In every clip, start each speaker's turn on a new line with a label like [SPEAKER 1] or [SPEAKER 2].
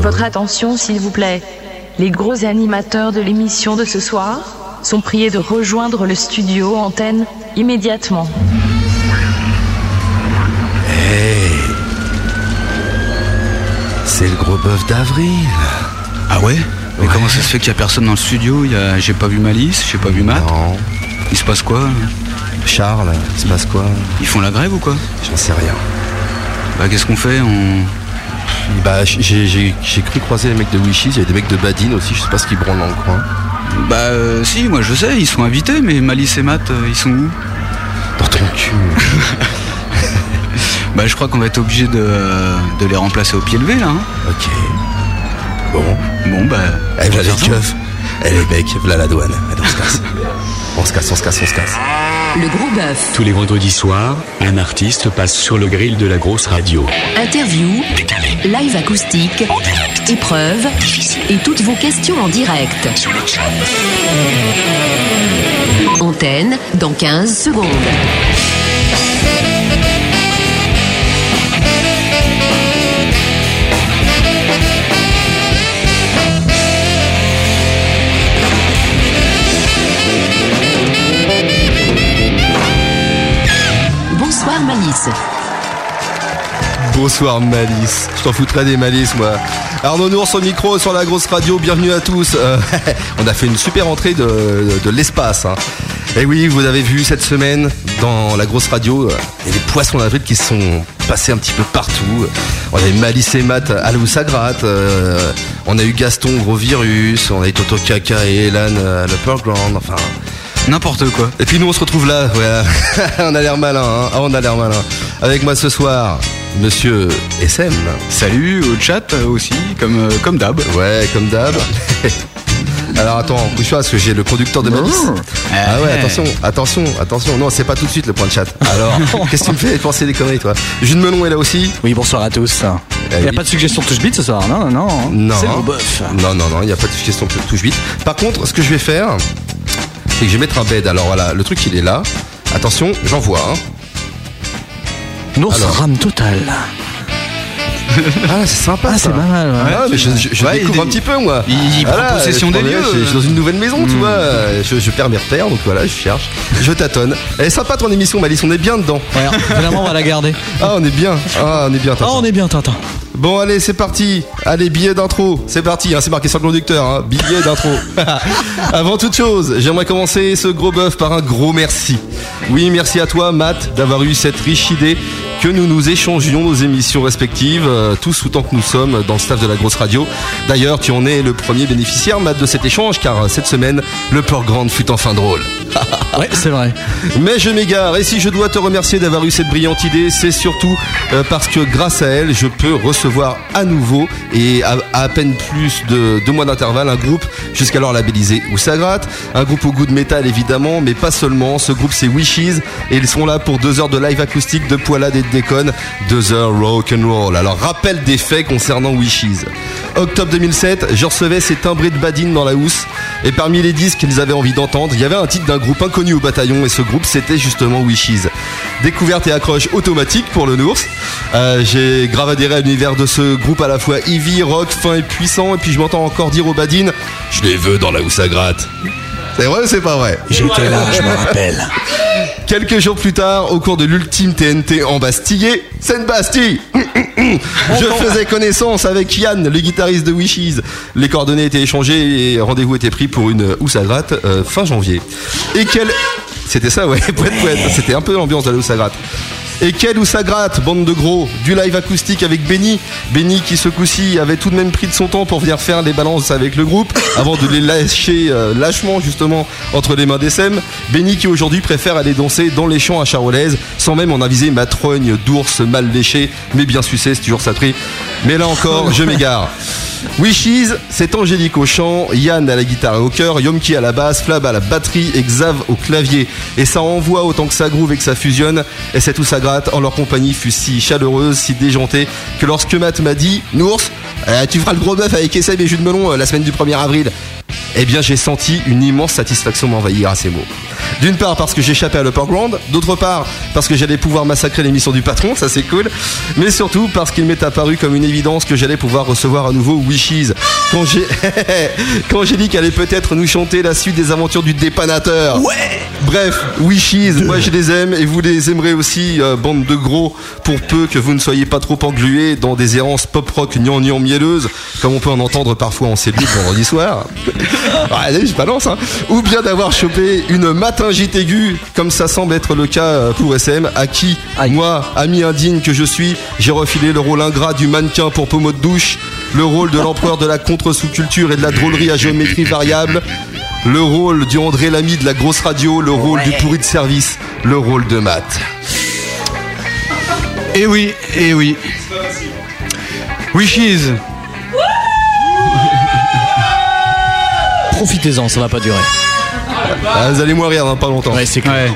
[SPEAKER 1] votre attention s'il vous plaît. Les gros animateurs de l'émission de ce soir sont priés de rejoindre le studio antenne immédiatement.
[SPEAKER 2] Hey C'est le gros bœuf d'avril
[SPEAKER 3] Ah ouais Mais comment ça se fait qu'il n'y a personne dans le studio Il y a- J'ai pas vu Malice, j'ai pas vu Matt.
[SPEAKER 2] Non.
[SPEAKER 3] Il se passe quoi
[SPEAKER 2] Charles, il se passe quoi
[SPEAKER 3] Ils font la grève ou quoi
[SPEAKER 2] J'en sais rien.
[SPEAKER 3] Bah qu'est-ce qu'on fait On-
[SPEAKER 2] Bah j'ai- j'ai j'ai cru croiser les mecs de Wishes, il y a des mecs de Badine aussi, je sais pas ce qu'ils branlent dans le coin.
[SPEAKER 3] Bah euh, si, moi je sais, ils sont invités, mais Malice et Matt, euh, ils sont où
[SPEAKER 2] Dans ton cul.
[SPEAKER 3] Bah je crois qu'on va être obligé de, euh, de les remplacer au pied levé là. hein.
[SPEAKER 2] ok. Bon.
[SPEAKER 3] Bon bah...
[SPEAKER 2] Eh
[SPEAKER 3] on va
[SPEAKER 2] voilà
[SPEAKER 3] faire
[SPEAKER 2] les
[SPEAKER 3] ça.
[SPEAKER 2] keufs. Eh les mecs, voilà la douane. Allez, on se casse. on se casse, on se casse, on se casse.
[SPEAKER 4] Le gros bœuf.
[SPEAKER 5] Tous les vendredis soirs, un artiste passe sur le grill de la grosse radio.
[SPEAKER 4] Interview, live acoustique, épreuve et toutes vos questions en direct. Antenne dans 15 secondes. Bonsoir Malice.
[SPEAKER 2] Bonsoir Malice, je t'en foutrais des malices moi. Arnaud Nours au micro sur la grosse radio, bienvenue à tous. Euh, on a fait une super entrée de, de- de l'espace. hein. Et oui, vous avez vu cette semaine dans la grosse radio, euh, il y a des poissons d'avril qui sont passés un petit peu partout. On a eu Malice et Matt à l'eau ça gratte. euh, on a eu Gaston gros virus, on a eu Toto Kaka et Elan euh, à l'Upperground, enfin.
[SPEAKER 3] N'importe quoi.
[SPEAKER 2] Et puis nous on se retrouve là, ouais. on a l'air malin, hein. Ah, on a l'air malin. Avec moi ce soir, monsieur SM.
[SPEAKER 3] Salut au chat euh, aussi, comme, euh, comme d'hab.
[SPEAKER 2] Ouais, comme d'hab. Alors attends, bouge-toi parce que j'ai le conducteur de Malice.
[SPEAKER 6] Oh.
[SPEAKER 2] Ah ouais, attention, attention, attention. Non, c'est pas tout de suite le point de chat. Alors, qu'est-ce que tu me fais penser des conneries, toi Jules Melon est là aussi
[SPEAKER 6] Oui, bonsoir à tous. Il n'y a
[SPEAKER 2] Eh oui.
[SPEAKER 6] pas de suggestion touche bite ce soir, non, non, non.
[SPEAKER 2] Non.
[SPEAKER 6] C'est le gros bœuf.
[SPEAKER 2] Non, non, non, il n'y a pas de question que je touche vite. Par contre, ce que je vais faire, c'est que je vais mettre un bed. Alors voilà, le truc il est là. Attention, j'en vois. hein.
[SPEAKER 6] Nours
[SPEAKER 2] Alors.
[SPEAKER 6] rame total.
[SPEAKER 2] Ah, c'est sympa.
[SPEAKER 6] Ah,
[SPEAKER 2] ça.
[SPEAKER 6] c'est pas mal, ouais.
[SPEAKER 2] Ah, mais je, je- je
[SPEAKER 3] Ouais,
[SPEAKER 2] découvre
[SPEAKER 3] il-
[SPEAKER 2] un petit peu moi.
[SPEAKER 3] il- il prend possession
[SPEAKER 2] je
[SPEAKER 3] des
[SPEAKER 2] prends-
[SPEAKER 3] lieux. Hmm.
[SPEAKER 2] Je je suis dans une nouvelle maison, tu vois. Je, je perds mes repères, donc voilà, je cherche, je tâtonne. Elle est sympa ton émission, Malice. On est bien dedans.
[SPEAKER 6] Ouais, vraiment, on va la garder.
[SPEAKER 2] Ah, on est bien. Ah, on est bien.
[SPEAKER 6] Ah,
[SPEAKER 2] t'attends.
[SPEAKER 6] on est bien, Tintin.
[SPEAKER 2] Bon, allez, c'est parti. Allez, billet d'intro. C'est parti. hein, c'est marqué sur le conducteur. Hein. Billet d'intro. Avant toute chose, j'aimerais commencer ce gros bœuf par un gros merci. Oui, merci à toi, Matt, d'avoir eu cette riche idée que nous nous échangions nos émissions respectives, euh, tous autant que nous sommes dans le staff de la grosse radio. D'ailleurs, tu en es le premier bénéficiaire, Matt, de cet échange, car euh, cette semaine, le port grande fut enfin drôle.
[SPEAKER 6] Ouais, c'est vrai.
[SPEAKER 2] Mais je m'égare, et si je dois te remercier d'avoir eu cette brillante idée, c'est surtout euh, parce que grâce à elle, je peux recevoir à nouveau, et à, à à peine plus de deux mois d'intervalle, un groupe jusqu'alors labellisé Où ça gratte, un groupe au goût de métal évidemment, mais pas seulement, ce groupe c'est Wishes, et ils sont là pour deux heures de live acoustique, de poilade et de déconne, deux heures rock and roll. Alors rappel des faits concernant Wishes. Octobre 2007, je recevais ces timbrés de badine dans la housse, et parmi les disques qu'ils avaient envie d'entendre, il y avait un titre d'un groupe inconnu au bataillon, et ce groupe c'était justement Wishes. Découverte et accroche automatique pour le Nours. Euh, J'ai grave adhéré à l'univers de ce groupe à la fois heavy, rock, fin et puissant, et puis je m'entends encore dire aux badines Je les veux dans la housse à gratte. C'est vrai ou c'est pas vrai
[SPEAKER 6] J'étais là, je me rappelle.
[SPEAKER 2] Quelques jours plus tard, au cours de l'ultime TNT en Bastillé, Seine Bastille Je faisais connaissance avec Yann, le guitariste de Wishes. Les coordonnées étaient échangées et rendez-vous était pris pour une housse à gratte euh, fin janvier. Et quelle... C'était ça, ouais, poète, poète. C'était un peu l'ambiance de la housse à gratte. Et quelle housse à gratte, bande de gros, du live acoustique avec Benny. Benny qui ce coup-ci avait tout de même pris de son temps pour venir faire les balances avec le groupe avant de les lâcher euh, lâchement justement entre les mains des SEM. Benny qui aujourd'hui préfère aller danser dans les champs à Charolaise sans même en aviser ma trogne d'ours mal léché mais bien sucé, c'est toujours ça de prix. Mais là encore, je m'égare. Wishes, c'est Angélique au chant, Yann à la guitare et au cœur, Yomki à la basse, Flab à la batterie et Xav au clavier. Et ça envoie autant que ça groove et que ça fusionne. Et c'est tout ça gratte en leur compagnie fut si chaleureuse, si déjantée, que lorsque Matt m'a dit, Nours, euh, tu feras le gros bœuf avec Essay et jus de melon euh, la semaine du 1er avril. Eh bien, j'ai senti une immense satisfaction m'envahir à ces mots. D'une part parce que j'échappais à l'Upperground, d'autre part parce que j'allais pouvoir massacrer l'émission du patron, ça c'est cool, mais surtout parce qu'il m'est apparu comme une évidence que j'allais pouvoir recevoir à nouveau Wishes. Quand j'ai quand j'ai dit qu'elle allait peut-être nous chanter la suite des aventures du dépanateur. Ouais. Bref, Wishes, moi je les aime et vous les aimerez aussi, euh, bande de gros, pour peu que vous ne soyez pas trop englués dans des errances pop-rock gnangnang mielleuses, comme on peut en entendre parfois en cellule vendredi soir. Ouais, allez, je balance, hein. Ou bien d'avoir chopé une matingite aiguë, comme ça semble être le cas euh, pour SM, à qui, moi, ami indigne que je suis, j'ai refilé le rôle ingrat du mannequin pour pommeau de douche, le rôle de l'empereur de la contre-sous-culture et de la drôlerie à géométrie variable, le rôle du André Lamy de la grosse radio, le rôle du pourri de service, le rôle de Matt.
[SPEAKER 3] Eh oui, eh oui. Wishes.
[SPEAKER 6] Profitez-en, ça va pas durer.
[SPEAKER 2] Ah, vous allez moins rire dans pas longtemps.
[SPEAKER 6] Ouais, c'est clair.
[SPEAKER 3] Ouais.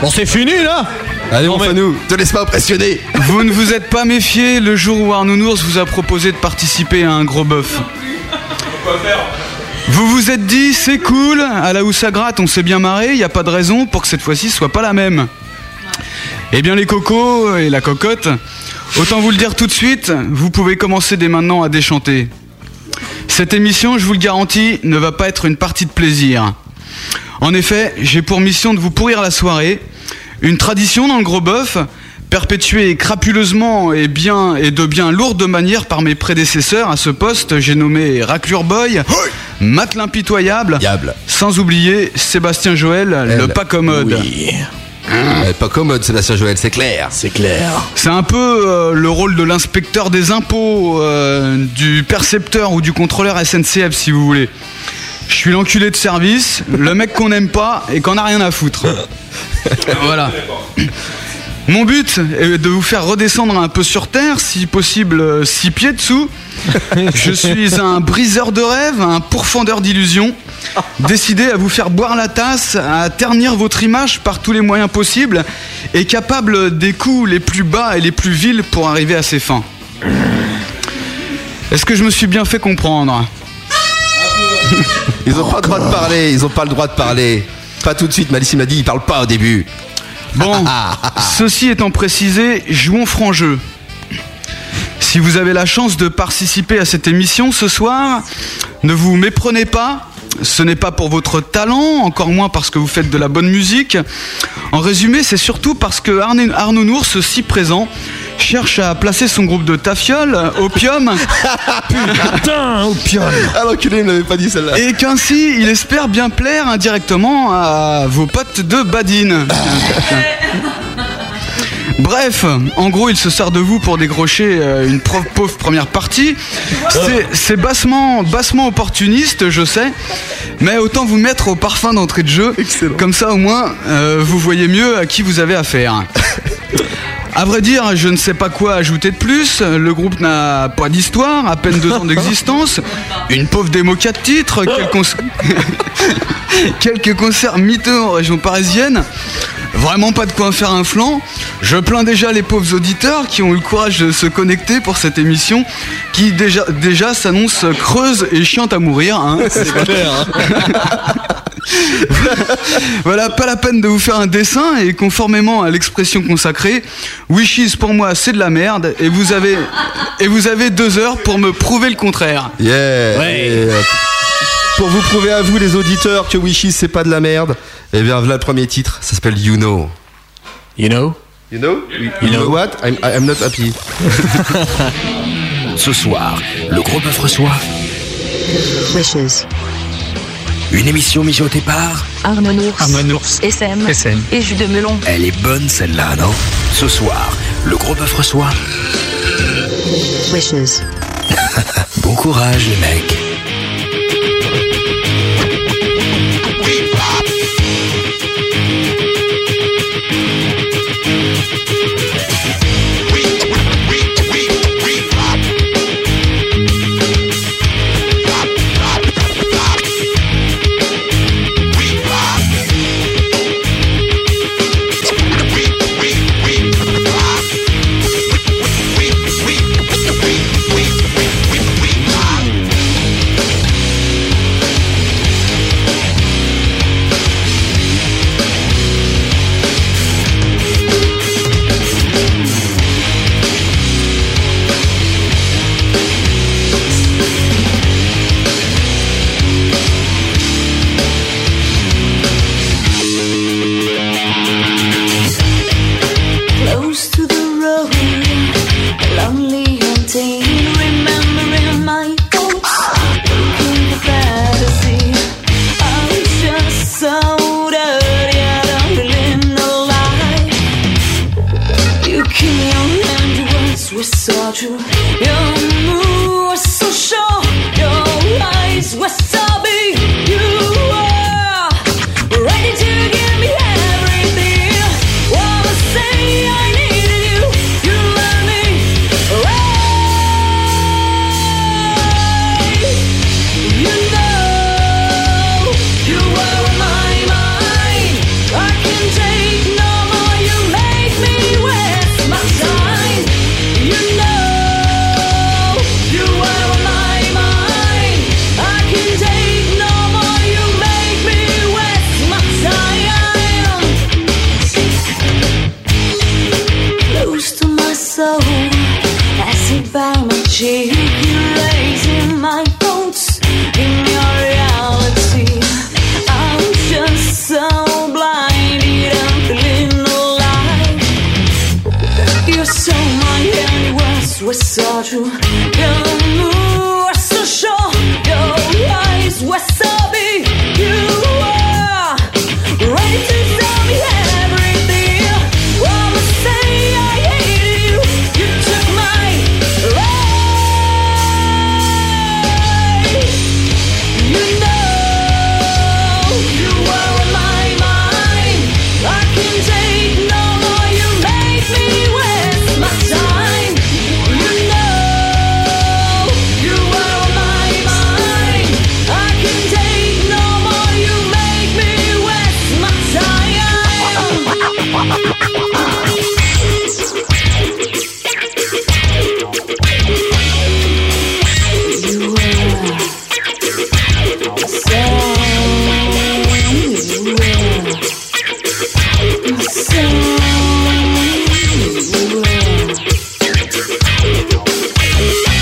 [SPEAKER 6] Bon, c'est fini là
[SPEAKER 2] Allez, on fait nous, te laisse pas impressionner.
[SPEAKER 3] Vous ne vous êtes pas méfié le jour où Arnounours vous a proposé de participer à un gros bœuf. Vous vous êtes dit, c'est cool, à la où ça gratte, on s'est bien marré, y a pas de raison pour que cette fois-ci ce soit pas la même. Eh bien, les cocos et la cocotte, autant vous le dire tout de suite, vous pouvez commencer dès maintenant à déchanter. Cette émission, je vous le garantis, ne va pas être une partie de plaisir. En effet, j'ai pour mission de vous pourrir la soirée. Une tradition dans le gros bœuf, perpétuée crapuleusement et, bien, et de bien lourde manière par mes prédécesseurs à ce poste, j'ai nommé Raclure Boy, Matt l'impitoyable,
[SPEAKER 2] Diable.
[SPEAKER 3] sans oublier Sébastien Joël, le pas commode.
[SPEAKER 2] Ouais, pas commode, Sébastien Joël, c'est clair.
[SPEAKER 6] C'est clair.
[SPEAKER 3] C'est un peu euh, le rôle de l'inspecteur des impôts, euh, du percepteur ou du contrôleur SNCF si vous voulez. Je suis l'enculé de service, le mec qu'on n'aime pas et qu'on a rien à foutre. voilà. Mon but est de vous faire redescendre un peu sur terre, si possible euh, six pieds dessous. Je suis un briseur de rêves, un pourfendeur d'illusions, décidé à vous faire boire la tasse, à ternir votre image par tous les moyens possibles et capable des coups les plus bas et les plus vils pour arriver à ses fins. Est-ce que je me suis bien fait comprendre
[SPEAKER 2] Ils ont pas le droit de parler, ils ont pas le droit de parler. Pas tout de suite, Malice il m'a dit, il parle pas au début.
[SPEAKER 3] Bon, ceci étant précisé, jouons franc jeu. Si vous avez la chance de participer à cette émission ce soir, ne vous méprenez pas. Ce n'est pas pour votre talent, encore moins parce que vous faites de la bonne musique. En résumé, c'est surtout parce que Arne- Arnaud Nours, si présent, cherche à placer son groupe de tafioles, opium,
[SPEAKER 6] Putain, au pion.
[SPEAKER 2] Ah l'enculé, il me l'avait pas dit celle-là.
[SPEAKER 3] et qu'ainsi il espère bien plaire indirectement à vos potes de badine. Bref, en gros, il se sert de vous pour décrocher euh, une pro- pauvre première partie. C'est- C'est bassement, bassement opportuniste, je sais, mais autant vous mettre au parfum d'entrée de jeu. Comme ça, au moins, euh, vous voyez mieux à qui vous avez affaire. À vrai dire, je ne sais pas quoi ajouter de plus. Le groupe n'a pas d'histoire, à peine deux ans d'existence, une pauvre démo quatre titres, quelques, cons- quelques concerts miteux en région parisienne. Vraiment pas de quoi en faire un flanc. Je plains déjà les pauvres auditeurs qui ont eu le courage de se connecter pour cette émission qui déjà, déjà s'annonce creuse et chiante à mourir. hein. Voilà, pas la peine de vous faire un dessin et conformément à l'expression consacrée, Wishes pour moi c'est de la merde et vous avez et vous avez deux heures pour me prouver le contraire.
[SPEAKER 2] Yeah. Et, euh, Pour vous prouver à vous les auditeurs que Wishes c'est pas de la merde, eh bien voilà le premier titre, ça s'appelle You Know.
[SPEAKER 6] You know
[SPEAKER 2] You know? You know what? I'm, I'm not happy.
[SPEAKER 7] Ce soir, le gros bœuf reçoit
[SPEAKER 1] Wishes.
[SPEAKER 7] une émission mijotée par.
[SPEAKER 1] Arnaud Nours. SM.
[SPEAKER 8] SM.
[SPEAKER 1] Et jus de melon.
[SPEAKER 7] Elle est bonne celle-là, non Ce soir, le gros bœuf reçoit.
[SPEAKER 1] Wishes.
[SPEAKER 7] Bon courage, les mecs.
[SPEAKER 9] We
[SPEAKER 8] we saw through. Your mood was so sure. Your eyes were sobbing. You were ready to give me everything. What was saying I needed you. You let me away. You know you were on my mind. I can take no more. You make me waste my time. You know you were on my mind. I can take no more. You make me waste my time. Close to my soul as you bound my cheek, erasing my thoughts in your reality. I'm just so blinded, I'm feeling alive. You saw my hand, words were so true. Your mood was so sure, your eyes were so big. You were ready to tell me everything. I was saying I hated you, you took my life. You know you were on my mind. I can take no more. You make me waste my time. You know you were on my mind. I can take no more. You make me waste my time.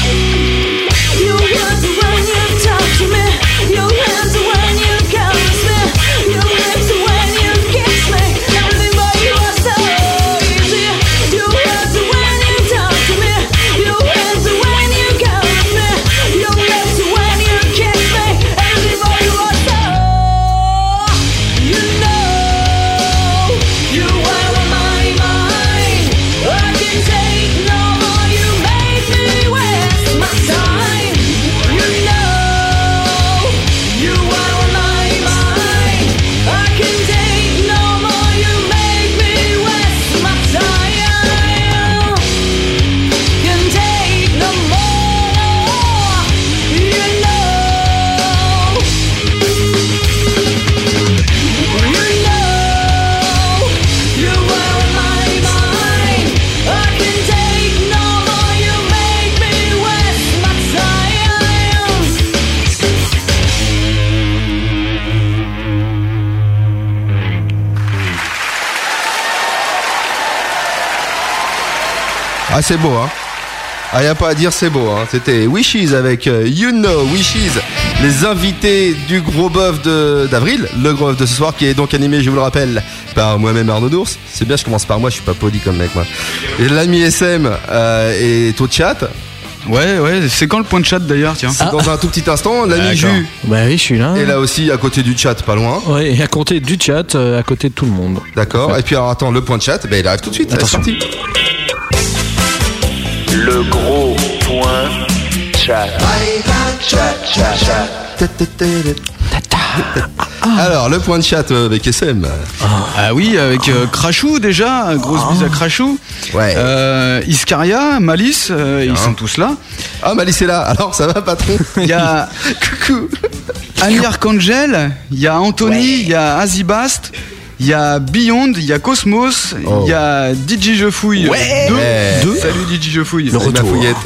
[SPEAKER 8] You hands when you touch me. You hands when you caress me. You hands when you kiss me. Nothing but you are so easy. You hands when you touch me. You hands when you caress me. You hands when you kiss me. Nothing but you are so. You know you are on my mind. I can take no more. You make me waste my time. You know you are on my mind. I can take no more. You make me waste my time. Can take no more. You know. You know you were on my mind. I can take no more. You make me waste my time.
[SPEAKER 2] Ah, c'est beau, hein. Ah, y a pas à dire, c'est beau, hein. C'était Wishes avec euh, You Know Wishes, les invités du gros bœuf de- d'avril, le gros bœuf de ce soir, qui est donc animé, je vous le rappelle, par moi-même Arnaud Dours. C'est bien, je commence par moi, je suis pas poli comme mec, moi. Et L'ami SM euh, est au chat.
[SPEAKER 3] Ouais, ouais, c'est quand le point de chat d'ailleurs, tiens
[SPEAKER 2] C'est dans un tout petit instant. L'ami Ju
[SPEAKER 6] Bah oui, je suis là.
[SPEAKER 2] est là aussi, à côté du chat, pas loin.
[SPEAKER 6] Ouais, et à côté du chat, euh, à côté de tout le monde.
[SPEAKER 2] D'accord. Et puis, alors, attends, le point de chat, ben, il arrive tout de suite.
[SPEAKER 6] Attention.
[SPEAKER 2] C'est parti.
[SPEAKER 7] Le gros point chat. Chat, chat, chat.
[SPEAKER 2] Alors, le point de chat euh, avec SM.
[SPEAKER 3] Ah oui, avec euh, Crashou déjà, grosse bise à Crashou.
[SPEAKER 2] Ouais.
[SPEAKER 3] Euh, Iscaria, Malice, euh, ils sont tous là.
[SPEAKER 2] Ah, Malice est là. Alors, ça va, patron
[SPEAKER 3] Il y a
[SPEAKER 2] Coucou.
[SPEAKER 3] Annie Arcangel, il y a Anthony, il y a Azibast, il y a Beyond, il y a Cosmos, il
[SPEAKER 2] Oh.
[SPEAKER 3] y a DJ Je Fouille.
[SPEAKER 2] Ouais.
[SPEAKER 3] deux.
[SPEAKER 2] Ouais.
[SPEAKER 3] Deux. Salut DJ Je Fouille.
[SPEAKER 2] C'est ma fouillette.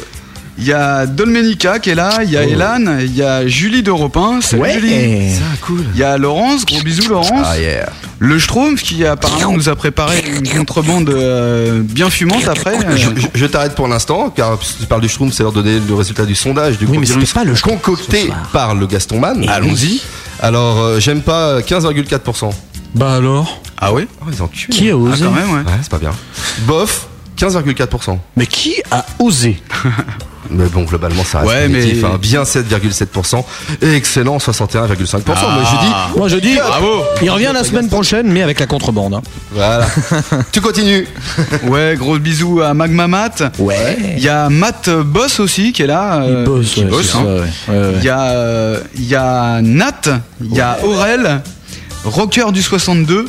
[SPEAKER 3] Il y a Dolmenica qui est là, il y a Elan, il y a Julie de Repin, salut Julie.
[SPEAKER 2] Oh. Ça, cool.
[SPEAKER 3] Il y a Laurence, gros bisous Laurence.
[SPEAKER 2] Ah, yeah.
[SPEAKER 3] Le Schtroumpf qui apparemment nous a préparé une contrebande euh, bien fumante après. Euh,
[SPEAKER 2] Je, je- je t'arrête pour l'instant, car si tu parles du Shroom, c'est l'heure de donner le résultat du sondage du
[SPEAKER 6] Oui,
[SPEAKER 2] groupe
[SPEAKER 6] mais
[SPEAKER 2] virus
[SPEAKER 6] c'était pas le Schtroumpf
[SPEAKER 2] concocté
[SPEAKER 6] ce soir.
[SPEAKER 2] par le Gaston Man. Allons-y. Alors, euh, j'aime pas 15,4%.
[SPEAKER 6] Bah alors
[SPEAKER 3] Ah oui
[SPEAKER 2] Oh, ils enculent.
[SPEAKER 6] Qui a
[SPEAKER 3] Ah
[SPEAKER 6] osé
[SPEAKER 3] quand même ouais.
[SPEAKER 2] Ouais, c'est pas bien. Bof, 15,4%.
[SPEAKER 6] Mais qui a osé
[SPEAKER 2] Mais bon, globalement, ça reste
[SPEAKER 3] Ouais,
[SPEAKER 2] négatif.
[SPEAKER 3] mais-
[SPEAKER 2] hein. Bien 7,7% et excellent 61,5%.
[SPEAKER 3] Ah.
[SPEAKER 2] Moi, je dis,
[SPEAKER 6] Moi je dis,
[SPEAKER 3] Bravo
[SPEAKER 6] il revient la semaine prochaine, mais avec la contrebande. hein.
[SPEAKER 2] voilà. tu continues.
[SPEAKER 3] Ouais, gros bisous à Magma Matt.
[SPEAKER 6] Ouais.
[SPEAKER 3] Il y a Matt Boss aussi qui est là.
[SPEAKER 6] Il
[SPEAKER 3] euh,
[SPEAKER 6] bosse,
[SPEAKER 3] qui
[SPEAKER 6] ouais,
[SPEAKER 3] bosse,
[SPEAKER 6] c'est
[SPEAKER 3] hein.
[SPEAKER 6] ça, ouais. Ouais, ouais.
[SPEAKER 3] Il y a, euh, il y a Nat, il y a Aurel, Rocker du 62,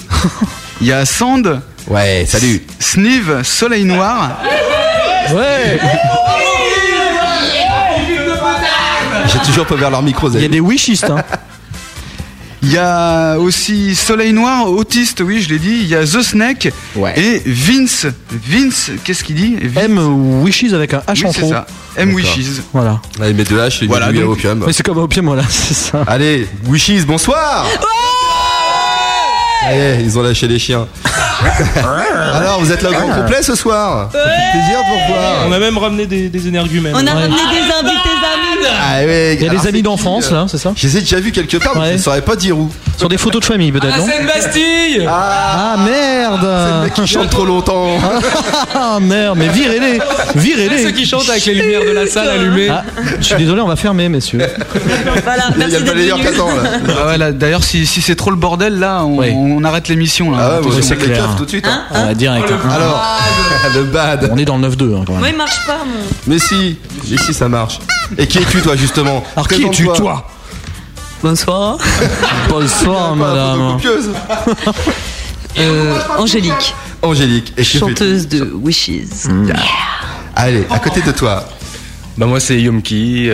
[SPEAKER 3] il y a Sand,
[SPEAKER 2] Ouais, salut.
[SPEAKER 3] Sniv, Soleil Noir.
[SPEAKER 6] Ouais.
[SPEAKER 2] J'ai toujours pas vers leur micro,
[SPEAKER 6] Il y a
[SPEAKER 2] Zay.
[SPEAKER 6] des wishistes. Hein.
[SPEAKER 3] Il y a aussi Soleil Noir, Autiste, oui, je l'ai dit. Il y a The Snake et Vince. Vince, qu'est-ce qu'il dit Vince-
[SPEAKER 6] M wishes avec un H
[SPEAKER 3] Oui,
[SPEAKER 6] en
[SPEAKER 3] c'est
[SPEAKER 6] trop.
[SPEAKER 3] ça. M
[SPEAKER 2] D'accord.
[SPEAKER 3] Wishes.
[SPEAKER 6] Voilà.
[SPEAKER 2] Allez, mets Ah, deux H et
[SPEAKER 3] Voilà,
[SPEAKER 2] du
[SPEAKER 3] donc-
[SPEAKER 2] opium.
[SPEAKER 6] Mais c'est comme au pied moi là, c'est ça.
[SPEAKER 2] Allez, Wishies, bonsoir Allez, ils ont lâché les chiens. Alors, vous êtes là au grand complet ce soir Ça fait plaisir de vous revoir.
[SPEAKER 9] On a même ramené des, des énergumènes.
[SPEAKER 10] On a ramené des invités amis.
[SPEAKER 2] Ah ouais,
[SPEAKER 6] Il y a
[SPEAKER 2] alors,
[SPEAKER 6] des amis
[SPEAKER 2] c'est
[SPEAKER 6] d'enfance
[SPEAKER 2] qui, euh,
[SPEAKER 6] là, c'est ça
[SPEAKER 2] Je les ai déjà vus quelque part, mais
[SPEAKER 6] Ouais.
[SPEAKER 2] je ne saurais pas dire où.
[SPEAKER 6] Sur des photos de famille
[SPEAKER 11] Ah,
[SPEAKER 10] Ah,
[SPEAKER 6] peut-être, non
[SPEAKER 9] Bastille
[SPEAKER 6] Ah
[SPEAKER 2] Ah, c'est le
[SPEAKER 6] merde
[SPEAKER 2] mec qui chante trop longtemps.
[SPEAKER 6] Ah merde, mais virez-les
[SPEAKER 9] Ceux
[SPEAKER 6] Virez-les
[SPEAKER 9] qui chantent avec les lumières de la salle allumées.
[SPEAKER 6] Ah, je suis désolé, on va fermer messieurs.
[SPEAKER 10] Voilà,
[SPEAKER 2] Il y a
[SPEAKER 10] merci
[SPEAKER 2] le
[SPEAKER 10] d'être
[SPEAKER 2] balayeur qui
[SPEAKER 10] venus.
[SPEAKER 2] attend là.
[SPEAKER 3] Ah ouais, là, D'ailleurs, si, si c'est trop le bordel, là, on,
[SPEAKER 6] Oui.
[SPEAKER 3] on arrête l'émission. là.
[SPEAKER 2] Ah ouais, vous
[SPEAKER 6] c'est
[SPEAKER 2] avez les
[SPEAKER 6] clair.
[SPEAKER 2] keufs tout de suite. hein.
[SPEAKER 6] Ah, direct. hein.
[SPEAKER 2] Alors, le bad.
[SPEAKER 6] On est dans le 9-2 hein, quand
[SPEAKER 10] Moi,
[SPEAKER 6] même.
[SPEAKER 10] il marche pas, mon.
[SPEAKER 2] Mais si, mais si ça marche. Et qui es-tu toi justement
[SPEAKER 6] Alors qui es-tu
[SPEAKER 2] Présente-toi.
[SPEAKER 6] toi
[SPEAKER 10] Bonsoir.
[SPEAKER 2] Ah,
[SPEAKER 6] Bonsoir
[SPEAKER 2] pas la
[SPEAKER 6] madame.
[SPEAKER 2] photocopieuse.
[SPEAKER 10] Euh, Angélique,
[SPEAKER 2] Angélique, et que fais-tu
[SPEAKER 10] chanteuse de Wishes.
[SPEAKER 2] Allez, à côté de toi,
[SPEAKER 9] Bah moi c'est Yomki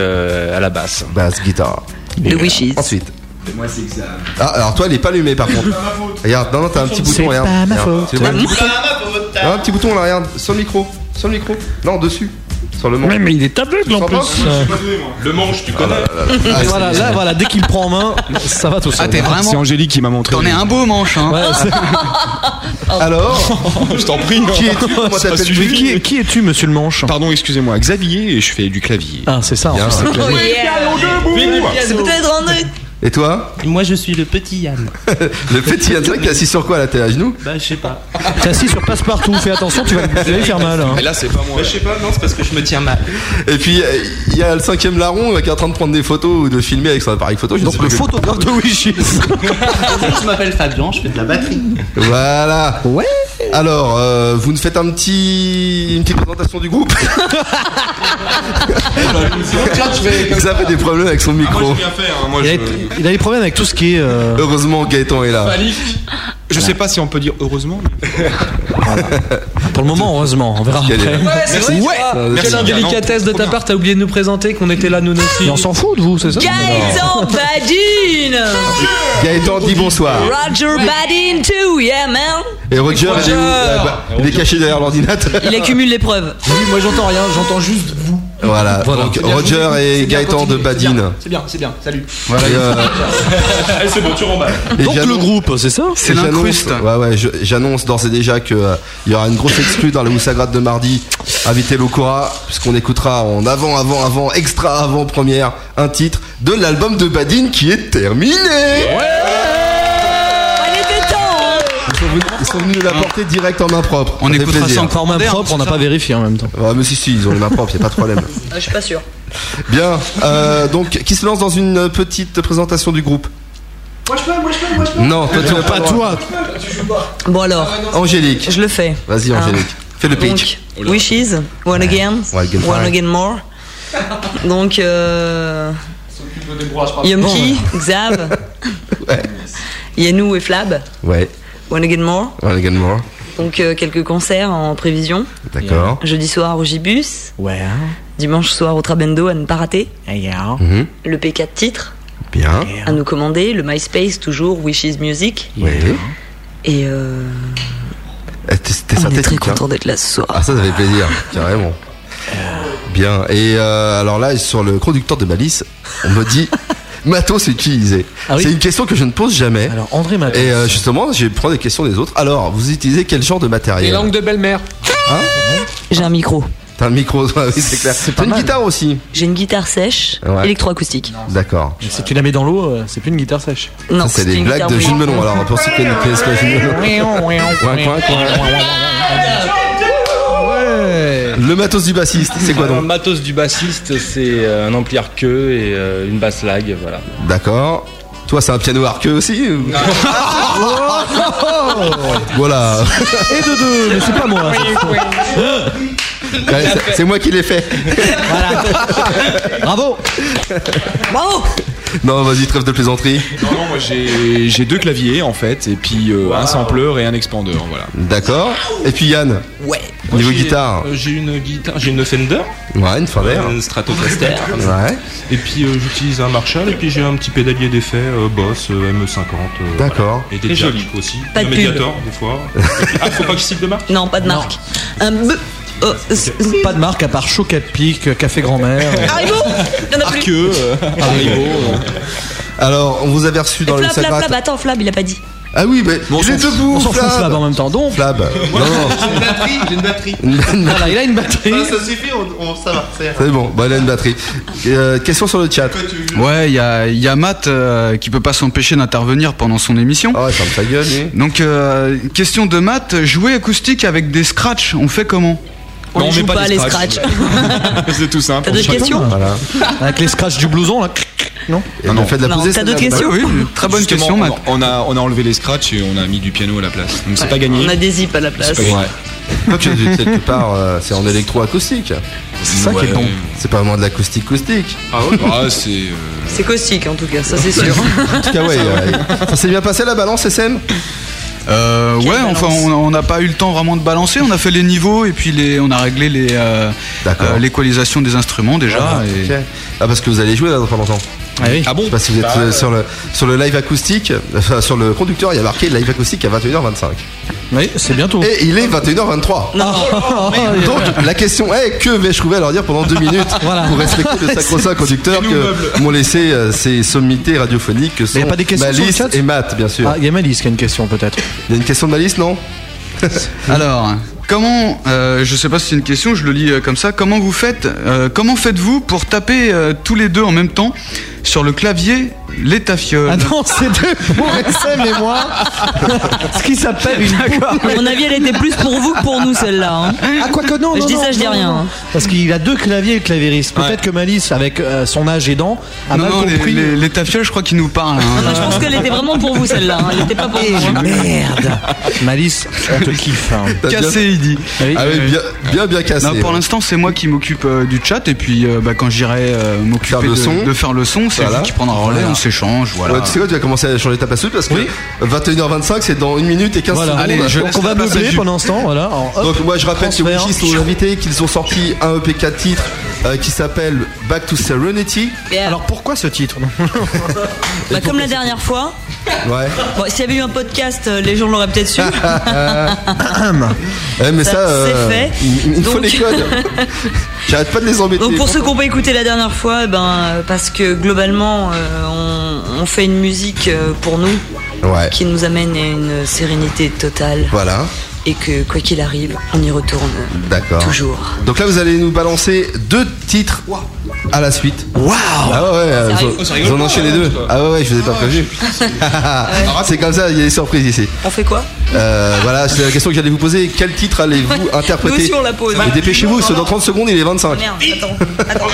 [SPEAKER 9] à la basse.
[SPEAKER 2] basse, guitare.
[SPEAKER 10] De Wishes.
[SPEAKER 2] Ensuite. Moi, c'est Ah, alors toi, elle est pas allumée par contre. regarde, non, non, t'as un petit bouton, regarde.
[SPEAKER 6] pas ma
[SPEAKER 2] Regarde,
[SPEAKER 6] faute.
[SPEAKER 2] tu vois le petit bouton Ah, Un petit bouton là, regarde, sur le micro. Sur le micro. Non, dessus. Sur le manche.
[SPEAKER 6] mais il est aveugle Ah,
[SPEAKER 2] en plus.
[SPEAKER 9] Le manche tu connais
[SPEAKER 2] Ah,
[SPEAKER 6] Voilà, là voilà, dès qu'il me prend en main, ça va tout seul.
[SPEAKER 3] Ah, t'es
[SPEAKER 5] C'est
[SPEAKER 3] vraiment.
[SPEAKER 5] Angélique qui m'a montré.
[SPEAKER 3] T'en es un beau manche, hein.
[SPEAKER 6] Ouais, c'est-
[SPEAKER 2] Alors,
[SPEAKER 9] Je t'en prie.
[SPEAKER 2] qui es-tu Comment
[SPEAKER 5] C'est pas
[SPEAKER 2] t'appelles-tu
[SPEAKER 5] suivi.
[SPEAKER 6] qui, qui es-tu monsieur le manche
[SPEAKER 5] hein. Pardon, excusez-moi, Xavier, et je fais du clavier.
[SPEAKER 6] Ah c'est ça en
[SPEAKER 2] Bien.
[SPEAKER 6] fait.
[SPEAKER 10] C'est peut-être en eux.
[SPEAKER 2] Et toi
[SPEAKER 9] Moi je suis le petit Yann.
[SPEAKER 2] Le petit Yann, qui est assis sur quoi là T'es à genoux
[SPEAKER 9] Bah je sais pas.
[SPEAKER 6] T'es assis sur passe-partout, fais attention, tu vas, tu vas lui faire mal. hein.
[SPEAKER 5] Mais là, c'est pas moi.
[SPEAKER 9] je sais pas, non c'est parce que je me tiens mal.
[SPEAKER 2] Et puis, euh, il y a le cinquième larron euh, qui est en train de prendre des photos ou de filmer avec son appareil photo. je sais
[SPEAKER 6] Donc
[SPEAKER 2] pas
[SPEAKER 6] le
[SPEAKER 2] quel-
[SPEAKER 6] photographe de Wishes.
[SPEAKER 9] Je m'appelle Fabien, je fais de la batterie.
[SPEAKER 2] Voilà.
[SPEAKER 6] Ouais.
[SPEAKER 2] Alors, euh, vous nous faites un petit, une petite présentation du groupe. Vous avez des problèmes avec son micro.
[SPEAKER 12] hein,
[SPEAKER 6] Il a, il a des problèmes avec tout ce qui est. euh,
[SPEAKER 2] Heureusement, Gaëtan est là.
[SPEAKER 5] Je sais pas si on peut dire heureusement.
[SPEAKER 6] Pour le moment, heureusement, on verra
[SPEAKER 2] Quel est-
[SPEAKER 6] après.
[SPEAKER 5] Merci,
[SPEAKER 9] Quelle
[SPEAKER 5] Yann.
[SPEAKER 9] indélicatesse de ta part, t'as oublié de nous présenter qu'on était là nous aussi.
[SPEAKER 6] Et on s'en fout de vous, c'est ça
[SPEAKER 10] Gaëtan Badin.
[SPEAKER 2] Gaëtan dit bonsoir.
[SPEAKER 10] Roger Badin, too, yeah, man.
[SPEAKER 2] Et Roger, il est où Euh, bah, il est caché derrière l'ordinateur.
[SPEAKER 10] Il accumule les preuves.
[SPEAKER 9] Oui, moi j'entends rien, j'entends juste vous.
[SPEAKER 2] Voilà.
[SPEAKER 6] Voilà.
[SPEAKER 2] Donc Roger et Gaëtan de Badine.
[SPEAKER 9] C'est bien, c'est bien, salut.
[SPEAKER 2] Voilà. Et, euh,
[SPEAKER 11] Ah,
[SPEAKER 9] c'est bon, tu remballes.
[SPEAKER 2] et
[SPEAKER 6] Donc le
[SPEAKER 2] j'annonce-
[SPEAKER 6] groupe, c'est ça
[SPEAKER 3] C'est
[SPEAKER 2] Et j'annonce-
[SPEAKER 3] l'incruste.
[SPEAKER 2] Ouais, ouais, je- j'annonce d'ores et déjà que euh, il y aura une grosse exclue dans la Moussagrade de mardi. Invité Lokora, puisqu'on écoutera en avant, avant, avant, extra avant première un titre de l'album de Badine qui est terminé.
[SPEAKER 10] Il était temps. hein.
[SPEAKER 2] Ils sont venus, ils sont venus l'apporter direct en main propre.
[SPEAKER 3] On
[SPEAKER 2] Ça fait
[SPEAKER 3] écoutera ça
[SPEAKER 2] plaisir.
[SPEAKER 3] encore.
[SPEAKER 6] Par main
[SPEAKER 3] Moderne,
[SPEAKER 6] propre, on
[SPEAKER 3] c'est
[SPEAKER 6] n'a
[SPEAKER 3] ça
[SPEAKER 6] pas vérifié en même temps.
[SPEAKER 2] Ouais, mais si, si, ils ont les mains propres, y a pas de problème.
[SPEAKER 10] Ah, Je suis pas sûre.
[SPEAKER 2] Bien, euh, donc qui se lance dans une petite présentation du groupe Moi je peux, moi je peux, moi je peux. Non, toi tu n'as pas, le droit.
[SPEAKER 10] Bon, alors,
[SPEAKER 9] Ah
[SPEAKER 2] Angélique,
[SPEAKER 10] je le fais.
[SPEAKER 2] vas-y Angélique, fais le pitch.
[SPEAKER 10] Donc, Wishes, One Again,
[SPEAKER 2] One Again,
[SPEAKER 10] One
[SPEAKER 2] pareil.
[SPEAKER 10] Again More. Donc, euh, Yomki, Xav,
[SPEAKER 2] Ouais.
[SPEAKER 10] Yannou et Flab,
[SPEAKER 2] Ouais,
[SPEAKER 10] One Again More.
[SPEAKER 2] voilà également.
[SPEAKER 10] Donc, euh, quelques concerts en prévision.
[SPEAKER 2] D'accord.
[SPEAKER 10] Jeudi soir au Gibus,
[SPEAKER 6] Ouais.
[SPEAKER 10] dimanche soir au Trabendo à ne pas rater.
[SPEAKER 2] Mhm.
[SPEAKER 10] Le P4 titre
[SPEAKER 2] Bien.
[SPEAKER 10] à nous commander, le MySpace toujours, Wishes Music.
[SPEAKER 2] Ouais.
[SPEAKER 10] Et euh,
[SPEAKER 2] Eh, T'es t'es
[SPEAKER 10] on est très
[SPEAKER 2] synthétique. hein.
[SPEAKER 10] content d'être là ce soir.
[SPEAKER 2] Ah ça, ça fait plaisir, carrément. Bien. Et euh, alors là, sur le conducteur de malice, on me dit matos utilisé.
[SPEAKER 6] Ah oui
[SPEAKER 2] C'est une question que je ne pose jamais.
[SPEAKER 6] Alors André Matos.
[SPEAKER 2] Et euh, justement, je prends des questions des autres. Alors, vous utilisez quel genre de matériel
[SPEAKER 9] Les langues de belle-mère.
[SPEAKER 10] J'ai un micro,
[SPEAKER 2] T'as un micro, toi, oui, c'est clair. T'as une guitare aussi.
[SPEAKER 10] j'ai une guitare sèche,
[SPEAKER 2] Ouais.
[SPEAKER 10] électroacoustique.
[SPEAKER 2] D'accord.
[SPEAKER 6] Si tu la mets dans l'eau, euh, c'est plus une guitare sèche.
[SPEAKER 10] Non,
[SPEAKER 2] Ça, c'est
[SPEAKER 10] une
[SPEAKER 2] des blagues
[SPEAKER 10] guitare
[SPEAKER 2] de Jules
[SPEAKER 10] blanche.
[SPEAKER 2] Melon. Alors, pour ceux qui ne connaissent pas Jules Melon. Coin, coin, coin.
[SPEAKER 6] Ouais.
[SPEAKER 2] Le Le matos du bassiste, c'est quoi
[SPEAKER 9] Alors, Le
[SPEAKER 2] donc
[SPEAKER 9] matos du bassiste, c'est euh, un ampli arqueux et euh, une basse lag, voilà.
[SPEAKER 2] D'accord. Toi, c'est un piano arqueux aussi ou- Voilà.
[SPEAKER 6] Et de deux, mais c'est pas moi. cette fois.
[SPEAKER 2] Ouais, c'est- C'est moi qui l'ai fait.
[SPEAKER 6] Bravo.
[SPEAKER 10] Bravo
[SPEAKER 2] Non, vas-y, trêve de plaisanterie.
[SPEAKER 12] Non, non, moi j'ai j'ai deux claviers en fait, et puis euh, un sampleur et un expandeur, voilà.
[SPEAKER 2] D'accord. Et puis Yann
[SPEAKER 12] Ouais.
[SPEAKER 2] Niveau
[SPEAKER 11] Moi, j'ai-
[SPEAKER 2] guitare
[SPEAKER 11] euh, J'ai une guitare, j'ai une Fender.
[SPEAKER 2] Ouais, une Fender.
[SPEAKER 11] Une Stratocaster.
[SPEAKER 2] Ouais.
[SPEAKER 11] Et puis euh, j'utilise un Marshall et puis j'ai un petit pédalier d'effet euh, Boss euh, ME50. euh, voilà.
[SPEAKER 2] D'accord.
[SPEAKER 11] Et des
[SPEAKER 2] Très
[SPEAKER 11] jacks
[SPEAKER 2] joli.
[SPEAKER 11] aussi.
[SPEAKER 10] Pas
[SPEAKER 11] un
[SPEAKER 10] de pub.
[SPEAKER 11] Mediator des fois. ah, faut pas que je cite de marque
[SPEAKER 10] Non, pas de marque. Un b- oh, s-
[SPEAKER 6] Pas de marque à part Chocapic, Café Grand-mère.
[SPEAKER 10] Haribo Il y en a plus.
[SPEAKER 2] Alors, on vous avait reçu dans
[SPEAKER 10] Flab,
[SPEAKER 2] le
[SPEAKER 10] flab,
[SPEAKER 2] Sagrate.
[SPEAKER 10] flab. Attends, flab, il a pas dit.
[SPEAKER 2] Ah oui, mais
[SPEAKER 6] on
[SPEAKER 2] il est
[SPEAKER 6] s'en fout-
[SPEAKER 2] debout,
[SPEAKER 6] on s'en fout,
[SPEAKER 2] Flab.
[SPEAKER 6] Flab, en même temps, donc.
[SPEAKER 2] Flab. Non, non.
[SPEAKER 13] batterie, j'ai une batterie.
[SPEAKER 6] Voilà, il a une batterie.
[SPEAKER 13] Voilà, ça suffit, on, on- ça va, ça ira.
[SPEAKER 2] C'est bon, bah, il a une batterie. Euh, question sur le chat.
[SPEAKER 3] Ouais, il y a, il y a Matt euh, qui peut pas s'empêcher d'intervenir pendant son émission.
[SPEAKER 2] Ah ouais, ferme ta gueule, lui.
[SPEAKER 3] Donc, euh, question de Matt jouer acoustique avec des scratchs, on fait comment
[SPEAKER 10] On les joue pas, les scratchs.
[SPEAKER 12] C'est tout simple.
[SPEAKER 10] T'as d'autres questions
[SPEAKER 2] Voilà.
[SPEAKER 6] Avec les scratchs du blouson, là. Non
[SPEAKER 2] Non, non. fait de la
[SPEAKER 10] Non,
[SPEAKER 2] poser,
[SPEAKER 10] t'as
[SPEAKER 2] celle-là.
[SPEAKER 10] d'autres questions
[SPEAKER 2] Bah oui, oui.
[SPEAKER 12] Très bonne
[SPEAKER 3] Justement,
[SPEAKER 12] question,
[SPEAKER 3] on a-
[SPEAKER 12] Matt. On a, on a enlevé les scratchs et on a mis du piano à la place. Donc c'est pas gagné.
[SPEAKER 10] On a des zips à la place.
[SPEAKER 12] C'est pas gagné.
[SPEAKER 2] Tu- tu- quelque part, euh, c'est en électroacoustique. C'est ça qui est
[SPEAKER 12] Ouais.
[SPEAKER 2] bon. C'est pas vraiment de l'acoustique acoustique. Ah ouais
[SPEAKER 12] Ah, c'est. euh,
[SPEAKER 10] C'est caustique en tout cas, ça c'est sûr.
[SPEAKER 2] En tout cas, ouais, euh, ça s'est bien passé la balance SM
[SPEAKER 3] Euh, ouais, enfin, on on n'a pas eu le temps vraiment de balancer. On a fait les niveaux et puis les, on a réglé les euh, euh, l'équalisation des instruments déjà.
[SPEAKER 2] Ah,
[SPEAKER 3] et-
[SPEAKER 2] ok. Ah, parce que vous allez jouer là dans pas longtemps.
[SPEAKER 3] Ah oui.
[SPEAKER 2] bon Je sais pas si vous êtes
[SPEAKER 12] Bah,
[SPEAKER 2] euh,
[SPEAKER 12] ouais.
[SPEAKER 2] sur, le, sur le live acoustique, enfin, sur le conducteur, il y a marqué live acoustique à 21h25.
[SPEAKER 6] Oui, c'est bientôt. Ah.
[SPEAKER 2] Et il est 21h23. Donc la question est que vais-je trouver à leur dire pendant deux minutes
[SPEAKER 6] Voilà.
[SPEAKER 2] pour respecter le sacro-saint conducteur que m'ont laissé euh, ces sommités radiophoniques que sont
[SPEAKER 6] Mais y a pas des questions sur le
[SPEAKER 2] Malice
[SPEAKER 6] chat
[SPEAKER 2] et Matt, bien sûr.
[SPEAKER 6] Ah, il y a Malice qui a une question peut-être.
[SPEAKER 2] Il y a une question de Malice, non
[SPEAKER 3] Alors, comment, euh, je sais pas si c'est une question, je le lis euh, comme ça. Comment vous faites, euh, comment faites-vous pour taper euh, tous les deux en même temps sur le clavier les tafioles
[SPEAKER 6] Ah non, c'est deux pour SM et moi. Ce qui s'appelle une
[SPEAKER 10] À mon avis, elle était plus pour vous que pour nous celle-là. hein.
[SPEAKER 6] Ah, quoi que non,
[SPEAKER 10] Je
[SPEAKER 6] non,
[SPEAKER 10] dis
[SPEAKER 6] non,
[SPEAKER 10] ça, je dis
[SPEAKER 6] non,
[SPEAKER 10] rien.
[SPEAKER 6] non.
[SPEAKER 10] hein.
[SPEAKER 6] Parce qu'il a deux claviers, le clavieriste. Peut-être que Malice, avec euh, son âge aidant, a
[SPEAKER 3] Non,
[SPEAKER 6] mal
[SPEAKER 3] non, les,
[SPEAKER 6] compris.
[SPEAKER 3] les- les tafioles, je crois qu'ils nous parlent. hein.
[SPEAKER 10] Je pense qu'elle était vraiment pour vous celle-là. hein. Elle était pas pour
[SPEAKER 6] Eh,
[SPEAKER 10] moi.
[SPEAKER 6] merde. Malice, on te kiffe. hein.
[SPEAKER 2] T'as bien-
[SPEAKER 3] Cassé, il dit.
[SPEAKER 2] Ah oui, bien, bien, bien cassé.
[SPEAKER 3] Non, pour
[SPEAKER 2] ouais.
[SPEAKER 3] l'instant, c'est moi qui m'occupe euh, du chat et puis euh, bah, quand j'irai euh, m'occuper
[SPEAKER 2] Faire le
[SPEAKER 3] de,
[SPEAKER 2] son.
[SPEAKER 3] de faire le son, c'est
[SPEAKER 2] Voilà.
[SPEAKER 3] lui qui prendra le relais, on s'échange, voilà.
[SPEAKER 2] Ouais, tu sais quoi, tu vas commencer à changer ta place parce que 21h25 c'est dans 1 minute et 15
[SPEAKER 6] Voilà.
[SPEAKER 2] secondes.
[SPEAKER 6] Allez, je Donc, laisse on va la place à meubler Jules. pendant ce temps, voilà. Alors, hop,
[SPEAKER 2] Donc moi je rappelle que
[SPEAKER 6] transfert.
[SPEAKER 2] Wishy sont invités, qu'ils ont sorti un EP 4 titres euh, qui s'appelle Back to Serenity.
[SPEAKER 6] Alors pourquoi ce titre
[SPEAKER 10] Bah, comme la dernière fois,
[SPEAKER 2] Ouais.
[SPEAKER 10] bon, s'il y avait eu un podcast, euh, les gens l'auraient peut-être su.
[SPEAKER 2] Ouais, mais ça,
[SPEAKER 10] Ça,
[SPEAKER 2] euh,
[SPEAKER 10] c'est fait.
[SPEAKER 2] il- il faut
[SPEAKER 10] Donc-
[SPEAKER 2] les codes. J'arrête pas de les embêter.
[SPEAKER 10] Donc pour ceux qui n'ont pas écouté la dernière fois, eh ben, euh, parce que globalement, euh, on, on fait une musique euh, pour nous
[SPEAKER 2] Ouais.
[SPEAKER 10] qui nous amène à une sérénité totale
[SPEAKER 2] Voilà,
[SPEAKER 10] et que quoi qu'il arrive, on y retourne. euh,
[SPEAKER 2] d'accord.
[SPEAKER 10] Toujours.
[SPEAKER 2] Donc là vous allez nous balancer deux titres à la suite.
[SPEAKER 6] Waouh
[SPEAKER 2] Ah ouais,
[SPEAKER 10] Oh,
[SPEAKER 2] ouais, euh,
[SPEAKER 10] rigole-
[SPEAKER 2] vous-
[SPEAKER 10] ça
[SPEAKER 2] vous en enchaînez les deux. Ah ouais, ouais, je vous ai pas prévu. Ah, C'est comme ça, il y a des surprises ici.
[SPEAKER 10] On fait quoi
[SPEAKER 2] Euh, voilà, c'est la question que j'allais vous poser. Quel titre allez-vous interpréter
[SPEAKER 10] Nous aussi, on la pose. Bah,
[SPEAKER 2] Et dépêchez-vous, parce que dans 30 secondes, il est 25.
[SPEAKER 10] Merde, attends, attends,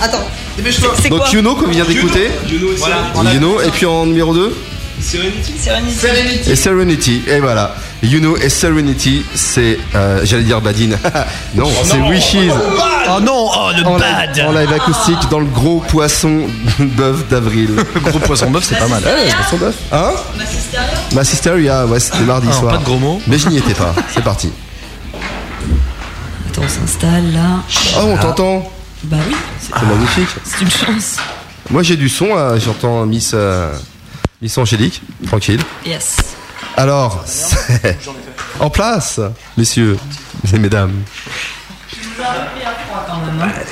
[SPEAKER 10] attends.
[SPEAKER 13] Dépêche-toi.
[SPEAKER 10] C'est- C'est
[SPEAKER 2] Donc
[SPEAKER 10] quoi
[SPEAKER 2] Yuno qu'on vient d'écouter.
[SPEAKER 13] Juno et
[SPEAKER 11] Voilà.
[SPEAKER 13] Serenity.
[SPEAKER 2] Yuno, et puis en numéro 2
[SPEAKER 13] Serenity.
[SPEAKER 10] Sérénité.
[SPEAKER 13] Serenity.
[SPEAKER 2] Et Serenity, et voilà. Yuno et Serenity, c'est. euh, J'allais dire Badine. non, c'est Wishes.
[SPEAKER 6] Oh non, oh le
[SPEAKER 2] En
[SPEAKER 6] bad
[SPEAKER 2] live, en live acoustique dans le gros poisson d'œuf d'avril.
[SPEAKER 6] Gros poisson d'œuf, c'est pas mal.
[SPEAKER 2] Ouais, poisson d'œuf. Hein Ma Sisteria, ouais, c'était mardi
[SPEAKER 6] Alors,
[SPEAKER 2] soir.
[SPEAKER 6] pas de gros mots.
[SPEAKER 2] Mais je n'y étais pas. C'est parti.
[SPEAKER 10] Attends, on s'installe là.
[SPEAKER 2] Oh, on t'entend.
[SPEAKER 10] Bah oui,
[SPEAKER 2] C'est magnifique.
[SPEAKER 10] c'est une chance.
[SPEAKER 2] Moi j'ai du son, euh, j'entends Miss, euh, Miss Angélique, tranquille.
[SPEAKER 10] Yes.
[SPEAKER 2] Alors, c'est- en place, messieurs et mesdames.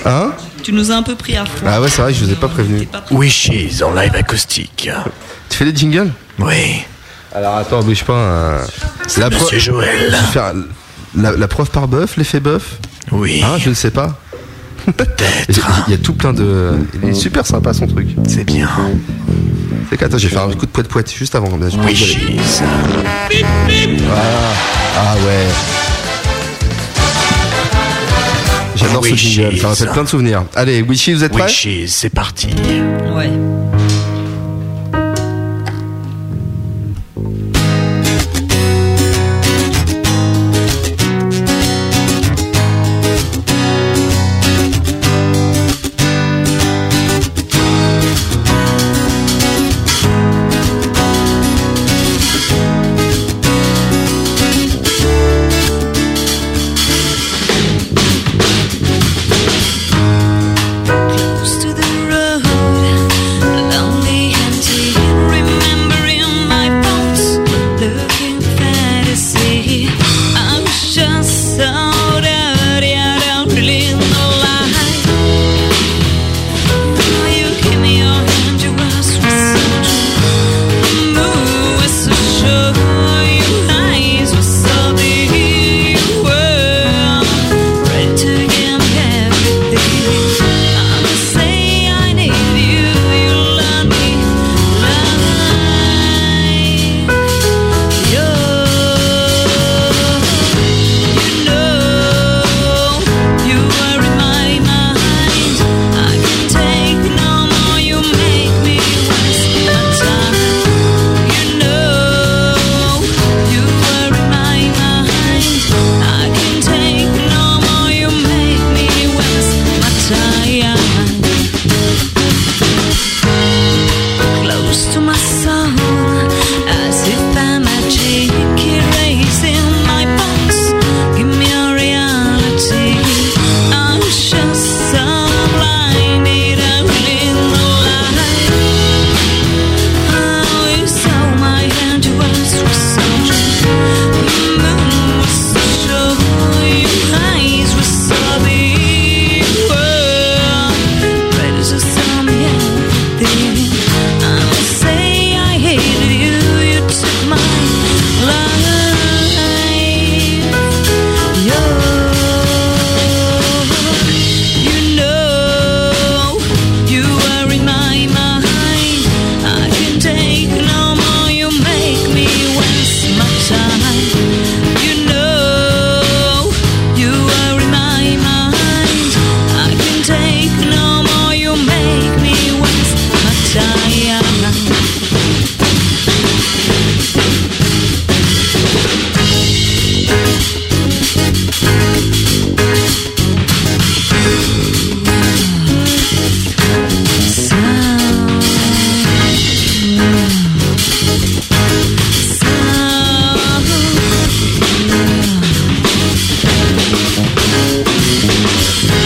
[SPEAKER 2] Hein
[SPEAKER 10] Tu nous as un peu pris à froid.
[SPEAKER 2] Ah ouais, c'est vrai, je vous ai pas prévenu.
[SPEAKER 13] Wishes en live acoustique.
[SPEAKER 2] Tu fais des jingles
[SPEAKER 13] Oui.
[SPEAKER 2] Alors attends, bouge pas. euh, la pro-
[SPEAKER 13] Monsieur Joël.
[SPEAKER 2] Je vais faire La, la preuve par bœuf, l'effet bœuf
[SPEAKER 13] Oui.
[SPEAKER 2] Hein, je ne sais pas. Il y a tout plein de. Il est super sympa son truc.
[SPEAKER 13] C'est bien.
[SPEAKER 2] C'est qu'attends, j'ai fait un coup de poète poète juste avant. là, je peux y aller.
[SPEAKER 13] Wishes.
[SPEAKER 2] Ah ouais. J'adore ce jingle, ça rappelle plein de souvenirs. Allez, Wishy, vous êtes prêts
[SPEAKER 13] Wishy, c'est parti.
[SPEAKER 10] Ouais.
[SPEAKER 8] Close to the road, lonely, empty. Remembering my thoughts, looking fantasy. I wish I saw that I don't really know why. You give me your hand, your eyes were so true. The moon was so sure, your eyes were so big. You were writing and everything. Yeah. Close to my soul, as if by magic, erasing my bones. Give me a reality. I'm just so blinded, I really know why. Oh, you saw my hand, your eyes were so true. The moon was so sure, your eyes were so big. Whoa, bright as the sun, yeah. I'm gonna say I hated you. You took my life. You, you know you are in my mind. I can take no more. You make me waste my time. You know you are in my mind. I can take no more. You make me waste my time.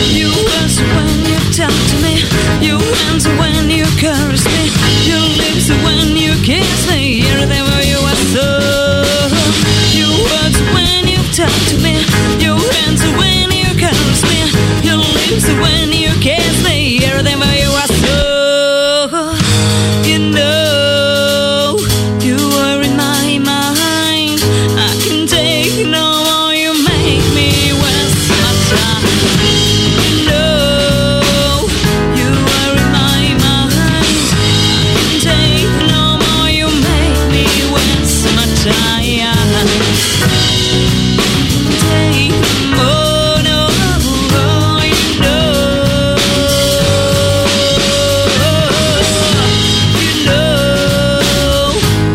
[SPEAKER 8] You answer when you talk to me. You answer when you caress me. Your lips when you kiss me. Here they were, you are so. You answer when you talk to me. You answer when you caress me. Your lips when you kiss me. Here they were, you are so. You know you are in my mind. I can take no more. You make me waste my time. You know you are in my mind. I can take no more. You make me waste my time. Take more, no more. You know.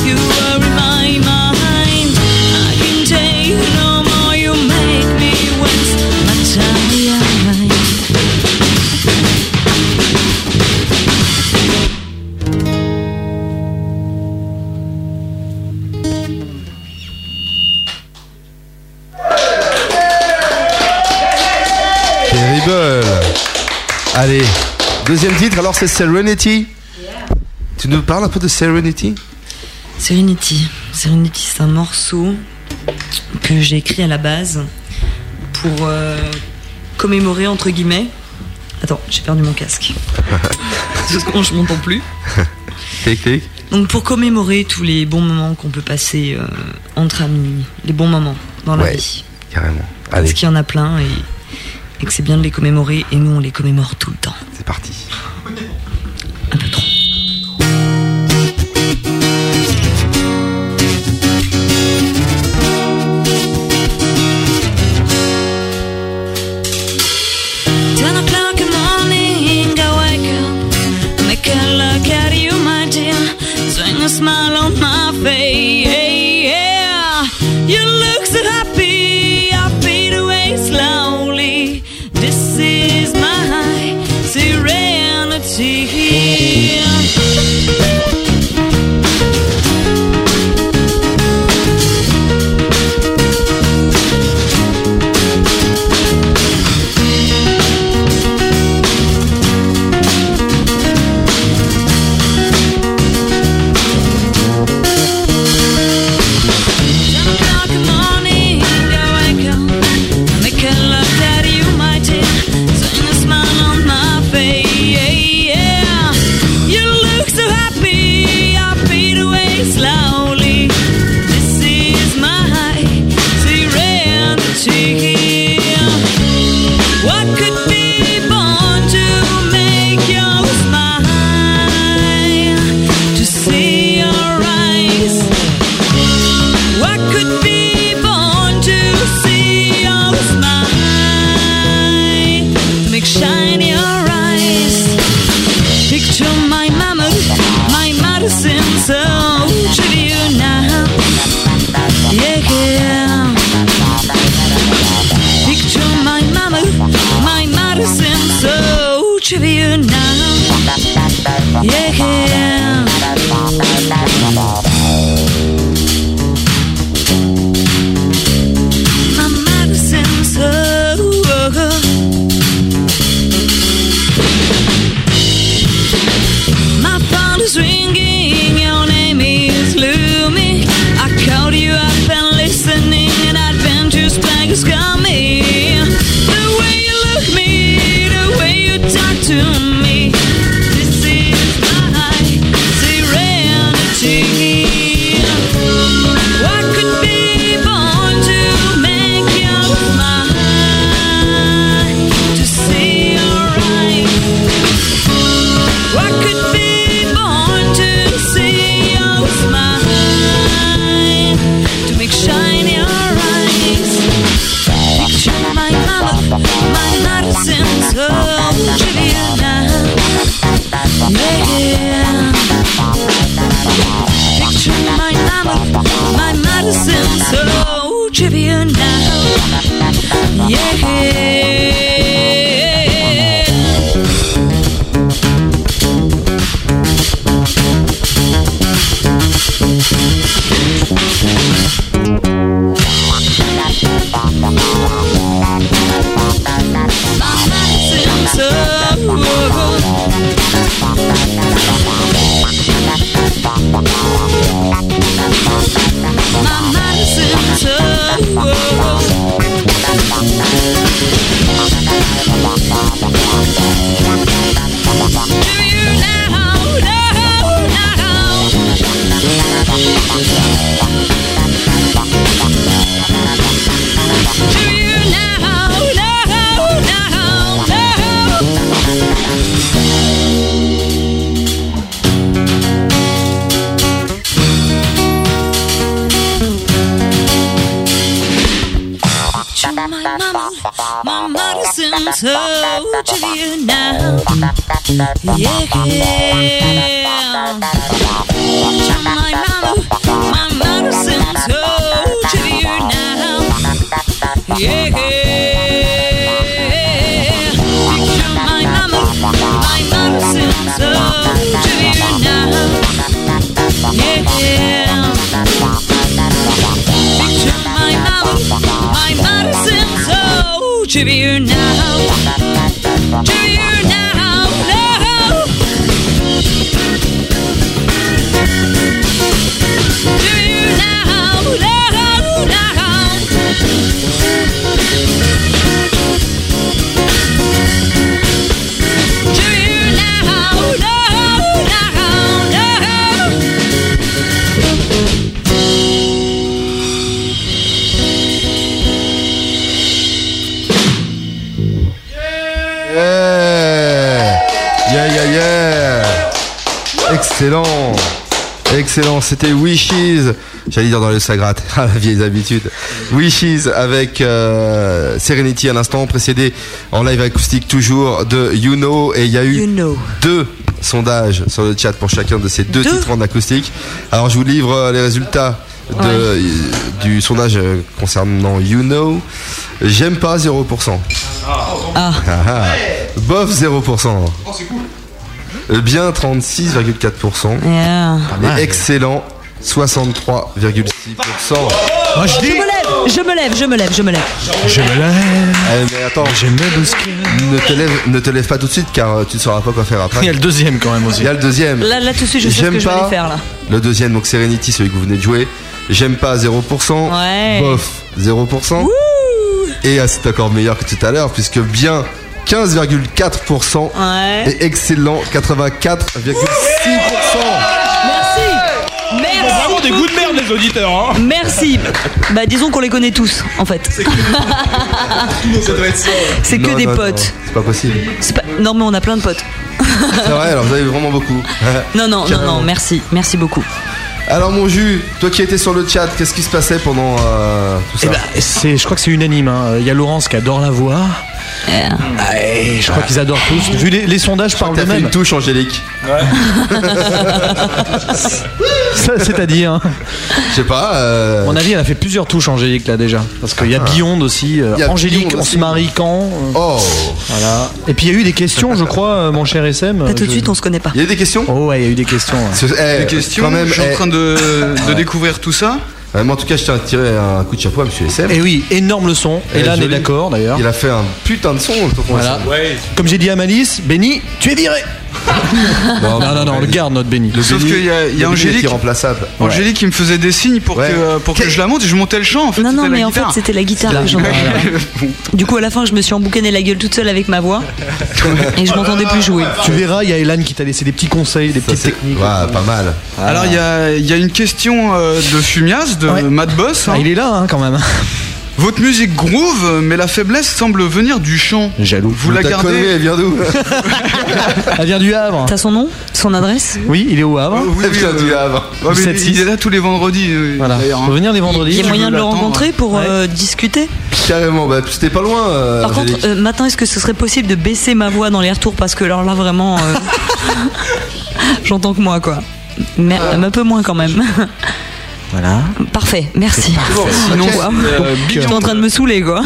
[SPEAKER 8] You are in my mind. I can take no more. You make me waste my time.
[SPEAKER 2] Terrible. Allez, deuxième titre, alors c'est Serenity. Tu nous parles un peu de Serenity
[SPEAKER 10] Serenity. Serenity, c'est un morceau que j'ai écrit à la base pour euh, commémorer, entre guillemets. Attends, j'ai perdu mon casque. Deux secondes, je m'entends plus.
[SPEAKER 2] Clic, clic.
[SPEAKER 10] Donc, pour commémorer tous les bons moments qu'on peut passer euh, entre amis, les bons moments dans la
[SPEAKER 2] Ouais,
[SPEAKER 10] vie.
[SPEAKER 2] carrément.
[SPEAKER 10] Parce
[SPEAKER 2] Allez,
[SPEAKER 10] qu'il y en a plein et, et que c'est bien de les commémorer et nous, on les commémore tout le temps.
[SPEAKER 2] c'est parti.
[SPEAKER 8] smile on my face. You look so happy, I fade away slowly. This is my serenity. Slowly, this is my serenity. What could be born to make you smile, to see your eyes? What could be born to see your smile, to make shine your eyes? Picture my mama, my medicine, so should you now? Yeah, yeah. Picture my mama, my medicine, so trivia now. Yeah, My medicine, so. My phone is ringing, your name is Lumi. I called you up and listening, and adventures back is coming. The way you look me, the way you talk to me, this is my serenity. What could be born to make you smile, to see your eyes? What could be born to see your smile, to make shine your eyes? Picture my mama, my medicine's home, trivia now. Yeah. Picture my mama, my medicine's home, trivia now. Yeah. To my mama, my medicine, so to you now. Yeah. To my mama, my medicine, so to you now. Yeah. Picture my mama, my medicine, so to you now. Yeah. Picture my mama, my medicine, so to you now. To you now, now. To you now, now, now. To you now, now, now, now.
[SPEAKER 2] Yeah Yeah, yeah, yeah Excellent Excellent, c'était Wishes, j'allais dire dans le Sagrat, à la vieille habitude. Wishes avec euh, Serenity à l'instant, précédé en live acoustique toujours de You Know, et il y a eu deux sondage sur le chat pour chacun de ces deux, titres en acoustique. Alors je vous livre euh, les résultats de- du sondage euh, concernant You Know. J'aime pas 0%.
[SPEAKER 10] Ah.
[SPEAKER 2] Ah, ah. Bof 0%. Euh, Bien 36,4%.
[SPEAKER 10] Yeah.
[SPEAKER 2] Et Ah, excellent 63,6%.
[SPEAKER 10] Moi, je, me lève, je me lève, je me lève, je me lève.
[SPEAKER 2] Je me lève. Eh, mais attends. Ne te lève, ne te lève pas tout de suite car euh, tu ne sauras pas quoi faire après.
[SPEAKER 6] Il y a le deuxième quand même aussi.
[SPEAKER 2] Il y a le deuxième.
[SPEAKER 10] Là, là tout de suite, je sais ce
[SPEAKER 2] J'aime
[SPEAKER 10] que je vais
[SPEAKER 2] pas.
[SPEAKER 10] aller faire là.
[SPEAKER 2] Le deuxième, donc Serenity, celui que vous venez de jouer. J'aime pas 0%.
[SPEAKER 10] Ouais.
[SPEAKER 2] Bof 0%. Et ah, c'est encore meilleur que tout à l'heure puisque bien 15,4%.
[SPEAKER 10] Ouais.
[SPEAKER 2] Et excellent 84,6%.
[SPEAKER 10] Merci. Merci.
[SPEAKER 11] Bah, Bravo, des goûts de merde, les auditeurs. Hein.
[SPEAKER 10] Merci. Bah disons qu'on les connaît tous en fait. C'est que
[SPEAKER 2] Non,
[SPEAKER 10] des
[SPEAKER 2] non, non,
[SPEAKER 10] potes.
[SPEAKER 2] C'est pas possible.
[SPEAKER 10] C'est pas- Non mais on a plein de potes.
[SPEAKER 2] C'est vrai, alors vous avez vraiment beaucoup.
[SPEAKER 10] Non non non non, merci, merci beaucoup.
[SPEAKER 2] Alors mon jus, toi qui étais sur le chat, qu'est-ce qui se passait pendant euh, tout ça
[SPEAKER 6] Eh ben, c'est, je crois que c'est unanime. hein. Il y a Laurence qui adore la voix. Ah, et je crois qu'ils adorent tous. Vu les, les sondages parlent
[SPEAKER 2] T'as fait
[SPEAKER 6] d'eux-mêmes.
[SPEAKER 2] une touche Angélique.
[SPEAKER 6] Ça, c'est-à-dire. hein.
[SPEAKER 2] Je sais pas. euh,
[SPEAKER 6] À mon avis, elle a fait plusieurs touches Angélique là déjà. Parce qu'il y a
[SPEAKER 2] Ah.
[SPEAKER 6] Bionde aussi. euh,
[SPEAKER 2] Il y a
[SPEAKER 6] Angélique,
[SPEAKER 2] Bionde
[SPEAKER 6] on
[SPEAKER 2] aussi.
[SPEAKER 6] se marie quand euh,
[SPEAKER 2] Oh
[SPEAKER 6] Voilà. Et puis il y a eu des questions, je crois, euh, mon cher SM.
[SPEAKER 10] tout de suite, on se connaît pas.
[SPEAKER 2] Il y a eu des questions
[SPEAKER 6] Oh ouais, il y a eu des questions. ouais.
[SPEAKER 2] eh,
[SPEAKER 6] Des
[SPEAKER 2] quand même,
[SPEAKER 3] je suis
[SPEAKER 2] eh.
[SPEAKER 3] en train de, de découvrir tout ça.
[SPEAKER 2] Euh, mais en tout cas, je tiens à tirer un coup de chapeau à Monsieur SM.
[SPEAKER 6] Et oui, énorme leçon. Et
[SPEAKER 2] Eh,
[SPEAKER 6] là, on est
[SPEAKER 2] joli.
[SPEAKER 6] d'accord d'ailleurs.
[SPEAKER 2] Il a fait un putain de son. le tonton
[SPEAKER 6] Voilà.
[SPEAKER 2] SM.
[SPEAKER 6] Comme j'ai dit à Malice, Benny, tu es viré.
[SPEAKER 2] Bon,
[SPEAKER 6] non, non, non, on le garde notre Benny.
[SPEAKER 2] Le
[SPEAKER 3] Sauf
[SPEAKER 2] Benny-
[SPEAKER 3] qu'il y a- il y a
[SPEAKER 2] le Benny est
[SPEAKER 3] Angélique-
[SPEAKER 2] irremplaçable.
[SPEAKER 3] Angélique, il me faisait des signes pour, que, euh, pour que je la monte et je montais le chant en fait.
[SPEAKER 10] Non non
[SPEAKER 3] c'était la
[SPEAKER 10] mais en fait
[SPEAKER 3] guitare.
[SPEAKER 10] c'était la guitare que j'en Du coup à la fin je me suis emboucané la gueule toute seule avec ma voix et je m'entendais plus jouer.
[SPEAKER 6] Tu verras, il y a Elan qui t'a laissé des petits conseils, des petites techniques.
[SPEAKER 2] Ouais, pas mal.
[SPEAKER 3] Alors il y a, il y a une question euh, de Fumias, de Mad Boss. hein.
[SPEAKER 6] Ah, il est là hein, quand même.
[SPEAKER 3] Votre musique groove, mais la faiblesse semble venir du chant.
[SPEAKER 6] Jaloux.
[SPEAKER 3] Vous la
[SPEAKER 2] Ta
[SPEAKER 3] gardez
[SPEAKER 2] connerie, elle vient d'où
[SPEAKER 6] Elle vient du Havre.
[SPEAKER 10] T'as son nom Son adresse
[SPEAKER 6] Oui, il est au Havre.
[SPEAKER 3] Oui,
[SPEAKER 2] Elle vient
[SPEAKER 3] euh,
[SPEAKER 2] du Havre.
[SPEAKER 3] ouais, mais
[SPEAKER 6] 7-6.
[SPEAKER 3] il est là tous les vendredis. euh,
[SPEAKER 6] Voilà.
[SPEAKER 3] d'ailleurs, hein.
[SPEAKER 6] Faut venir les
[SPEAKER 10] Il
[SPEAKER 6] vendredis.
[SPEAKER 10] y a moyen de le
[SPEAKER 3] l'attends,
[SPEAKER 10] rencontrer pour
[SPEAKER 6] ouais.
[SPEAKER 10] euh, discuter
[SPEAKER 2] Carrément, bah, c'était pas loin. euh,
[SPEAKER 10] Par
[SPEAKER 2] Angélique.
[SPEAKER 10] contre, euh, maintenant, est-ce que ce serait possible de baisser ma voix dans les retours Parce que alors là, vraiment, euh, j'entends que moi, quoi. Mais euh, un peu moins quand même.
[SPEAKER 6] Voilà.
[SPEAKER 10] Parfait, merci.
[SPEAKER 3] Sinon,
[SPEAKER 10] Wow.
[SPEAKER 3] euh,
[SPEAKER 10] Je suis en train de me saouler, quoi.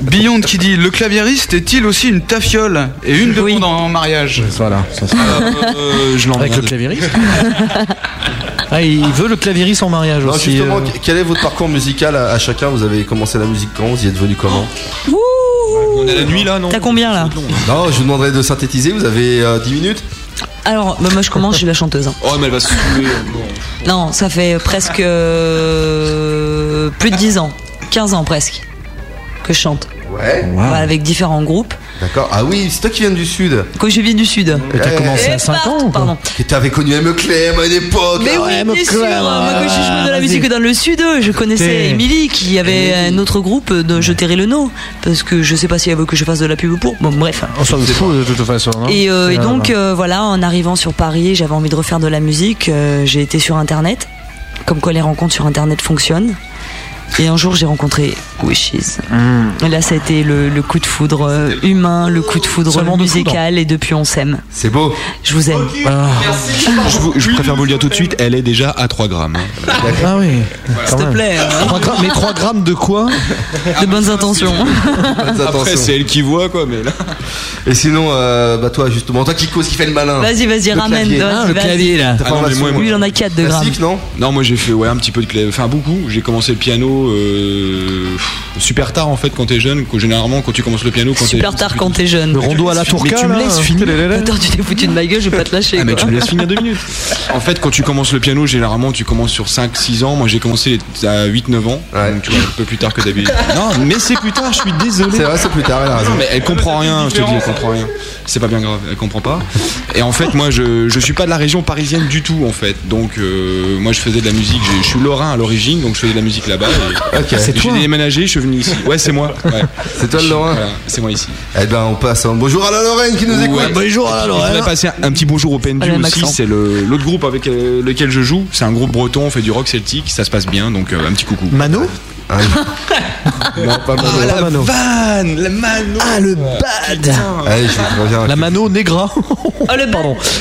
[SPEAKER 3] Beyond qui dit Le claviériste est-il aussi une tafiole et une demande en mariage Euh,
[SPEAKER 6] Voilà. ça sera-
[SPEAKER 12] je l'emmerde.
[SPEAKER 6] Avec le clavieriste. ah, il veut le clavieriste en mariage
[SPEAKER 2] Non,
[SPEAKER 6] aussi.
[SPEAKER 2] justement,
[SPEAKER 6] euh.
[SPEAKER 2] quel est votre parcours musical à, à chacun Vous avez commencé la musique quand Vous y êtes venu comment
[SPEAKER 12] On est la nuit là, non
[SPEAKER 10] T'as combien là
[SPEAKER 2] Non, je vous demanderai de synthétiser. Vous avez euh, 10 minutes
[SPEAKER 10] Alors, bah, moi je commence, je suis la chanteuse. hein.
[SPEAKER 12] Oh, mais elle va se saouler.
[SPEAKER 10] Non, ça fait presque euh, plus de 10 ans, 15 ans presque, que je chante.
[SPEAKER 2] Ouais.
[SPEAKER 10] Voilà, avec différents groupes.
[SPEAKER 2] D'accord. Ah oui, c'est toi qui viens du Sud.
[SPEAKER 10] Quand je viens du Sud.
[SPEAKER 6] Et t'as commencé
[SPEAKER 10] Et
[SPEAKER 6] à 5
[SPEAKER 10] partout,
[SPEAKER 6] ans ou quoi
[SPEAKER 10] Pardon.
[SPEAKER 2] Et T'avais connu M. Clem à une époque.
[SPEAKER 10] Mais
[SPEAKER 2] Ah
[SPEAKER 10] oui,
[SPEAKER 2] ouais,
[SPEAKER 10] bien sûr. Moi, quand je suis jouée de la
[SPEAKER 6] vas-y.
[SPEAKER 10] musique dans le sud, euh, je connaissais
[SPEAKER 6] Écoutez.
[SPEAKER 10] Émilie qui avait un autre groupe de Je tairai le nom parce que je sais pas si elle veut que je fasse de la pub pour. Bon, bref.
[SPEAKER 6] On s'en fout de toute façon. hein.
[SPEAKER 10] Et, euh, et
[SPEAKER 6] C'est-
[SPEAKER 10] donc euh, voilà, en arrivant sur Paris, j'avais envie de refaire de la musique. euh, j'ai été sur Internet, comme quoi les rencontres sur Internet fonctionnent. Et un jour, j'ai rencontré Wishes. Et là, ça a été le, le coup de foudre euh, humain, Hmm. le coup de foudre
[SPEAKER 6] Seulement de foudre.
[SPEAKER 10] musical, et depuis on s'aime.
[SPEAKER 2] C'est beau.
[SPEAKER 10] Je vous aime.
[SPEAKER 6] Bah,
[SPEAKER 12] Je, vous- je préfère vous le dire tout de suite, elle est déjà à 3 grammes. hein.
[SPEAKER 6] Ah oui.
[SPEAKER 10] S'il
[SPEAKER 6] quand
[SPEAKER 10] te
[SPEAKER 6] même.
[SPEAKER 10] plaît, hein.
[SPEAKER 6] Trois grammes- mais 3 grammes de quoi
[SPEAKER 10] de bonnes intentions.
[SPEAKER 2] Faites
[SPEAKER 12] Après,
[SPEAKER 2] attention.
[SPEAKER 12] c'est elle qui voit quoi, mais là.
[SPEAKER 2] Et sinon, euh, bah toi justement, toi qui cause, qui fait le malin.
[SPEAKER 10] Vas-y, vas-y,
[SPEAKER 2] Le
[SPEAKER 10] ramène.
[SPEAKER 2] clavier.
[SPEAKER 10] vas-y,
[SPEAKER 6] Ah, le
[SPEAKER 10] vas-y.
[SPEAKER 6] clavier là.
[SPEAKER 2] T'as
[SPEAKER 12] Ah non, mais
[SPEAKER 2] formation
[SPEAKER 12] moi, moi-
[SPEAKER 10] Lui, il en a 4 de grammes.
[SPEAKER 2] classique, non
[SPEAKER 12] Non, moi j'ai fait ouais, un petit peu de clavier, enfin beaucoup. J'ai commencé le piano euh, pff, super tard en fait quand t'es jeune. Quand, généralement, quand tu commences le piano, quand
[SPEAKER 10] Super
[SPEAKER 12] t'es,
[SPEAKER 10] tard quand t'es jeune.
[SPEAKER 6] Le rondo à la tourca.
[SPEAKER 12] tu me laisses
[SPEAKER 6] finir.
[SPEAKER 10] Attends, tu t'es foutu de ma gueule, je vais pas te lâcher.
[SPEAKER 12] Ah, mais
[SPEAKER 10] quoi.
[SPEAKER 12] tu me laisses finir deux minutes. En fait, quand tu commences le piano, généralement tu commences sur 5-6 ans. Moi j'ai commencé à 8-9 ans.
[SPEAKER 2] Ouais.
[SPEAKER 12] Donc tu vois, un peu plus tard que d'habitude. non, mais c'est plus tard, je suis désolé.
[SPEAKER 2] C'est vrai, c'est plus tard. Elle a raison.
[SPEAKER 12] Non, mais elle comprend rien, je te dis, elle comprend rien. C'est pas bien grave, elle comprend pas. Et en fait, moi, je, je suis pas de la région parisienne du tout, en fait. Donc, euh, moi, je faisais de la musique, j'ai- je suis lorrain à l'origine, donc je faisais de la musique là-bas. et-
[SPEAKER 2] Ok.
[SPEAKER 10] Ah,
[SPEAKER 12] Et J'ai déménagé, je suis venu ici. Ouais, c'est moi. ouais.
[SPEAKER 2] C'est toi le lorrain
[SPEAKER 12] Voilà, c'est moi ici.
[SPEAKER 2] Eh ben, on passe. en- Bonjour à la Lorraine qui nous écoute.
[SPEAKER 12] bonjour alors. Je voudrais passer un, un petit bonjour au PND
[SPEAKER 10] Voilà,
[SPEAKER 12] aussi.
[SPEAKER 10] Maxence.
[SPEAKER 12] C'est le- l'autre groupe avec euh, lequel je joue. C'est un groupe breton. On fait du rock celtique. Ça se passe bien. Donc euh, un petit coucou.
[SPEAKER 6] Mano
[SPEAKER 2] Non, pas Mano.
[SPEAKER 12] Ah,
[SPEAKER 2] Pas
[SPEAKER 12] la
[SPEAKER 2] Mano.
[SPEAKER 12] vanne, la mano. Ah, le bad.
[SPEAKER 2] Allez, Eh, je vais revenir.
[SPEAKER 6] La mano negra.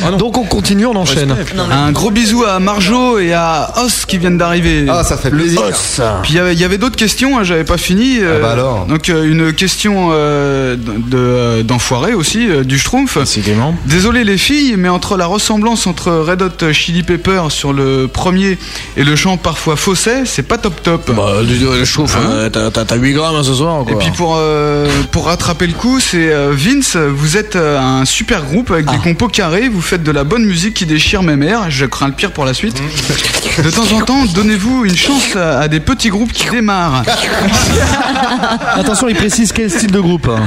[SPEAKER 6] Pardon. Donc on continue, on enchaîne.
[SPEAKER 3] Un gros bisou à Marjo et à Os qui viennent d'arriver.
[SPEAKER 2] Ah, ça fait plaisir.
[SPEAKER 3] Os. Puis il y avait- il y avait d'autres questions, hein, j'avais pas fini. euh,
[SPEAKER 2] bah alors.
[SPEAKER 3] Donc euh, une question euh, de- de- d'enfoiré aussi, euh, du Schtroumpf.
[SPEAKER 6] Décidément.
[SPEAKER 3] Désolé les filles, mais entre la ressemblance entre Red Hot Chili Pepper sur le premier et le chant parfois fausset, c'est pas top top.
[SPEAKER 6] Bah, le Schtroumpf, euh, t'as- t'as t'as 8 grammes hein, ce soir, quoi.
[SPEAKER 3] Et puis pour, euh, pour rattraper le coup, c'est euh, Vince, vous êtes euh, un super groupe avec des
[SPEAKER 2] Ah.
[SPEAKER 3] compos carrés, vous faites de la bonne musique qui déchire mes mères, je crains le pire pour la suite. De temps en temps, donnez-vous une chance à, à des petits groupes qui démarrent.
[SPEAKER 6] Attention, il précise quel style de groupe. hein.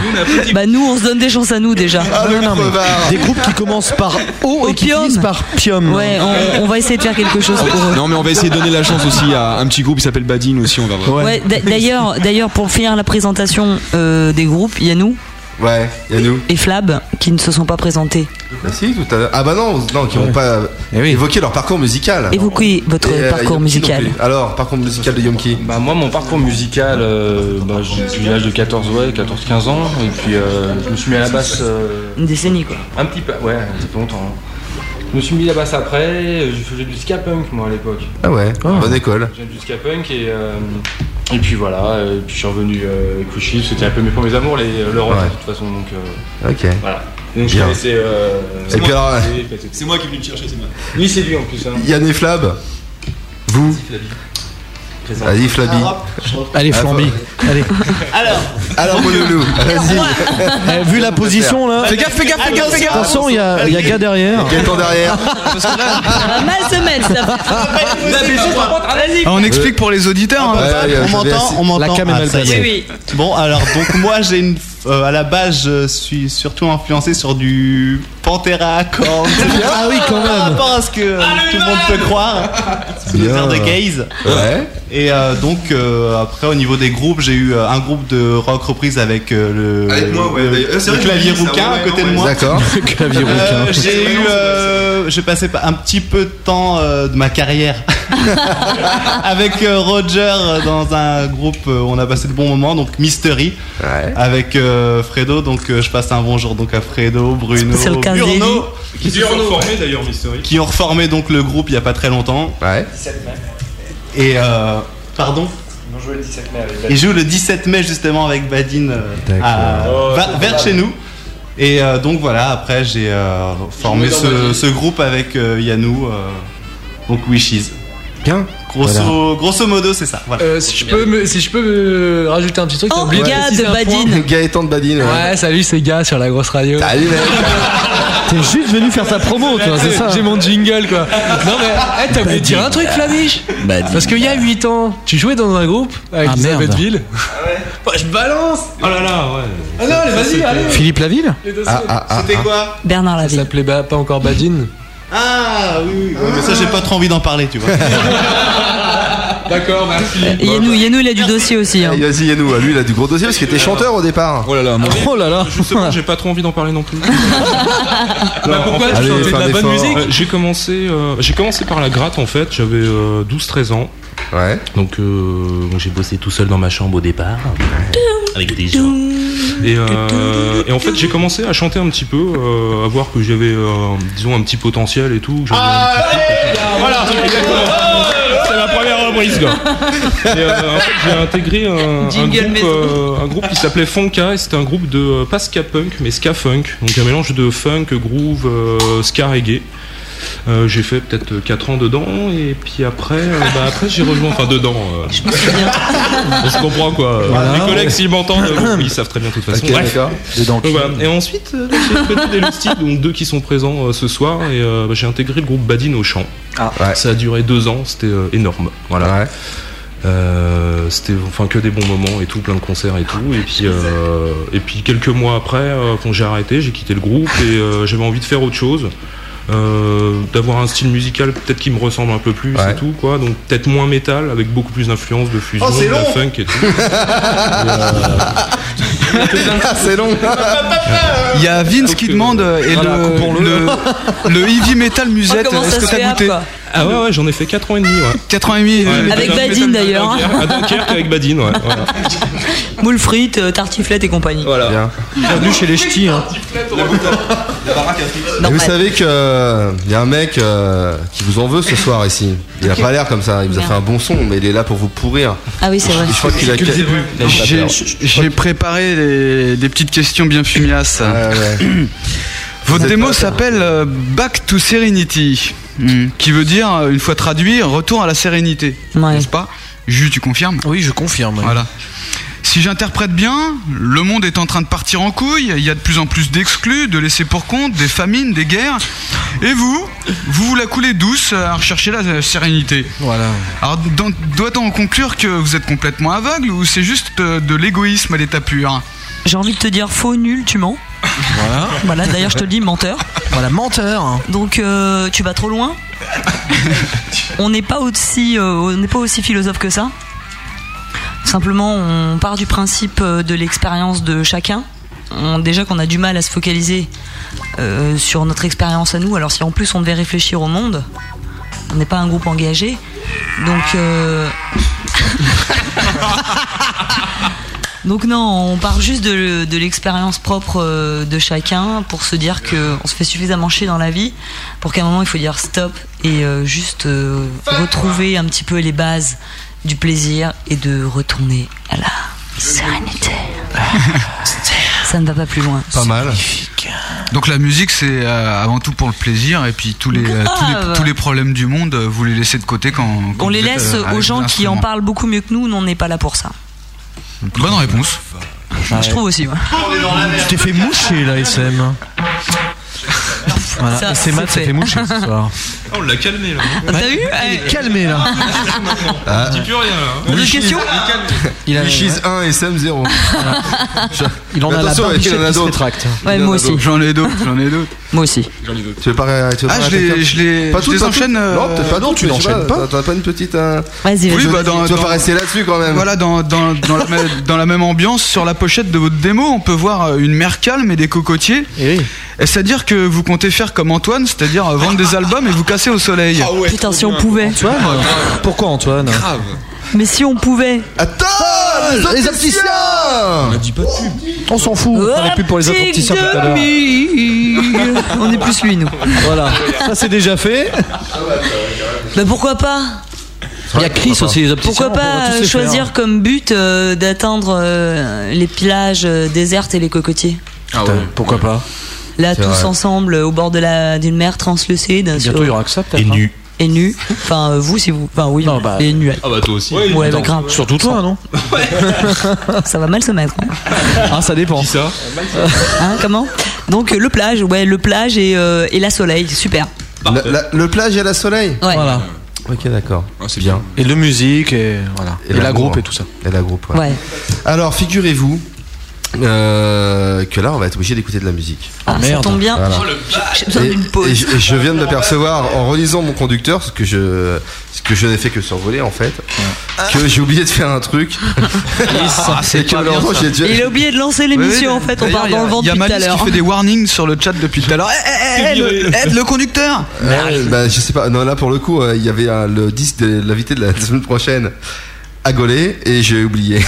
[SPEAKER 10] Bah nous, on se donne des chances à nous déjà.
[SPEAKER 6] Non, non, mais des groupes qui commencent par O et qui finissent par Pium.
[SPEAKER 10] Ouais, on, on va essayer de faire quelque chose pour
[SPEAKER 14] Oh.
[SPEAKER 10] eux.
[SPEAKER 12] Non, mais on va essayer de donner la chance aussi à un petit groupe qui s'appelle Badine aussi, on va voir.
[SPEAKER 10] Ouais, d'a- d'ailleurs, d'ailleurs, pour finir la présentation euh, des groupes, il y a nous
[SPEAKER 2] Ouais, et nous
[SPEAKER 10] et Flab qui ne se sont pas présentés.
[SPEAKER 2] Bah si, tout à l'heure. Ah bah non, non qui n'ont pas
[SPEAKER 12] Eh
[SPEAKER 2] évoqué leur parcours musical.
[SPEAKER 10] Évoquez votre
[SPEAKER 2] Et, euh,
[SPEAKER 10] parcours
[SPEAKER 2] Yom Ki non
[SPEAKER 10] musical.
[SPEAKER 2] plus. Alors, parcours musical de Yomki
[SPEAKER 9] Bah moi mon parcours musical, euh, bah, j'ai- depuis l'âge de 14 ouais, 14-15 ans et puis euh, je me suis mis à la basse euh,
[SPEAKER 10] Une décennie quoi.
[SPEAKER 9] un petit peu, ouais, un petit peu longtemps. hein. Je me suis mis à la basse après, euh, je faisais du ska punk moi à l'époque.
[SPEAKER 2] Ah ouais, bonne école.
[SPEAKER 9] J'ai du ska punk et, euh, et puis voilà, euh, et puis je suis revenu euh, Cushy, c'était un peu mes premiers amours, les, le rock
[SPEAKER 2] Ouais.
[SPEAKER 9] de toute façon donc. euh,
[SPEAKER 2] Ok.
[SPEAKER 9] Voilà. Donc je
[SPEAKER 2] Bien.
[SPEAKER 9] connaissais. euh,
[SPEAKER 2] Et puis alors,
[SPEAKER 9] C'est moi qui venu me chercher, c'est moi. Lui c'est lui en plus. Hein.
[SPEAKER 2] Yann et Flab, vous
[SPEAKER 9] Présent.
[SPEAKER 2] Allez, Flabi.
[SPEAKER 6] Allez, Flambi. Allez.
[SPEAKER 2] Alors, mon loulou, vas-y.
[SPEAKER 6] Eh, vu la position là.
[SPEAKER 2] Fais gaffe, fais gaffe, fais gaffe, fais gaffe.
[SPEAKER 6] De toute façon, il y a, il y a gars derrière.
[SPEAKER 2] Gaëtan derrière.
[SPEAKER 10] Ça va mal se mettre ça.
[SPEAKER 3] Ah, on explique pour les auditeurs.
[SPEAKER 2] Ah, bah,
[SPEAKER 3] hein.
[SPEAKER 13] on m'entend, on m'entend.
[SPEAKER 6] La cam est
[SPEAKER 13] Ah,
[SPEAKER 6] mal
[SPEAKER 13] ça y
[SPEAKER 6] placée.
[SPEAKER 10] Oui,
[SPEAKER 13] Bon, alors donc moi j'ai une euh, à la base je suis surtout influencé sur du Pantera Korn.
[SPEAKER 6] Ah oui, quand
[SPEAKER 13] Par
[SPEAKER 6] même.
[SPEAKER 13] rapport à ce que euh, tout le monde peut croire, sous les airs de gaze.
[SPEAKER 2] Ouais.
[SPEAKER 13] Et euh, donc euh, après au niveau des groupes, j'ai eu euh, un groupe de rock reprise avec euh, le,
[SPEAKER 12] Avec moi, ouais,
[SPEAKER 13] le-
[SPEAKER 12] d'ailleurs. Euh, c'est
[SPEAKER 13] le
[SPEAKER 12] vrai que
[SPEAKER 13] clavier
[SPEAKER 12] j'ai dit ça,
[SPEAKER 13] rouquin
[SPEAKER 12] ouais,
[SPEAKER 13] à côté
[SPEAKER 12] ouais,
[SPEAKER 13] de moi.
[SPEAKER 2] D'accord.
[SPEAKER 6] Clavier
[SPEAKER 13] Euh,
[SPEAKER 6] rouquin.
[SPEAKER 13] j'ai eu, euh, j'ai passé un petit peu de temps euh, de ma carrière avec euh, Roger euh, dans un groupe euh, où on a passé de bons moments, donc Mystery,
[SPEAKER 2] Ouais.
[SPEAKER 13] avec euh, Fredo. Donc euh, je passe un bonjour donc à Fredo, Bruno,
[SPEAKER 10] C'est le cas
[SPEAKER 13] Bruno,
[SPEAKER 11] Qui s'est formé d'ailleurs, Mystery.
[SPEAKER 13] qui ont reformé donc le groupe il y a pas très longtemps.
[SPEAKER 2] Ouais.
[SPEAKER 13] Et euh, pardon.
[SPEAKER 9] Ils ont joué le 17 mai avec
[SPEAKER 13] Il joue le 17 mai justement avec Badine euh,
[SPEAKER 2] D'accord.
[SPEAKER 13] à-
[SPEAKER 9] Oh,
[SPEAKER 13] va-
[SPEAKER 9] c'est
[SPEAKER 13] vers
[SPEAKER 9] pas
[SPEAKER 13] chez nous. Et euh, donc voilà, après j'ai euh, formé
[SPEAKER 9] dans Badine.
[SPEAKER 13] ce, ce groupe avec euh, Yannou, euh, donc Wishes.
[SPEAKER 2] Bien.
[SPEAKER 13] Grosso, grosso modo, c'est ça. Voilà.
[SPEAKER 14] Euh, si je peux, me, si je peux me rajouter un petit truc, t'as
[SPEAKER 10] Oh,
[SPEAKER 14] oublié de
[SPEAKER 10] gars
[SPEAKER 14] préciser
[SPEAKER 10] de
[SPEAKER 14] un
[SPEAKER 10] Badine.
[SPEAKER 2] Gaëtan de Badine.
[SPEAKER 14] point.
[SPEAKER 2] ouais.
[SPEAKER 14] Ouais, salut, c'est gars sur la grosse radio.
[SPEAKER 2] Salut, mec.
[SPEAKER 6] T'es juste venu faire ta promo, toi, c'est ça.
[SPEAKER 14] J'ai mon jingle quoi. Non mais hey, t'as oublié de dire un truc Flamiche Parce qu'il y a 8 ans, tu jouais dans un groupe avec
[SPEAKER 6] Ah, merde.
[SPEAKER 14] Elisabethville. Bah, je balance
[SPEAKER 11] Oh là là, ouais.
[SPEAKER 14] Ah non, allez, vas-y, allez
[SPEAKER 6] Philippe Laville
[SPEAKER 14] les deux
[SPEAKER 2] Ah,
[SPEAKER 14] secondes.
[SPEAKER 2] ah, ah.
[SPEAKER 13] C'était quoi
[SPEAKER 10] Bernard
[SPEAKER 14] Ça
[SPEAKER 10] Laville.
[SPEAKER 14] s'appelait ba- pas encore Badine
[SPEAKER 13] Ah oui, oui, ouais, mais ça j'ai pas trop envie d'en parler, tu vois.
[SPEAKER 14] D'accord, merci.
[SPEAKER 10] Euh, Yannou, Yannou, il a du dossier aussi. hein.
[SPEAKER 2] Allez, eh, Vas-y, Yannou, euh, lui, il a du gros dossier parce qu'il était chanteur au départ.
[SPEAKER 12] Oh là là, moi.
[SPEAKER 6] Oh là là.
[SPEAKER 11] Justement, j'ai pas trop envie d'en parler non plus.
[SPEAKER 14] Bah, pourquoi tu
[SPEAKER 2] allez,
[SPEAKER 14] chantais de
[SPEAKER 2] faire
[SPEAKER 14] la
[SPEAKER 2] des
[SPEAKER 14] bonne
[SPEAKER 2] efforts.
[SPEAKER 14] musique
[SPEAKER 11] Euh, j'ai commencé, euh, j'ai commencé par la gratte en fait. J'avais 12-13 ans.
[SPEAKER 2] Ouais.
[SPEAKER 11] Donc euh, j'ai bossé tout seul dans ma chambre au départ. Avec des gens. Et, euh, et en fait j'ai commencé à chanter un petit peu, euh, à voir que j'avais euh, disons un petit potentiel et tout. que j'avais voilà, Ah, c'est ma première reprise quoi. Et, euh, en fait, j'ai intégré un, un
[SPEAKER 10] Jingle
[SPEAKER 11] groupe,
[SPEAKER 10] maison.
[SPEAKER 11] euh, un groupe qui s'appelait Fonka et c'était un groupe de euh, pas ska punk mais ska funk, donc un mélange de funk, groove, euh, ska reggae. Euh, j'ai fait peut-être 4 ans dedans et puis après, euh, bah, après j'ai rejoint, enfin dedans, euh, on se comprend quoi.
[SPEAKER 6] Voilà.
[SPEAKER 11] Les collègues s'ils m'entendent, bon, ils savent très bien de toute façon.
[SPEAKER 2] Ok,
[SPEAKER 11] Bref.
[SPEAKER 2] d'accord.
[SPEAKER 6] Dedans.
[SPEAKER 11] Donc voilà. Et ensuite, euh, j'ai connu des Lustig, donc deux qui sont présents euh, ce soir, et euh, bah, j'ai intégré le groupe Badine au chant.
[SPEAKER 2] Ah, Ouais.
[SPEAKER 11] Ça a duré deux ans, c'était euh, énorme. Voilà.
[SPEAKER 2] Ouais.
[SPEAKER 11] Euh, c'était enfin que des bons moments et tout, plein de concerts et tout. Et puis, euh, et puis quelques mois après, euh, quand j'ai arrêté, j'ai quitté le groupe et euh, j'avais envie de faire autre chose. Euh, d'avoir un style musical peut-être qui me ressemble un peu plus
[SPEAKER 2] Ouais.
[SPEAKER 11] et tout quoi donc peut-être moins métal avec beaucoup plus d'influence de fusion
[SPEAKER 13] Oh, c'est
[SPEAKER 11] de la
[SPEAKER 13] long
[SPEAKER 11] funk et tout
[SPEAKER 13] euh,
[SPEAKER 2] Ah, c'est long.
[SPEAKER 3] Il y a Vince qui demande euh, et
[SPEAKER 11] Voilà,
[SPEAKER 3] le,
[SPEAKER 11] coupons-le.
[SPEAKER 3] le, le heavy metal musette.
[SPEAKER 10] Oh, comment ça
[SPEAKER 3] Est-ce que
[SPEAKER 10] se
[SPEAKER 3] t'as
[SPEAKER 10] fait,
[SPEAKER 3] goûté
[SPEAKER 10] quoi
[SPEAKER 11] Ah ouais, ouais j'en ai fait 4 ans et demi. Ouais.
[SPEAKER 3] 4 ans et demi
[SPEAKER 11] ouais.
[SPEAKER 10] Avec
[SPEAKER 11] J'ai fait
[SPEAKER 10] Badine,
[SPEAKER 11] ça à
[SPEAKER 10] d'ailleurs.
[SPEAKER 11] Dunkerque- À Dunkerque avec Badine, ouais. voilà.
[SPEAKER 10] Moules frites, euh, tartiflettes et compagnie.
[SPEAKER 11] Voilà.
[SPEAKER 6] Bienvenue chez les ch'tis. hein.
[SPEAKER 2] Et vous savez que euh, y a un mec euh, qui vous en veut ce soir ici. Il a
[SPEAKER 10] Ok.
[SPEAKER 2] pas l'air comme ça. Il vous a
[SPEAKER 10] Merde.
[SPEAKER 2] fait un bon son, mais il est là pour vous pourrir.
[SPEAKER 10] Ah oui, c'est vrai.
[SPEAKER 2] Je crois qu'il a.
[SPEAKER 3] J'ai- J'ai préparé des, des petites questions bien fumiasses. Votre démo s'appelle euh, Back to Serenity, Hmm. qui veut dire, euh, une fois traduit, retour à la sérénité. N'est-ce pas Jus, tu confirmes
[SPEAKER 6] Oui, je confirme.
[SPEAKER 3] Voilà. Si j'interprète bien, le monde est en train de partir en couille, il y a de plus en plus d'exclus, de laissés pour compte, des famines, des guerres. Et vous, vous vous la coulez douce à rechercher la euh, sérénité.
[SPEAKER 6] Voilà.
[SPEAKER 3] Alors, dans- doit-on en conclure que vous êtes complètement aveugle ou c'est juste euh, de l'égoïsme à l'état pur
[SPEAKER 10] J'ai envie de te dire faux, nul, tu mens.
[SPEAKER 3] Voilà.
[SPEAKER 10] Voilà, d'ailleurs, je te le dis, menteur.
[SPEAKER 6] Voilà, menteur. hein.
[SPEAKER 10] Donc, euh, tu vas trop loin. on n'est pas aussi, euh, on n'est pas aussi philosophe que ça. Simplement, on part du principe euh, de l'expérience de chacun. On- déjà qu'on a du mal à se focaliser euh, sur notre expérience à nous. Alors, si en plus on devait réfléchir au monde, on n'est pas un groupe engagé. Donc. euh, Donc non, on part juste de, de l'expérience propre euh, de chacun pour se dire que on se fait suffisamment chier dans la vie pour qu'à un moment il faut dire stop et euh, juste euh, retrouver un petit peu les bases du plaisir et de retourner à la sérénité. Ça ne va pas plus loin.
[SPEAKER 2] Pas mal.
[SPEAKER 3] Donc la musique c'est euh, avant tout pour le plaisir et puis tous les, euh, tous les
[SPEAKER 10] Grave.
[SPEAKER 3] tous les problèmes du monde euh, vous les laissez de côté quand, quand
[SPEAKER 10] On les
[SPEAKER 3] vous êtes,
[SPEAKER 10] laisse
[SPEAKER 3] euh, avec
[SPEAKER 10] aux
[SPEAKER 3] vos
[SPEAKER 10] gens qui en
[SPEAKER 3] instruments.
[SPEAKER 10] parlent beaucoup mieux que nous, nous on n'est pas là pour ça.
[SPEAKER 3] Bonne réponse.
[SPEAKER 10] Je trouve aussi. moi.
[SPEAKER 6] Je t'ai fait moucher là, SM. Voilà.
[SPEAKER 10] Ça,
[SPEAKER 6] SM,
[SPEAKER 10] c'est
[SPEAKER 6] ça
[SPEAKER 10] fait.
[SPEAKER 6] fait moucher ce soir.
[SPEAKER 11] Ah, On l'a calmé là.
[SPEAKER 10] Ah, T'as vu
[SPEAKER 6] Il est calmé là.
[SPEAKER 2] Ah.
[SPEAKER 11] Il dit plus rien là.
[SPEAKER 2] Wishes-
[SPEAKER 6] Il a-
[SPEAKER 2] Wishes 1 et SM0.
[SPEAKER 6] Il en a la barbe, il se rétracte. hein. Ouais, moi aussi.
[SPEAKER 3] J'en ai d'autres, j'en ai d'autres.
[SPEAKER 10] Moi aussi.
[SPEAKER 12] J'en ai d'autres.
[SPEAKER 2] Tu veux pas ré- tu veux
[SPEAKER 3] Ah,
[SPEAKER 2] pas
[SPEAKER 3] je
[SPEAKER 2] arrêter
[SPEAKER 3] les-
[SPEAKER 2] de faire-
[SPEAKER 3] je les-
[SPEAKER 2] Pas
[SPEAKER 3] je
[SPEAKER 2] toutes,
[SPEAKER 3] les
[SPEAKER 2] pas
[SPEAKER 3] enchaînes,
[SPEAKER 2] toutes.
[SPEAKER 3] euh,
[SPEAKER 2] Non, peut-être pas
[SPEAKER 3] non,
[SPEAKER 2] non,
[SPEAKER 3] tu
[SPEAKER 2] mais je sais
[SPEAKER 3] n'enchaînes pas.
[SPEAKER 2] t'as- T'as pas une petite. euh,
[SPEAKER 3] Oui, bah, dans-
[SPEAKER 2] Tu vas
[SPEAKER 3] dans-
[SPEAKER 2] pas rester là-dessus quand même.
[SPEAKER 3] Voilà, dans, dans, dans, la, ma- dans la même ambiance, sur la pochette de votre démo, on peut voir euh, une mer calme et des cocotiers.
[SPEAKER 2] Eh
[SPEAKER 6] Eh
[SPEAKER 3] Et C'est-à-dire que vous comptez faire comme Antoine, c'est-à-dire euh, vendre des albums et vous casser au soleil.
[SPEAKER 11] bah
[SPEAKER 10] Putain, si on pouvait.
[SPEAKER 2] Ah,
[SPEAKER 6] Antoine Pourquoi Antoine
[SPEAKER 10] Mais si on pouvait.
[SPEAKER 2] Attends,
[SPEAKER 6] les opticiens
[SPEAKER 2] On
[SPEAKER 12] a dit pas de pub.
[SPEAKER 6] On s'en fout. On aurait pu pour les apporticiens tout à l'heure.
[SPEAKER 10] On est plus lui, nous.
[SPEAKER 6] Voilà, ça c'est déjà fait.
[SPEAKER 10] Bah pourquoi pas
[SPEAKER 6] Il y a Chris aussi, les hein. opticiens.
[SPEAKER 10] Pourquoi pas euh, choisir comme but euh, d'atteindre euh, les plages euh, désertes et les cocotiers
[SPEAKER 2] Ah,
[SPEAKER 6] Pourquoi pas
[SPEAKER 10] Là,
[SPEAKER 6] C'est
[SPEAKER 10] tous
[SPEAKER 6] vrai.
[SPEAKER 10] ensemble, euh, au bord de la d'une mer translucide.
[SPEAKER 6] Bientôt il y aura que ça peut-être. hein. Et nu.
[SPEAKER 10] Et nu. Enfin, euh, vous, si vous. Enfin, oui. et nu.
[SPEAKER 11] Ah bah toi aussi.
[SPEAKER 10] Ouais, bah, grave.
[SPEAKER 6] Surtout toi, non
[SPEAKER 10] ça va mal se mettre. hein.
[SPEAKER 6] Ah, ça dépend.
[SPEAKER 11] ça
[SPEAKER 10] Hein, comment Donc, euh, le plage, ouais, le plage et, euh, et la soleil. Super.
[SPEAKER 2] La- la- Le plage et la soleil
[SPEAKER 10] Ouais.
[SPEAKER 6] Voilà.
[SPEAKER 2] Ok, d'accord.
[SPEAKER 12] c'est
[SPEAKER 2] bien.
[SPEAKER 6] Et le musique et voilà. Et, la
[SPEAKER 2] l'amour.
[SPEAKER 6] groupe et tout ça.
[SPEAKER 2] Et la groupe, ouais.
[SPEAKER 10] Ouais.
[SPEAKER 2] Alors, figurez-vous euh, que là, on va être obligé d'écouter de la musique.
[SPEAKER 10] Ah, Ça tombe bien.
[SPEAKER 11] Oh,
[SPEAKER 2] Voilà.
[SPEAKER 10] J'ai besoin
[SPEAKER 2] Et-
[SPEAKER 10] d'une pause.
[SPEAKER 2] et je, et je viens de m'apercevoir en relisant mon conducteur, ce que je, ce que je n'ai fait que survoler en fait, que j'ai oublié de faire un truc. c'est que malheureusement, j'ai dû-
[SPEAKER 10] Il a oublié de lancer l'émission en fait, on part dans le vent
[SPEAKER 3] Il y
[SPEAKER 10] depuis
[SPEAKER 3] a
[SPEAKER 10] tout à
[SPEAKER 3] Malice qui
[SPEAKER 10] l'heure.
[SPEAKER 3] fait des warnings sur le chat depuis tout à l'heure. Eh, eh, eh, le- aide le conducteur
[SPEAKER 2] Ouais, bah, je sais pas. Non, là pour le coup, euh, il y avait euh, le 10 de l'invité de la semaine prochaine à Gauler et j'ai oublié.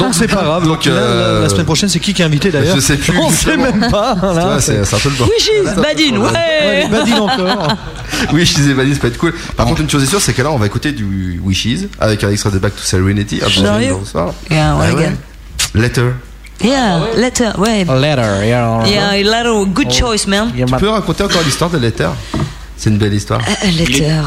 [SPEAKER 6] Donc c'est pas grave.
[SPEAKER 2] Donc,
[SPEAKER 6] Là, la-
[SPEAKER 2] euh,
[SPEAKER 6] la semaine prochaine, c'est qui qui est invité d'ailleurs
[SPEAKER 2] je sais plus,
[SPEAKER 6] On sait
[SPEAKER 2] justement.
[SPEAKER 6] même
[SPEAKER 10] Ah,
[SPEAKER 6] pas.
[SPEAKER 2] tu
[SPEAKER 6] Là. bah,
[SPEAKER 2] vois, c'est c'est un peu le bordel.
[SPEAKER 10] Wishes, Badine,
[SPEAKER 2] Ah,
[SPEAKER 10] ouais
[SPEAKER 6] Badine encore.
[SPEAKER 2] Oui, je disais valise, ça peut être cool. Par contre, une chose est sûre, c'est que là, on va écouter du Wishes avec un extrait de Back to Serenity. Ah, bon,
[SPEAKER 10] Sérieux
[SPEAKER 2] bonsoir.
[SPEAKER 10] Yeah, ouais,
[SPEAKER 2] Ah ouais.
[SPEAKER 10] gars.
[SPEAKER 2] Letter.
[SPEAKER 10] Yeah, letter, ouais.
[SPEAKER 6] Ah, Letter, yeah.
[SPEAKER 10] Yeah, letter, good
[SPEAKER 2] Oh.
[SPEAKER 10] choice, man.
[SPEAKER 2] Tu peux raconter encore l'histoire de Letter C'est une belle histoire.
[SPEAKER 10] Euh, Letter. euh,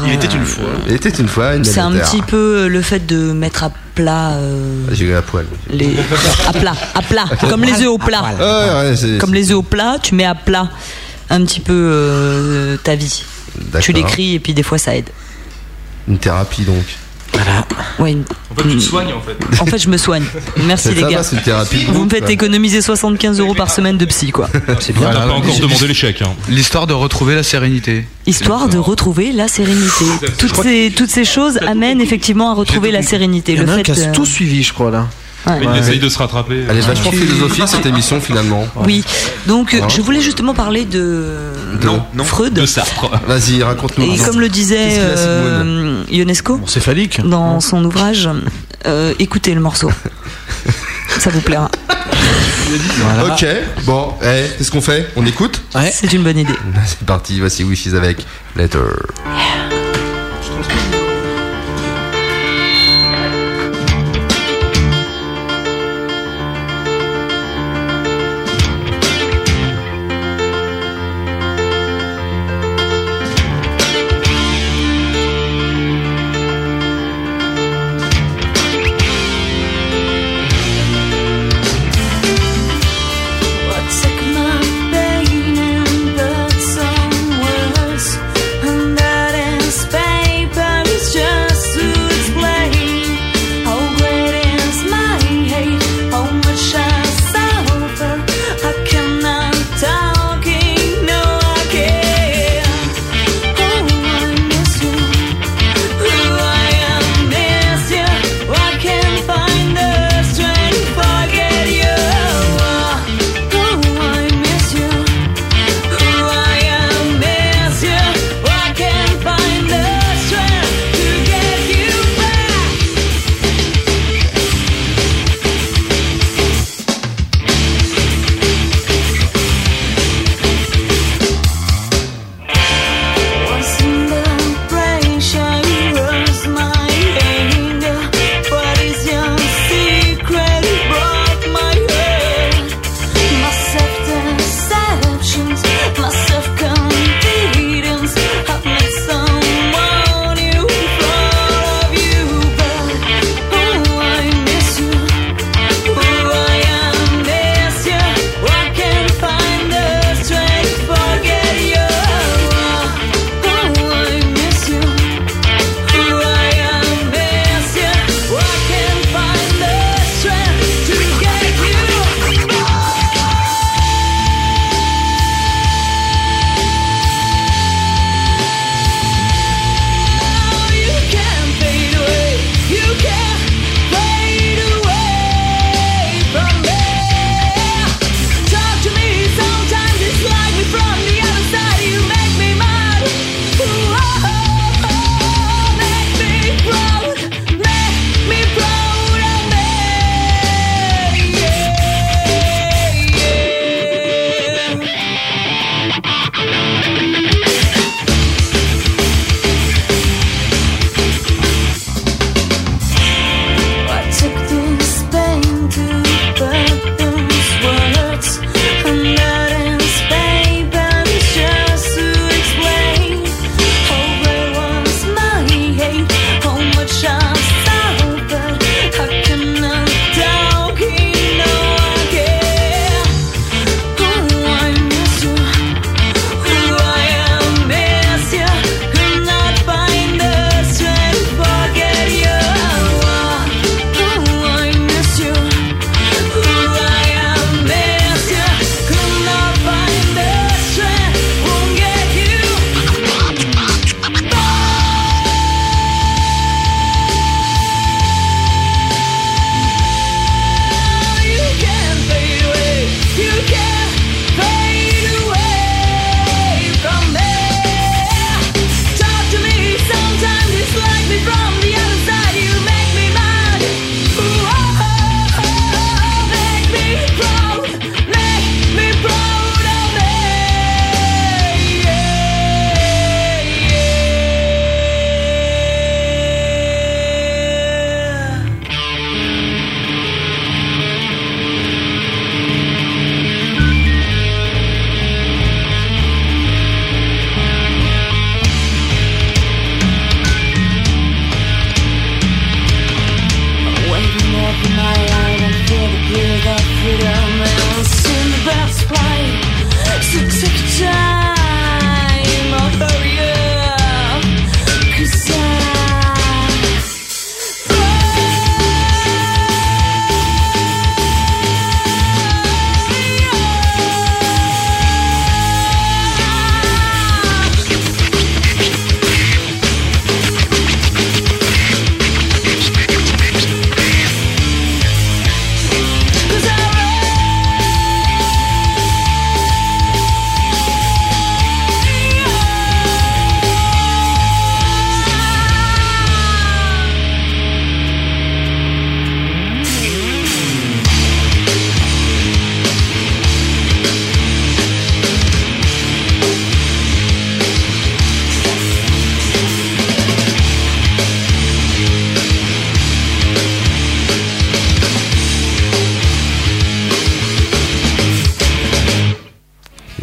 [SPEAKER 2] fois. Il était une fois une belle
[SPEAKER 10] C'est un
[SPEAKER 2] Letter. Ah,
[SPEAKER 10] petit peu euh, le fait de mettre à plat. euh,
[SPEAKER 2] J'ai eu la poêle.
[SPEAKER 10] les... à plat, à plat, comme les œufs au plat.
[SPEAKER 2] Ah Ouais, ouais, c'est-
[SPEAKER 10] Ah, Comme les œufs au plat, tu mets à plat un petit peu euh, ta vie.
[SPEAKER 2] D'accord.
[SPEAKER 10] Tu l'écris et puis des fois ça aide.
[SPEAKER 2] Une thérapie donc.
[SPEAKER 10] Ouais, une-
[SPEAKER 11] En fait, tu te soignes en fait.
[SPEAKER 10] En fait, je me soigne. Merci
[SPEAKER 2] C'est
[SPEAKER 10] les
[SPEAKER 2] ça,
[SPEAKER 10] gars.
[SPEAKER 2] va, c'est une thérapie de
[SPEAKER 10] Vous me
[SPEAKER 2] groupe,
[SPEAKER 10] faites
[SPEAKER 2] là.
[SPEAKER 10] économiser 75 euros par semaine de psy, quoi.
[SPEAKER 2] C'est
[SPEAKER 11] On t'a Eh pas encore demandé les chèques. Hein.
[SPEAKER 3] L'histoire de retrouver la sérénité.
[SPEAKER 10] Histoire de retrouver la sérénité. Toutes ces, toutes ces choses amènent effectivement à retrouver la sérénité.
[SPEAKER 6] Il y
[SPEAKER 10] Le
[SPEAKER 6] en a un
[SPEAKER 10] fait.
[SPEAKER 6] qui a
[SPEAKER 10] euh,
[SPEAKER 6] tout suivi, je crois là.
[SPEAKER 11] Mais il essaye de se rattraper.
[SPEAKER 2] Elle est vachement philosophique cette émission finalement.
[SPEAKER 10] Oui, donc euh,
[SPEAKER 2] Ouais.
[SPEAKER 10] je voulais justement parler de.
[SPEAKER 2] Non, non.
[SPEAKER 10] Freud.
[SPEAKER 2] De Sartre. Vas-y, raconte-nous.
[SPEAKER 10] Et comme le disait euh, Ionesco dans son ouvrage, euh, écoutez le morceau. Ça vous plaira.
[SPEAKER 2] Voilà. Ok, bon, eh, qu'est-ce qu'on fait On écoute
[SPEAKER 6] Eh.
[SPEAKER 10] C'est une bonne idée.
[SPEAKER 2] C'est parti, voici Wishes avec Letter.
[SPEAKER 8] and that ends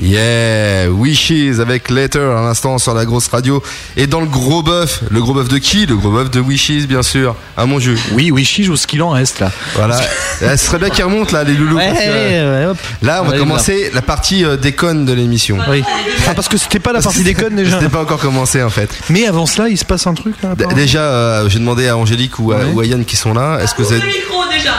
[SPEAKER 2] Yeah, Wishes avec Letter à l'instant sur la grosse radio. Et dans le gros bœuf, le gros bœuf de qui Le gros bœuf de Wishes, bien sûr. À mon jeu.
[SPEAKER 6] Oui, Wishes ou ce qu'il en reste là.
[SPEAKER 2] Voilà. Eh, Ce serait bien qu'ils remontent là, les loulous.
[SPEAKER 6] Ouais,
[SPEAKER 2] parce que,
[SPEAKER 6] ouais, hop.
[SPEAKER 2] Là, on va
[SPEAKER 6] Ouais,
[SPEAKER 2] commencer la partie euh, déconne de l'émission.
[SPEAKER 6] Oui. Ah, parce que c'était pas la partie déconne déjà.
[SPEAKER 2] C'était pas encore commencé en fait.
[SPEAKER 6] Mais avant cela, il se passe un truc là.
[SPEAKER 2] D-
[SPEAKER 6] apparemment.
[SPEAKER 2] Déjà, euh, j'ai demandé à Angélique ou à, ou à Yann qui sont là. Est-ce que vous êtes.
[SPEAKER 10] micro déjà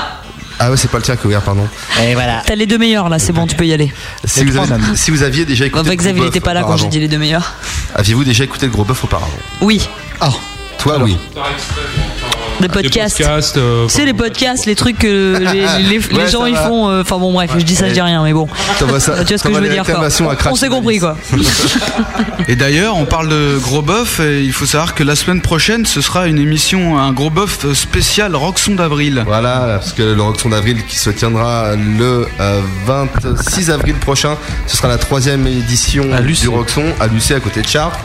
[SPEAKER 2] Ah ouais, c'est pas le tien qui est ouvert, pardon.
[SPEAKER 10] Et voilà. T'as les deux meilleurs là, c'est bon, tu peux y aller.
[SPEAKER 2] Si vous, avez- si vous aviez déjà écouté.
[SPEAKER 10] Avec
[SPEAKER 2] le gros
[SPEAKER 10] Xavier, il était
[SPEAKER 2] bœuf
[SPEAKER 10] pas là quand j'ai
[SPEAKER 2] auparavant.
[SPEAKER 10] dit les deux meilleurs.
[SPEAKER 2] Aviez-vous déjà écouté le gros bœuf auparavant
[SPEAKER 10] Oui. Ah.
[SPEAKER 2] Toi, oui.
[SPEAKER 10] Les podcasts.
[SPEAKER 11] podcasts, euh,
[SPEAKER 10] Tu sais, les podcasts, les trucs que les, les- les
[SPEAKER 2] Ouais,
[SPEAKER 10] gens
[SPEAKER 2] ça
[SPEAKER 10] ils
[SPEAKER 2] va.
[SPEAKER 10] font. euh, Enfin bon, bref, je dis ça, je dis rien, mais bon.
[SPEAKER 2] T'envoies
[SPEAKER 10] tu
[SPEAKER 2] ça-
[SPEAKER 10] vois ce que je
[SPEAKER 2] t'envoies
[SPEAKER 10] veux
[SPEAKER 2] les
[SPEAKER 10] dire quoi.
[SPEAKER 2] réclamations à Crash
[SPEAKER 10] On s'est compris quoi.
[SPEAKER 3] Et d'ailleurs, on parle de gros bœuf et il faut savoir que la semaine prochaine, ce sera une émission, un gros bœuf spécial Roxon d'avril.
[SPEAKER 2] Voilà, parce que le Roxon d'avril qui se tiendra le euh, 26 avril prochain, ce sera la troisième édition du Roxon à Lucé à côté de Chartres.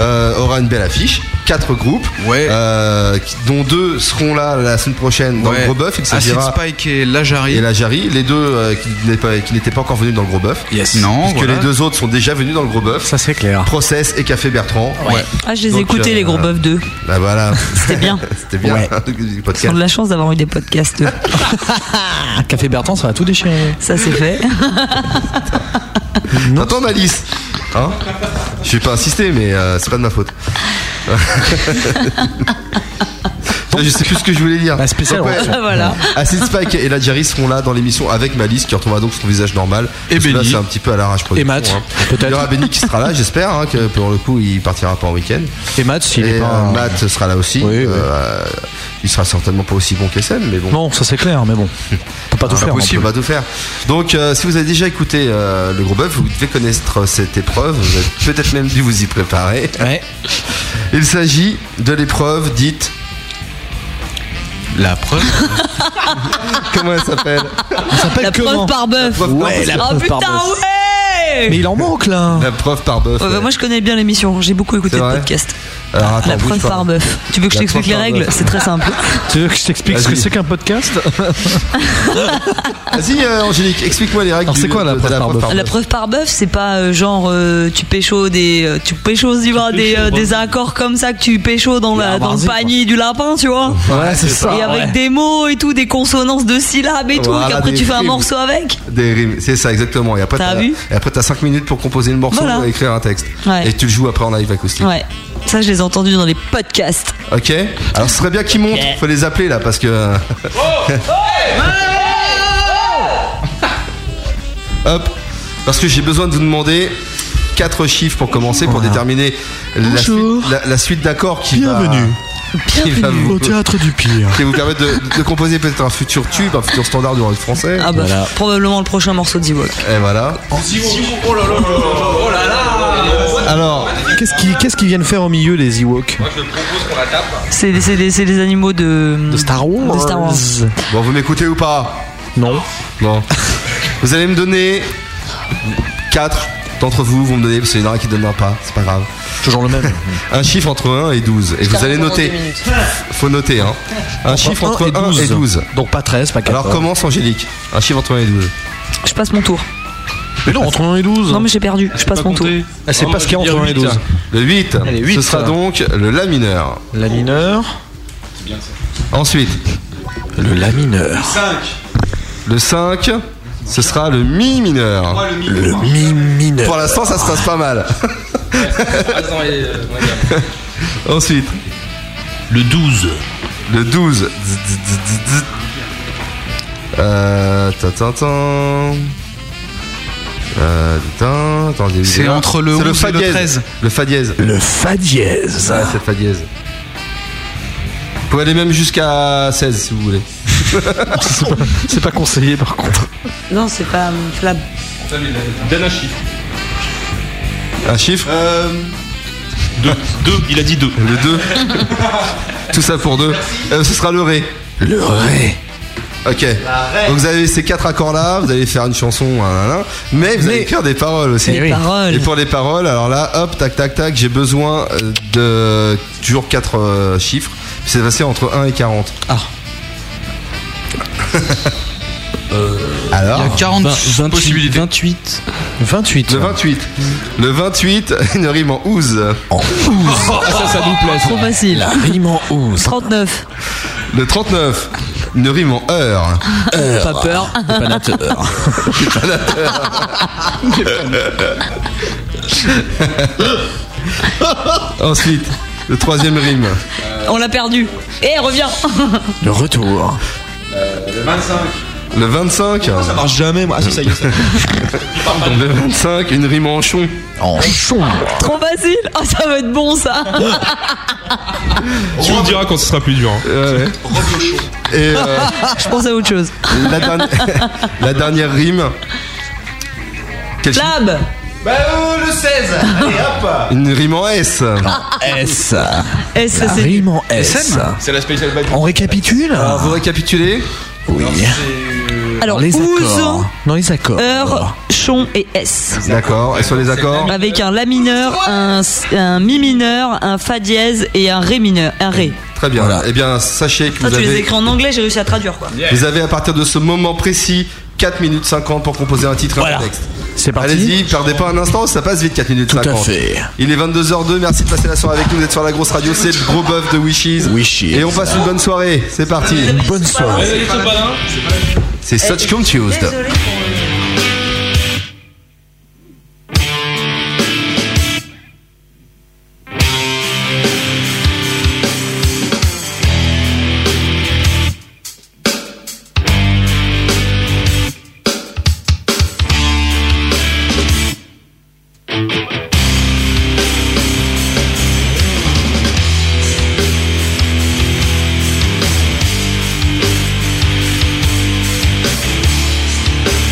[SPEAKER 2] Euh, aura une belle affiche, quatre groupes, euh, qui- dont deux seront là la semaine prochaine dans
[SPEAKER 3] Ouais. Ah,
[SPEAKER 2] le Gros Bœuf. Il
[SPEAKER 3] Acid
[SPEAKER 2] s'agira
[SPEAKER 3] Spike et la Jarry.
[SPEAKER 2] et la Jarry, les deux euh, qui n'étaient pas, qui n'étaient pas encore venus dans le Gros Bœuf.
[SPEAKER 3] Yes. Non,
[SPEAKER 2] Puisque
[SPEAKER 3] voilà.
[SPEAKER 2] les deux autres sont déjà venus dans le Gros Bœuf. Ça
[SPEAKER 6] c'est clair.
[SPEAKER 2] Process et Café Bertrand. Ouais.
[SPEAKER 10] Ah, je les ai écoutés, les Gros Bœufs 2.
[SPEAKER 2] Bah voilà.
[SPEAKER 10] C'était bien.
[SPEAKER 2] C'était bien.
[SPEAKER 10] Ouais.
[SPEAKER 2] Du
[SPEAKER 10] Ils ont
[SPEAKER 2] podcast.
[SPEAKER 10] de la chance d'avoir eu des podcasts. eux.
[SPEAKER 6] Ah, Café Bertrand, ça va tout déchirer.
[SPEAKER 10] Ça c'est fait.
[SPEAKER 2] T'entends Malice Hein Je vais pas insister, mais euh, c'est pas de ma faute. je sais plus ce que je voulais dire.
[SPEAKER 6] Bah, spécial
[SPEAKER 2] Donc,
[SPEAKER 6] Roxanne.
[SPEAKER 10] Voilà.
[SPEAKER 2] Acid Spike et la Jerry seront là dans l'émission avec Malice qui retrouvera donc son visage normal. Et Benny. Là, c'est un petit peu à l'arrache production, hein.
[SPEAKER 6] Et Matt,
[SPEAKER 2] Il y aura Benny qui sera là, j'espère, hein, que pour le coup il partira pas en week-end.
[SPEAKER 6] Et Matt, s'il est
[SPEAKER 2] Et,
[SPEAKER 6] pas-
[SPEAKER 2] euh, Matt sera là aussi. Euh, il sera certainement pas aussi bon qu'SM, mais bon.
[SPEAKER 6] Non, ça c'est clair, mais bon. On peut pas tout
[SPEAKER 2] Ah,
[SPEAKER 6] faire.
[SPEAKER 2] possible.
[SPEAKER 6] non
[SPEAKER 2] On peut pas tout faire. Donc, euh, si vous avez déjà écouté euh, le gros bœuf, vous devez connaître cette épreuve. Vous avez peut-être même dû vous y préparer. Il s'agit de l'épreuve dite.
[SPEAKER 3] La preuve
[SPEAKER 2] Comment elle s'appelle
[SPEAKER 10] La preuve par bœuf.
[SPEAKER 2] Ouais, la
[SPEAKER 10] Oh
[SPEAKER 2] preuve par
[SPEAKER 10] putain,
[SPEAKER 2] bœuf.
[SPEAKER 10] ouais
[SPEAKER 6] Mais il en manque là.
[SPEAKER 2] La preuve par bœuf.
[SPEAKER 10] Ouais, bah,
[SPEAKER 2] ouais.
[SPEAKER 10] moi je connais bien l'émission, j'ai beaucoup écouté
[SPEAKER 2] C'est
[SPEAKER 10] le
[SPEAKER 2] vrai Ah,
[SPEAKER 10] podcast.
[SPEAKER 2] Alors, attends,
[SPEAKER 10] la
[SPEAKER 2] bouge
[SPEAKER 10] preuve
[SPEAKER 2] pas.
[SPEAKER 10] par bœuf. Tu veux que je
[SPEAKER 2] La
[SPEAKER 10] t'explique
[SPEAKER 2] preuve
[SPEAKER 10] les
[SPEAKER 2] par
[SPEAKER 10] règles
[SPEAKER 2] bœuf.
[SPEAKER 10] C'est très simple.
[SPEAKER 6] Tu veux que je t'explique ce que c'est qu'un podcast
[SPEAKER 2] Vas-y, euh, Angélique, explique-moi les règles.
[SPEAKER 6] Alors, c'est
[SPEAKER 2] du-
[SPEAKER 6] quoi la
[SPEAKER 2] de- de
[SPEAKER 6] preuve par bœuf
[SPEAKER 10] La preuve par bœuf, c'est pas euh, genre euh, tu pécho des euh, tu pécho tu vois, des, euh, des accords comme ça que tu pécho dans, la, dans le panier du lapin, tu vois.
[SPEAKER 2] Ouais, c'est ça,
[SPEAKER 10] Et avec
[SPEAKER 2] Ah, ouais.
[SPEAKER 10] des mots et tout, des consonances de syllabes et
[SPEAKER 2] Voilà,
[SPEAKER 10] tout, qu'après
[SPEAKER 2] des
[SPEAKER 10] tu fais un
[SPEAKER 2] rimes.
[SPEAKER 10] morceau avec.
[SPEAKER 2] Des rimes, c'est ça exactement. Et après,
[SPEAKER 10] T'as
[SPEAKER 2] t'as,
[SPEAKER 10] vu
[SPEAKER 2] et après, t'as 5 minutes pour composer le morceau
[SPEAKER 10] Voilà.
[SPEAKER 2] et écrire un texte.
[SPEAKER 10] Ouais.
[SPEAKER 2] Et tu le joues après en live acoustique.
[SPEAKER 10] Ouais. Ça, je les ai entendus dans les podcasts.
[SPEAKER 2] Ok Alors, ce serait bien qu'ils montent. Faut les appeler là parce que. euh, Hop Parce que j'ai besoin de vous demander quatre chiffres pour commencer, pour déterminer la suite, la, la suite d'accords qui
[SPEAKER 6] Bienvenue.
[SPEAKER 2] va. qui va vous-
[SPEAKER 6] Au théâtre du pire.
[SPEAKER 2] qui va vous permettre de, de composer peut-être un futur tube, un futur standard du rock français.
[SPEAKER 10] Ah bah, probablement le prochain morceau de Zivok.
[SPEAKER 2] Et voilà. Alors,
[SPEAKER 6] qu'est-ce qu'ils qu'est-ce qu'ils viennent faire au milieu les Ewoks
[SPEAKER 10] C'est c'est des, c'est des animaux de, de
[SPEAKER 6] Star Wars.
[SPEAKER 10] De Star Wars.
[SPEAKER 2] Bon, vous m'écoutez ou pas
[SPEAKER 6] Non.
[SPEAKER 2] Bon. vous allez me donner 4 d'entre vous, vous me donnez, parce qu'il y en a un qui donnera pas, c'est pas grave.
[SPEAKER 6] Toujours le même.
[SPEAKER 2] un chiffre entre 1 et 12. Et vous allez noter. Faut noter, hein. Un chiffre entre 1 et 12.
[SPEAKER 6] Donc pas 13, pas 14.
[SPEAKER 2] Alors commence Angélique. Un chiffre entre 1 et 12.
[SPEAKER 10] Je passe mon tour.
[SPEAKER 6] Mais non, entre 1 et 12.
[SPEAKER 10] Non, mais j'ai perdu, je passe mon tour.
[SPEAKER 6] Ah, c'est pas ce qu'il y a entre 1 et 12.
[SPEAKER 2] Le 8.
[SPEAKER 6] Allez, huit.
[SPEAKER 2] Ce sera donc le La mineur.
[SPEAKER 6] La mineur.
[SPEAKER 2] Ensuite.
[SPEAKER 6] Le La mineur.
[SPEAKER 2] 5. Le 5. Ce sera le Mi mineur.
[SPEAKER 6] Le Mi mineur.
[SPEAKER 2] Pour l'instant, ça se passe pas mal.
[SPEAKER 6] euh,
[SPEAKER 2] Ensuite. Le 12. Le 12. Zzz, zzz, zzz, zzz. Euh. ta, ta, ta. Euh, ta, attendez,
[SPEAKER 3] C'est
[SPEAKER 2] il est là.
[SPEAKER 3] entre le
[SPEAKER 2] C'est
[SPEAKER 3] 11 et
[SPEAKER 2] fa
[SPEAKER 3] le
[SPEAKER 2] dièse.
[SPEAKER 3] 13.
[SPEAKER 2] Le fa dièse.
[SPEAKER 6] Le fa dièse.
[SPEAKER 2] Ouais, c'est le fa dièse. Vous pouvez aller même jusqu'à 16 si vous voulez.
[SPEAKER 6] c'est pas conseillé par contre.
[SPEAKER 10] Non, c'est pas euh, flab.
[SPEAKER 11] Donne un chiffre. Euh,
[SPEAKER 2] Un chiffre
[SPEAKER 11] Deux. Deux. Il a dit deux.
[SPEAKER 2] Le 2. Tout ça pour deux. Euh, ce sera le Ré. Le Ré. Ok. Donc vous avez ces quatre accords-là, vous allez faire une chanson, euh, là, là, là. mais vous allez écrire des paroles aussi.
[SPEAKER 10] Des Eh oui. paroles.
[SPEAKER 2] Et pour les paroles, alors là, hop, tac, tac, tac, j'ai besoin euh, de toujours quatre euh, chiffres. C'est passé entre 1 et 40. Ah. Alors
[SPEAKER 3] Il y a 40 possibilités.
[SPEAKER 2] 28. 28. Le 28. Le 28, une rime en ouze. En
[SPEAKER 14] ça, ça nous plaît.
[SPEAKER 2] Trop facile. La rime en ouze. 39. Le 39, une rime en heure.
[SPEAKER 14] Heure. Pas peur.
[SPEAKER 6] Ah,
[SPEAKER 14] Dépanateur.
[SPEAKER 2] Ensuite, le troisième rime.
[SPEAKER 10] On l'a perdu. Eh, reviens
[SPEAKER 2] Le retour.
[SPEAKER 12] Le 25.
[SPEAKER 2] Le 25 Ça marche jamais, moi. Ah, si, ça y est. le 25, une rime en chon. En chon
[SPEAKER 10] Trop facile Ah, ça va être bon, ça
[SPEAKER 11] Tu me diras quand ce sera plus dur.
[SPEAKER 2] Et euh,
[SPEAKER 10] Je pense à autre chose.
[SPEAKER 2] la, dernière- la dernière rime. Quel chiffre
[SPEAKER 10] Lab
[SPEAKER 13] Bah oh, le 16 Allez hop
[SPEAKER 2] Une rime en S.
[SPEAKER 13] S.
[SPEAKER 10] S,
[SPEAKER 2] La
[SPEAKER 10] c'est-
[SPEAKER 2] rime en
[SPEAKER 12] C'est la spéciale bad
[SPEAKER 6] On récapitule
[SPEAKER 2] Alors, vous récapitulez
[SPEAKER 6] Oui.
[SPEAKER 10] Alors,
[SPEAKER 6] les
[SPEAKER 10] ouzo,
[SPEAKER 6] accords. Non, les accords.
[SPEAKER 10] Heure, chon et S.
[SPEAKER 2] D'accord, et sur les accords
[SPEAKER 10] Avec un La mineur, un, s- un Mi mineur, un Fa dièse et un Ré mineur. Un Ré.
[SPEAKER 2] Très bien. Eh bien, sachez que
[SPEAKER 10] Toi,
[SPEAKER 2] vous
[SPEAKER 10] Ah, tu les
[SPEAKER 2] avez,
[SPEAKER 10] écris en anglais, j'ai réussi à traduire quoi.
[SPEAKER 2] vous avez à partir de ce moment précis 4 minutes 50 pour composer un titre et un texte. C'est parti. Allez-y, perdez pas un instant, ça passe vite 4 minutes
[SPEAKER 7] Tout à
[SPEAKER 2] 50.
[SPEAKER 7] fait.
[SPEAKER 2] Il est 22h02, merci de passer la soirée avec nous, vous êtes sur la grosse radio, c'est le gros bœuf de Wishes. Et on passe une bonne soirée, c'est parti. Une bonne soirée. C'est Such Confused.
[SPEAKER 8] Thank Oh, Oh,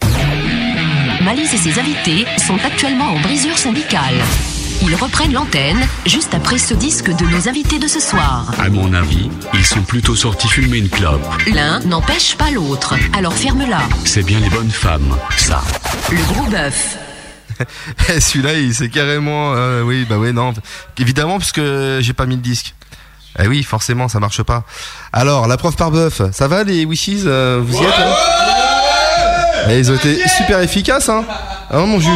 [SPEAKER 8] Oh,
[SPEAKER 4] Malice et ses invités sont actuellement en brisure syndicale. Ils reprennent l'antenne juste après ce disque de nos invités de ce soir.
[SPEAKER 12] À mon avis, ils sont plutôt sortis fumer une clope.
[SPEAKER 4] L'un n'empêche pas l'autre, alors ferme-la.
[SPEAKER 12] C'est bien les bonnes femmes, ça.
[SPEAKER 4] Le gros bœuf.
[SPEAKER 2] Eh, Celui-là, il s'est carrément. euh, oui, bah oui, non. Évidemment, parce que j'ai pas mis le disque. Eh oui, forcément, ça marche pas. Alors, la prof par bœuf, ça va les wishes euh, Vous y êtes hein Eh, Ils ont été super efficaces, hein Hein, mon jus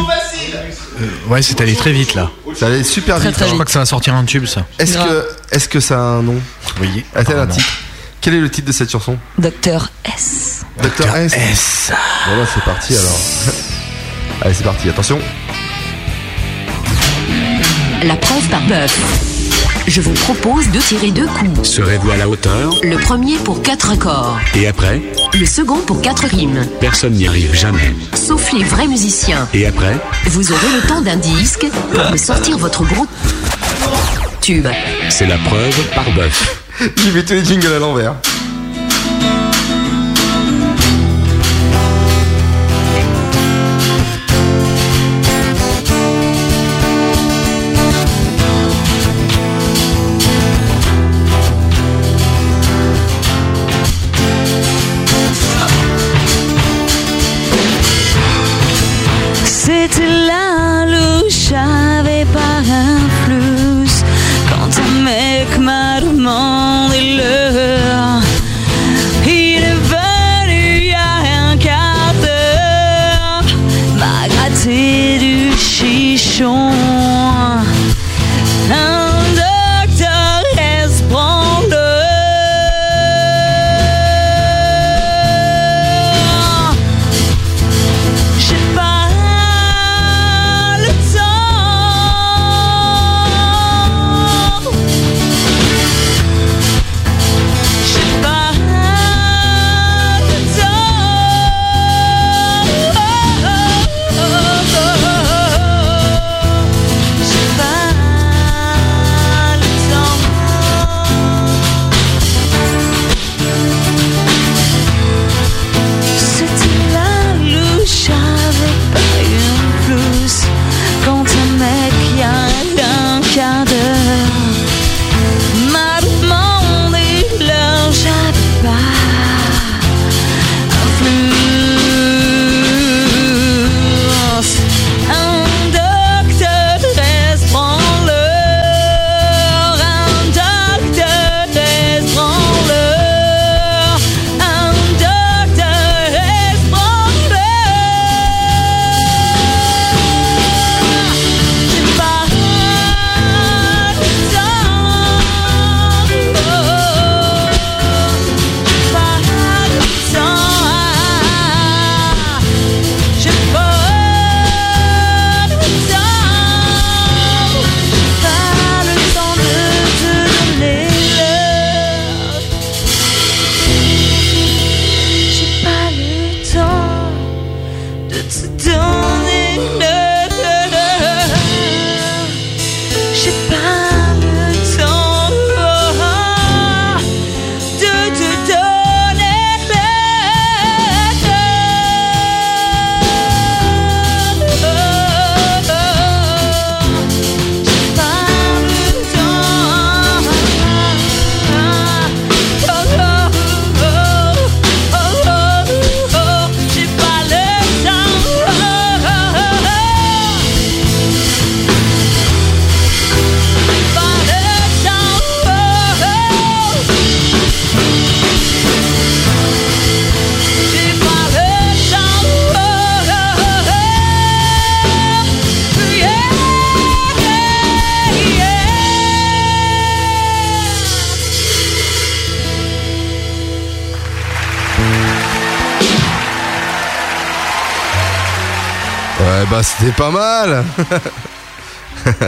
[SPEAKER 6] Ouais, c'est allé très vite là.
[SPEAKER 2] Ça allait super vite. hein.
[SPEAKER 6] Je crois que ça va sortir un tube ça.
[SPEAKER 2] Est-ce que, est-ce que ça a un nom Oui. a-t-elle un
[SPEAKER 6] apparemment.
[SPEAKER 2] titre Quel est le titre de cette chanson
[SPEAKER 8] Docteur S.
[SPEAKER 2] Docteur S. Bon là c'est parti alors. Allez c'est parti, attention.
[SPEAKER 4] La preuve par bœuf. Je vous propose de tirer deux coups.
[SPEAKER 12] Serez-vous à la hauteur
[SPEAKER 4] Le premier pour quatre accords,
[SPEAKER 12] Et après
[SPEAKER 4] le second pour quatre rimes.
[SPEAKER 12] Personne n'y arrive jamais.
[SPEAKER 4] Sauf les vrais musiciens.
[SPEAKER 12] Et après
[SPEAKER 4] Vous aurez le temps d'un disque pour me sortir votre gros tube.
[SPEAKER 12] C'est la preuve par bœuf.
[SPEAKER 2] J'ai mis tous les jingles à l'envers.
[SPEAKER 8] C'était la louche, j'avais pas un plus. Quand un mec m'a demandé l'heure, il est venu il y a un quart d'heure, m'a gratté du chichon. Un docteur est J'ai pas le temps. J'ai pas le temps. J'ai pas le temps. C'était la louche avec pas une plus quand un mec y a un quart d'heure m'a demandé l'heure j'avais pas influence. Un docteur espranleur, un docteur espranleur, un docteur espranleur. J'ai pas le temps. Pas le temps. J'ai pas le temps. Pas le temps de te donner l'heure. J'ai pas le temps de te donner l'heure. J'ai pas le temps de te donner l'heure. J'ai pas le temps. J'ai pas le temps.
[SPEAKER 2] Ouais bah c'était pas mal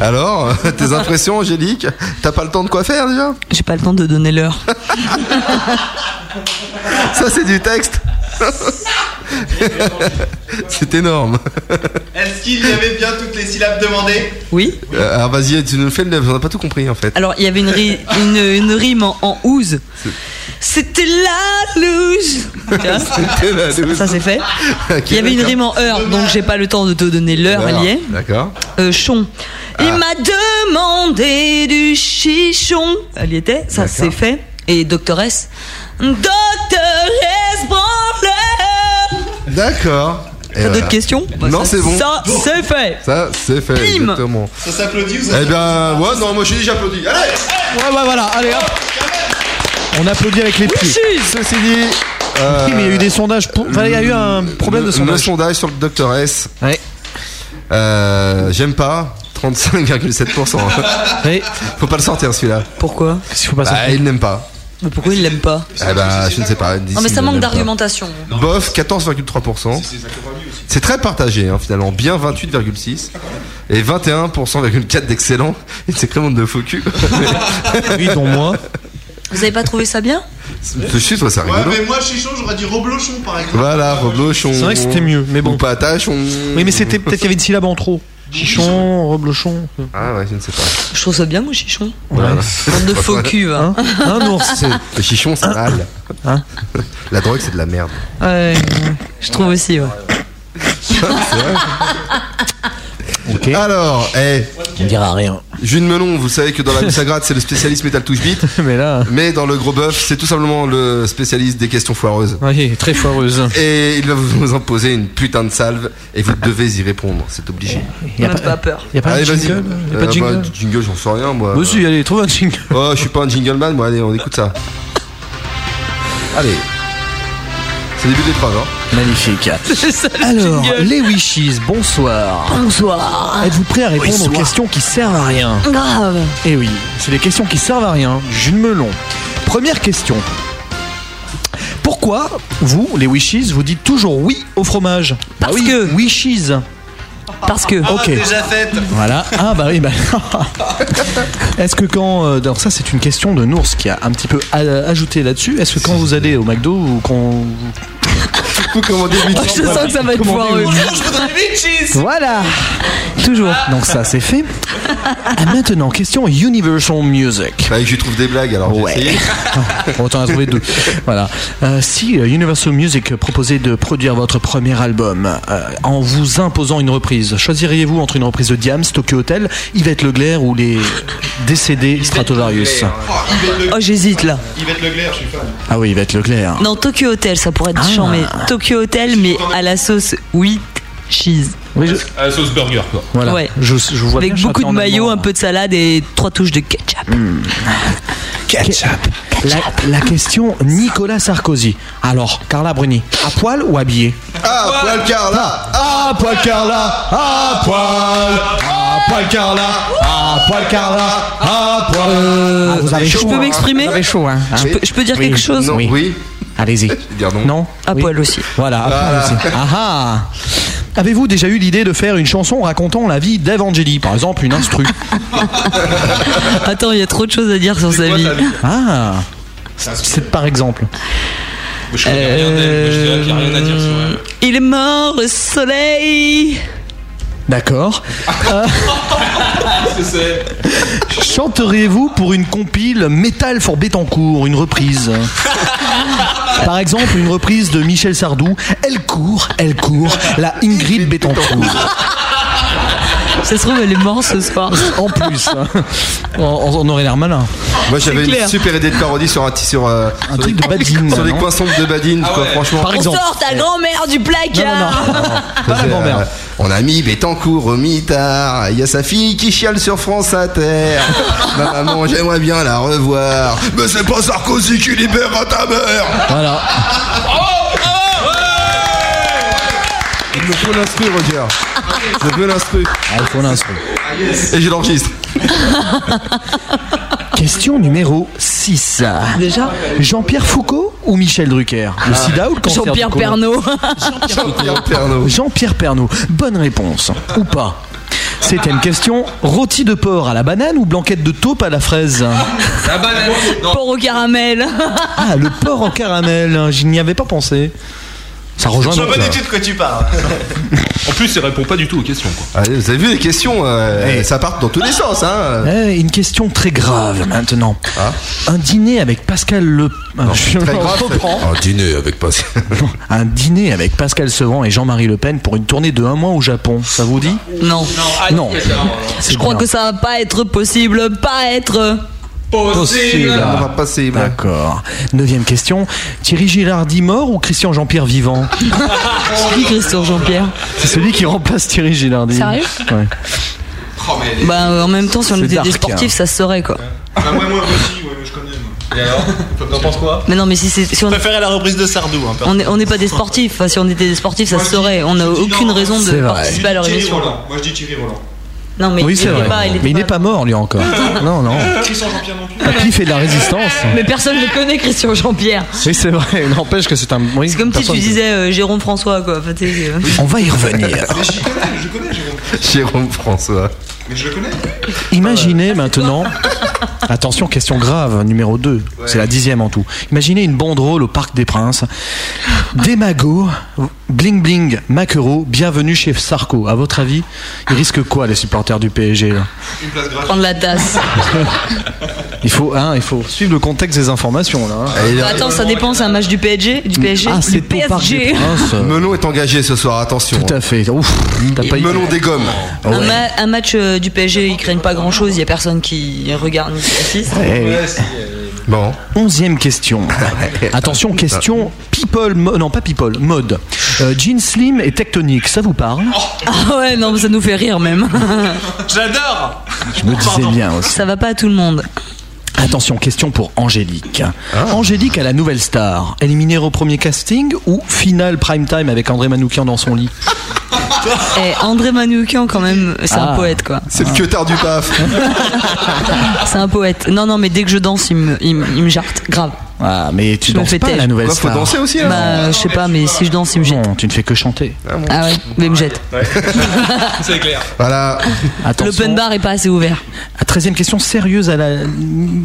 [SPEAKER 2] Alors, tes impressions Angélique T'as pas le temps de quoi faire déjà
[SPEAKER 10] J'ai pas le temps de donner l'heure.
[SPEAKER 2] Ça c'est du texte C'est énorme.
[SPEAKER 13] Est-ce qu'il y avait bien toutes les syllabes demandées
[SPEAKER 10] Oui.
[SPEAKER 2] Euh, alors vas-y, tu nous fais le. On n'a pas tout compris en fait.
[SPEAKER 10] Alors, il y avait une, ri- une, une rime en, en ouze. C'était la loose. Tu vois
[SPEAKER 2] C'était la
[SPEAKER 10] Ça-
[SPEAKER 2] loose.
[SPEAKER 10] Ça, c'est fait. il y avait une
[SPEAKER 2] d'accord.
[SPEAKER 10] rime en heure, donc j'ai pas le temps de te donner l'heure, elle y est.
[SPEAKER 2] D'accord. Ah.
[SPEAKER 10] Euh, chon. Il m'a demandé du chichon. Elle y était, ça
[SPEAKER 15] D'accord.
[SPEAKER 10] c'est fait. Et doctoresse. Doctoresse branleur.
[SPEAKER 2] D'accord. Et
[SPEAKER 10] T'as
[SPEAKER 2] voilà.
[SPEAKER 10] d'autres questions Bah,
[SPEAKER 2] Non,
[SPEAKER 10] ça-
[SPEAKER 2] c'est bon.
[SPEAKER 10] Ça, c'est fait.
[SPEAKER 2] Ça, c'est fait.
[SPEAKER 10] Bim
[SPEAKER 2] Exactement.
[SPEAKER 13] Ça s'applaudit ou ça
[SPEAKER 2] Eh bien, ouais, non, moi je suis déjà applaudi. Allez
[SPEAKER 6] Ouais, ouais, voilà, allez hop On applaudit avec les pieds.
[SPEAKER 2] Ceci dit. euh,
[SPEAKER 6] Oui, mais il y a eu des sondages. pour- Enfin, il y a eu un problème de
[SPEAKER 2] le- Le
[SPEAKER 6] sondage.
[SPEAKER 2] sondage sur le Dr S. Euh, J'aime pas. 35,7%. Faut pas le sortir celui-là.
[SPEAKER 10] Pourquoi
[SPEAKER 2] faut pas bah, Il n'aime pas.
[SPEAKER 10] Mais pourquoi il l'aime pas
[SPEAKER 2] Eh ben, je ne sais pas.
[SPEAKER 10] Non, mais
[SPEAKER 2] D'ici,
[SPEAKER 10] ça
[SPEAKER 2] il
[SPEAKER 10] manque
[SPEAKER 2] n'aime pas.
[SPEAKER 10] d'argumentation.
[SPEAKER 2] Bof, 14,3%. C'est très partagé, hein, finalement. Bien 28,6%. Et 21,4% d'excellent. Et c'est vraiment de faux cul.
[SPEAKER 6] oui, dont moi.
[SPEAKER 10] Vous avez pas trouvé ça bien
[SPEAKER 2] Je suis, toi, c'est
[SPEAKER 13] Ouais,
[SPEAKER 2] rigolo.
[SPEAKER 13] mais moi, chez chaud, j'aurais dit reblochon par exemple.
[SPEAKER 2] Voilà, reblochon.
[SPEAKER 6] C'est vrai que c'était mieux, mais bon.
[SPEAKER 2] Ou patachon.
[SPEAKER 6] Oui, mais c'était peut-être qu'il y avait une syllabe en trop. Chichon, reblochon.
[SPEAKER 2] Ah ouais, je ne sais pas.
[SPEAKER 10] Je trouve ça bien, moi, chichon.
[SPEAKER 2] Voilà.
[SPEAKER 10] Bande de faux culs, hein.
[SPEAKER 6] Un ours.
[SPEAKER 2] C'est- Le chichon, c'est
[SPEAKER 6] Ah.
[SPEAKER 2] mal.
[SPEAKER 6] Hein
[SPEAKER 2] La drogue, c'est de la merde.
[SPEAKER 10] Ouais, je trouve aussi, ouais.
[SPEAKER 2] Alors, eh, on dira rien. June Melon, vous savez que dans la Musagrade, c'est le spécialiste métal touche beat.
[SPEAKER 6] mais là.
[SPEAKER 2] Mais dans le gros bœuf, c'est tout simplement le spécialiste des questions foireuses.
[SPEAKER 6] Oui, très foireuse.
[SPEAKER 2] Et il va vous en poser une putain de salve et vous devez y répondre, c'est obligé.
[SPEAKER 6] Y a pas- pas
[SPEAKER 10] peur.
[SPEAKER 6] y a pas de
[SPEAKER 2] allez, vas-y.
[SPEAKER 6] jingle Y a pas de
[SPEAKER 2] Euh,
[SPEAKER 6] jingle
[SPEAKER 2] bah, jingle, j'en sais rien moi.
[SPEAKER 6] Bah si, allez, trouve un jingle.
[SPEAKER 2] Oh, je suis pas un jingleman, moi, allez, on écoute ça. Allez. C'est le début de l'épreuve, hein.
[SPEAKER 6] Magnifique. Alors, les Wishes, bonsoir.
[SPEAKER 10] Bonsoir.
[SPEAKER 6] Êtes-vous prêts à répondre aux
[SPEAKER 10] Bonsoir.
[SPEAKER 6] questions qui servent à rien
[SPEAKER 10] Grave.
[SPEAKER 6] Eh oui, c'est les questions qui servent à rien. June Melon. Première question. Pourquoi, vous, les Wishes, vous dites toujours oui au fromage Ah Parce que. Wishes.
[SPEAKER 10] Parce que.
[SPEAKER 13] Ah,
[SPEAKER 6] Ok.
[SPEAKER 13] déjà faite.
[SPEAKER 6] Voilà. Ah bah oui. Bah... Est-ce que quand euh, alors ça c'est une question de Nours qui a un petit peu a- ajouté là-dessus. Est-ce que quand vous allez au McDo ou quand
[SPEAKER 2] vous commandez
[SPEAKER 10] Oh, je sens que ça va être foireux.
[SPEAKER 6] Voilà. Toujours. Donc ça c'est fait. Ah, maintenant question Universal Music.
[SPEAKER 2] Bah, je trouve des blagues alors. j'ai
[SPEAKER 6] Ouais.
[SPEAKER 2] essayé.
[SPEAKER 6] Autant en trouver deux. Voilà. Euh, si euh, Universal Music proposait de produire votre premier album euh, en vous imposant une reprise, choisiriez-vous entre une reprise de Diams, Tokyo Hotel, Yvette Leclerc ou les décédés Stratovarius
[SPEAKER 10] Oh, j'hésite là.
[SPEAKER 13] Yvette Leclerc, je suis fan.
[SPEAKER 6] Ah oui, Yvette Leclerc.
[SPEAKER 10] Non, Tokyo Hotel, ça pourrait
[SPEAKER 6] Ah.
[SPEAKER 10] être chiant, mais Tokyo Hotel, mais à la sauce wheat cheese.
[SPEAKER 11] À la sauce burger, quoi.
[SPEAKER 6] Voilà.
[SPEAKER 10] Ouais.
[SPEAKER 6] Je, je vois
[SPEAKER 10] Avec
[SPEAKER 6] bien
[SPEAKER 10] beaucoup de
[SPEAKER 6] chanter en
[SPEAKER 10] maillot,
[SPEAKER 6] allemand.
[SPEAKER 10] un peu de salade et trois touches de ketchup.
[SPEAKER 6] Ketchup. La, la question Nicolas Sarkozy. Alors, Carla Bruni, à poil ou habillée
[SPEAKER 2] Ah, poil Carla
[SPEAKER 6] Ah, poil Carla Ah, poil Ah, poil Carla Ah, poil Carla Ah, poil Vous avez
[SPEAKER 10] Je
[SPEAKER 6] chaud,
[SPEAKER 10] peux
[SPEAKER 6] hein
[SPEAKER 10] m'exprimer
[SPEAKER 6] Vous avez chaud, hein
[SPEAKER 10] Je
[SPEAKER 6] Hein
[SPEAKER 10] peux- je peux dire quelque chose Euh,
[SPEAKER 2] Non, oui.
[SPEAKER 6] Allez-y.
[SPEAKER 2] Dire non.
[SPEAKER 10] À poil aussi.
[SPEAKER 6] Voilà, à
[SPEAKER 2] Voilà.
[SPEAKER 6] poil aussi. Ah ah Avez-vous déjà eu l'idée de faire une chanson racontant la vie d'Evangélie Par exemple, une instru.
[SPEAKER 10] Attends, il y a trop de choses à dire sur sa vie.
[SPEAKER 6] Ah C'est par exemple.
[SPEAKER 11] Je connais rien d'elle, moi, je dirais qu'il y a rien à dire sur elle.
[SPEAKER 10] Il est mort le soleil.
[SPEAKER 6] D'accord.
[SPEAKER 11] Qu'est-ce que c'est
[SPEAKER 6] Chanteriez-vous pour une compile Metal for Bétancourt, une reprise Par exemple, une reprise de Michel Sardou. Elle court, elle court, la Ingrid Bétancourt.
[SPEAKER 10] Ça se trouve, elle est morte ce soir.
[SPEAKER 6] En plus, hein. on, on aurait l'air malin.
[SPEAKER 2] Moi j'avais
[SPEAKER 10] clair.
[SPEAKER 2] une super idée de parodie sur un, sur, euh,
[SPEAKER 6] Un
[SPEAKER 2] sur
[SPEAKER 6] truc
[SPEAKER 2] les-
[SPEAKER 6] de badine,
[SPEAKER 2] Sur les
[SPEAKER 6] non
[SPEAKER 2] coins sombres de badine, quoi, franchement.
[SPEAKER 6] Par exemple.
[SPEAKER 10] Sors ta grand-mère du placard.
[SPEAKER 2] Parce que, euh, on a mis Bétancourt au mitard. Il y a sa fille qui chiale sur France Inter. Ma maman, j'aimerais bien la revoir. Mais c'est pas Sarkozy qui libère ta mère.
[SPEAKER 6] Voilà.
[SPEAKER 2] Il me faut l'instru, Roger. Je veux l'instru.
[SPEAKER 6] il faut l'instru.
[SPEAKER 2] Et je l'enregistre.
[SPEAKER 6] Question numéro 6.
[SPEAKER 10] Déjà
[SPEAKER 6] Jean-Pierre Foucault ou Michel Drucker Le sida ou le cancer du
[SPEAKER 10] Jean-Pierre
[SPEAKER 6] côlon
[SPEAKER 10] Pernaud.
[SPEAKER 2] Jean-Pierre Pernaut.
[SPEAKER 6] Jean-Pierre Pernaud. Bonne réponse. Ou pas C'était une question rôti de porc à la banane ou blanquette de taupe à la fraise
[SPEAKER 11] La banane
[SPEAKER 10] Porc au caramel.
[SPEAKER 6] hein, Ah, le porc en caramel, j'y n'y avais pas pensé. Ça rejoint
[SPEAKER 13] Je vois
[SPEAKER 6] donc,
[SPEAKER 13] pas
[SPEAKER 6] là.
[SPEAKER 13] du tout de quoi tu parles.
[SPEAKER 11] En plus, ça répond pas du tout aux questions. Quoi.
[SPEAKER 2] Allez, Ah, vous avez vu les questions, euh, ça part dans tous les sens. Hein.
[SPEAKER 6] Eh, une question très grave maintenant. Un dîner avec Pascal Le. Ah,
[SPEAKER 2] Non,
[SPEAKER 6] je-
[SPEAKER 2] très
[SPEAKER 6] on
[SPEAKER 2] grave, Oh,
[SPEAKER 6] reprend.
[SPEAKER 2] Un dîner avec Pascal.
[SPEAKER 6] Un dîner avec Pascal Sevran et Jean-Marie Le Pen pour une tournée de un mois au Japon. Ça vous dit
[SPEAKER 10] Non.
[SPEAKER 6] Non.
[SPEAKER 10] Je crois que ça va pas être possible, pas être
[SPEAKER 6] Possible.
[SPEAKER 2] Ah, possible.
[SPEAKER 6] D'accord. Neuvième question. Thierry Gilardi mort ou Christian Jean-Pierre vivant
[SPEAKER 10] C'est qui Christian Jean-Pierre
[SPEAKER 6] C'est celui qui remplace Thierry Gilardi.
[SPEAKER 10] Sérieux
[SPEAKER 6] Ouais.
[SPEAKER 10] Bah euh, en même temps, si on
[SPEAKER 6] C'est
[SPEAKER 10] était
[SPEAKER 6] dark,
[SPEAKER 10] des sportifs,
[SPEAKER 6] hein.
[SPEAKER 10] ça se saurait quoi.
[SPEAKER 12] Ah, bah,
[SPEAKER 13] moi, moi aussi, je connais. Et alors T'en penses quoi
[SPEAKER 10] Mais non, mais si c'est si on
[SPEAKER 13] Je préférais la reprise de Sardou. hein,
[SPEAKER 10] on n'est on n'est pas des sportifs. Enfin, si on était des sportifs, ça se saurait. On n'a aucune raison de participer à leur émission.
[SPEAKER 12] Moi je dis Thierry Roland.
[SPEAKER 10] Non, mais
[SPEAKER 6] oui,
[SPEAKER 10] il
[SPEAKER 6] c'est
[SPEAKER 10] était
[SPEAKER 6] vrai.
[SPEAKER 10] pas. il était
[SPEAKER 6] mais il n'est pas mort, lui, encore. non, non. Papy fait de la résistance.
[SPEAKER 10] pas-
[SPEAKER 6] hein.
[SPEAKER 10] Mais personne ne connaît Christian Jean-Pierre.
[SPEAKER 6] Oui, c'est vrai. N'empêche que c'est un. Oui,
[SPEAKER 10] C'est comme si tu disais euh, Jérôme François quoi. Enfin, t'es, euh,
[SPEAKER 6] On va y revenir.
[SPEAKER 2] Jérôme François.
[SPEAKER 12] Mais je le connais.
[SPEAKER 6] Imaginez maintenant. Attention, question grave, numéro 2. C'est la dixième en tout. Imaginez une banderole au Parc des Princes. Démago, bling bling, Macero, bienvenue chez Sarko. À votre avis, ils risquent quoi, les supporters du PSG là
[SPEAKER 10] prendre la tasse.
[SPEAKER 6] il, faut, hein, il faut suivre le contexte des informations. Là, hein.
[SPEAKER 10] Bah, attends, ça dépend. C'est un match du PSG, du PSG,
[SPEAKER 6] Ah,
[SPEAKER 10] du
[SPEAKER 6] c'est au Parc des
[SPEAKER 10] PSG.
[SPEAKER 6] Princes.
[SPEAKER 2] Melon est engagé ce soir, attention. Tout
[SPEAKER 6] à fait. Ouf, t'as pas
[SPEAKER 2] Melon dégomme.
[SPEAKER 6] Ah
[SPEAKER 10] Un, ma- un match euh, du PSG, ils craignent pas grand chose, il y a personne qui regarde ni qui assiste.
[SPEAKER 11] Ah
[SPEAKER 6] Eh oui.
[SPEAKER 2] Bon.
[SPEAKER 6] Onzième question. Attention, question people, mo- non pas people, mode. Euh, jean slim et tectonique, ça vous parle
[SPEAKER 10] Ah ouais, non, mais ça nous fait rire même.
[SPEAKER 13] J'adore
[SPEAKER 6] Je me disais bien aussi.
[SPEAKER 10] Ça va pas à tout le monde.
[SPEAKER 6] Attention, question pour Angélique.
[SPEAKER 12] Ah.
[SPEAKER 6] Angélique à la nouvelle star, éliminée au premier casting ou finale prime time avec André Manoukian dans son lit
[SPEAKER 10] Eh, André Manoukian, quand même, c'est
[SPEAKER 6] Ah.
[SPEAKER 10] un poète quoi.
[SPEAKER 2] C'est le queutard du paf.
[SPEAKER 10] C'est un poète. Non, non, mais dès que je danse, il me, il me- il me jarte, grave.
[SPEAKER 6] Ah, mais tu
[SPEAKER 10] Je me
[SPEAKER 6] danses
[SPEAKER 10] fais
[SPEAKER 6] pas à
[SPEAKER 10] taire.
[SPEAKER 6] la nouvelle star.
[SPEAKER 2] hein.
[SPEAKER 6] euh.
[SPEAKER 10] Bah, je sais pas, mais si je danse, il me jette.
[SPEAKER 6] Non, tu ne fais que chanter.
[SPEAKER 10] Ah ouais, mais il me jette.
[SPEAKER 12] C'est clair.
[SPEAKER 2] Voilà.
[SPEAKER 10] L'open bar est pas assez ouvert.
[SPEAKER 6] Ah, Treizième question sérieuse, à la...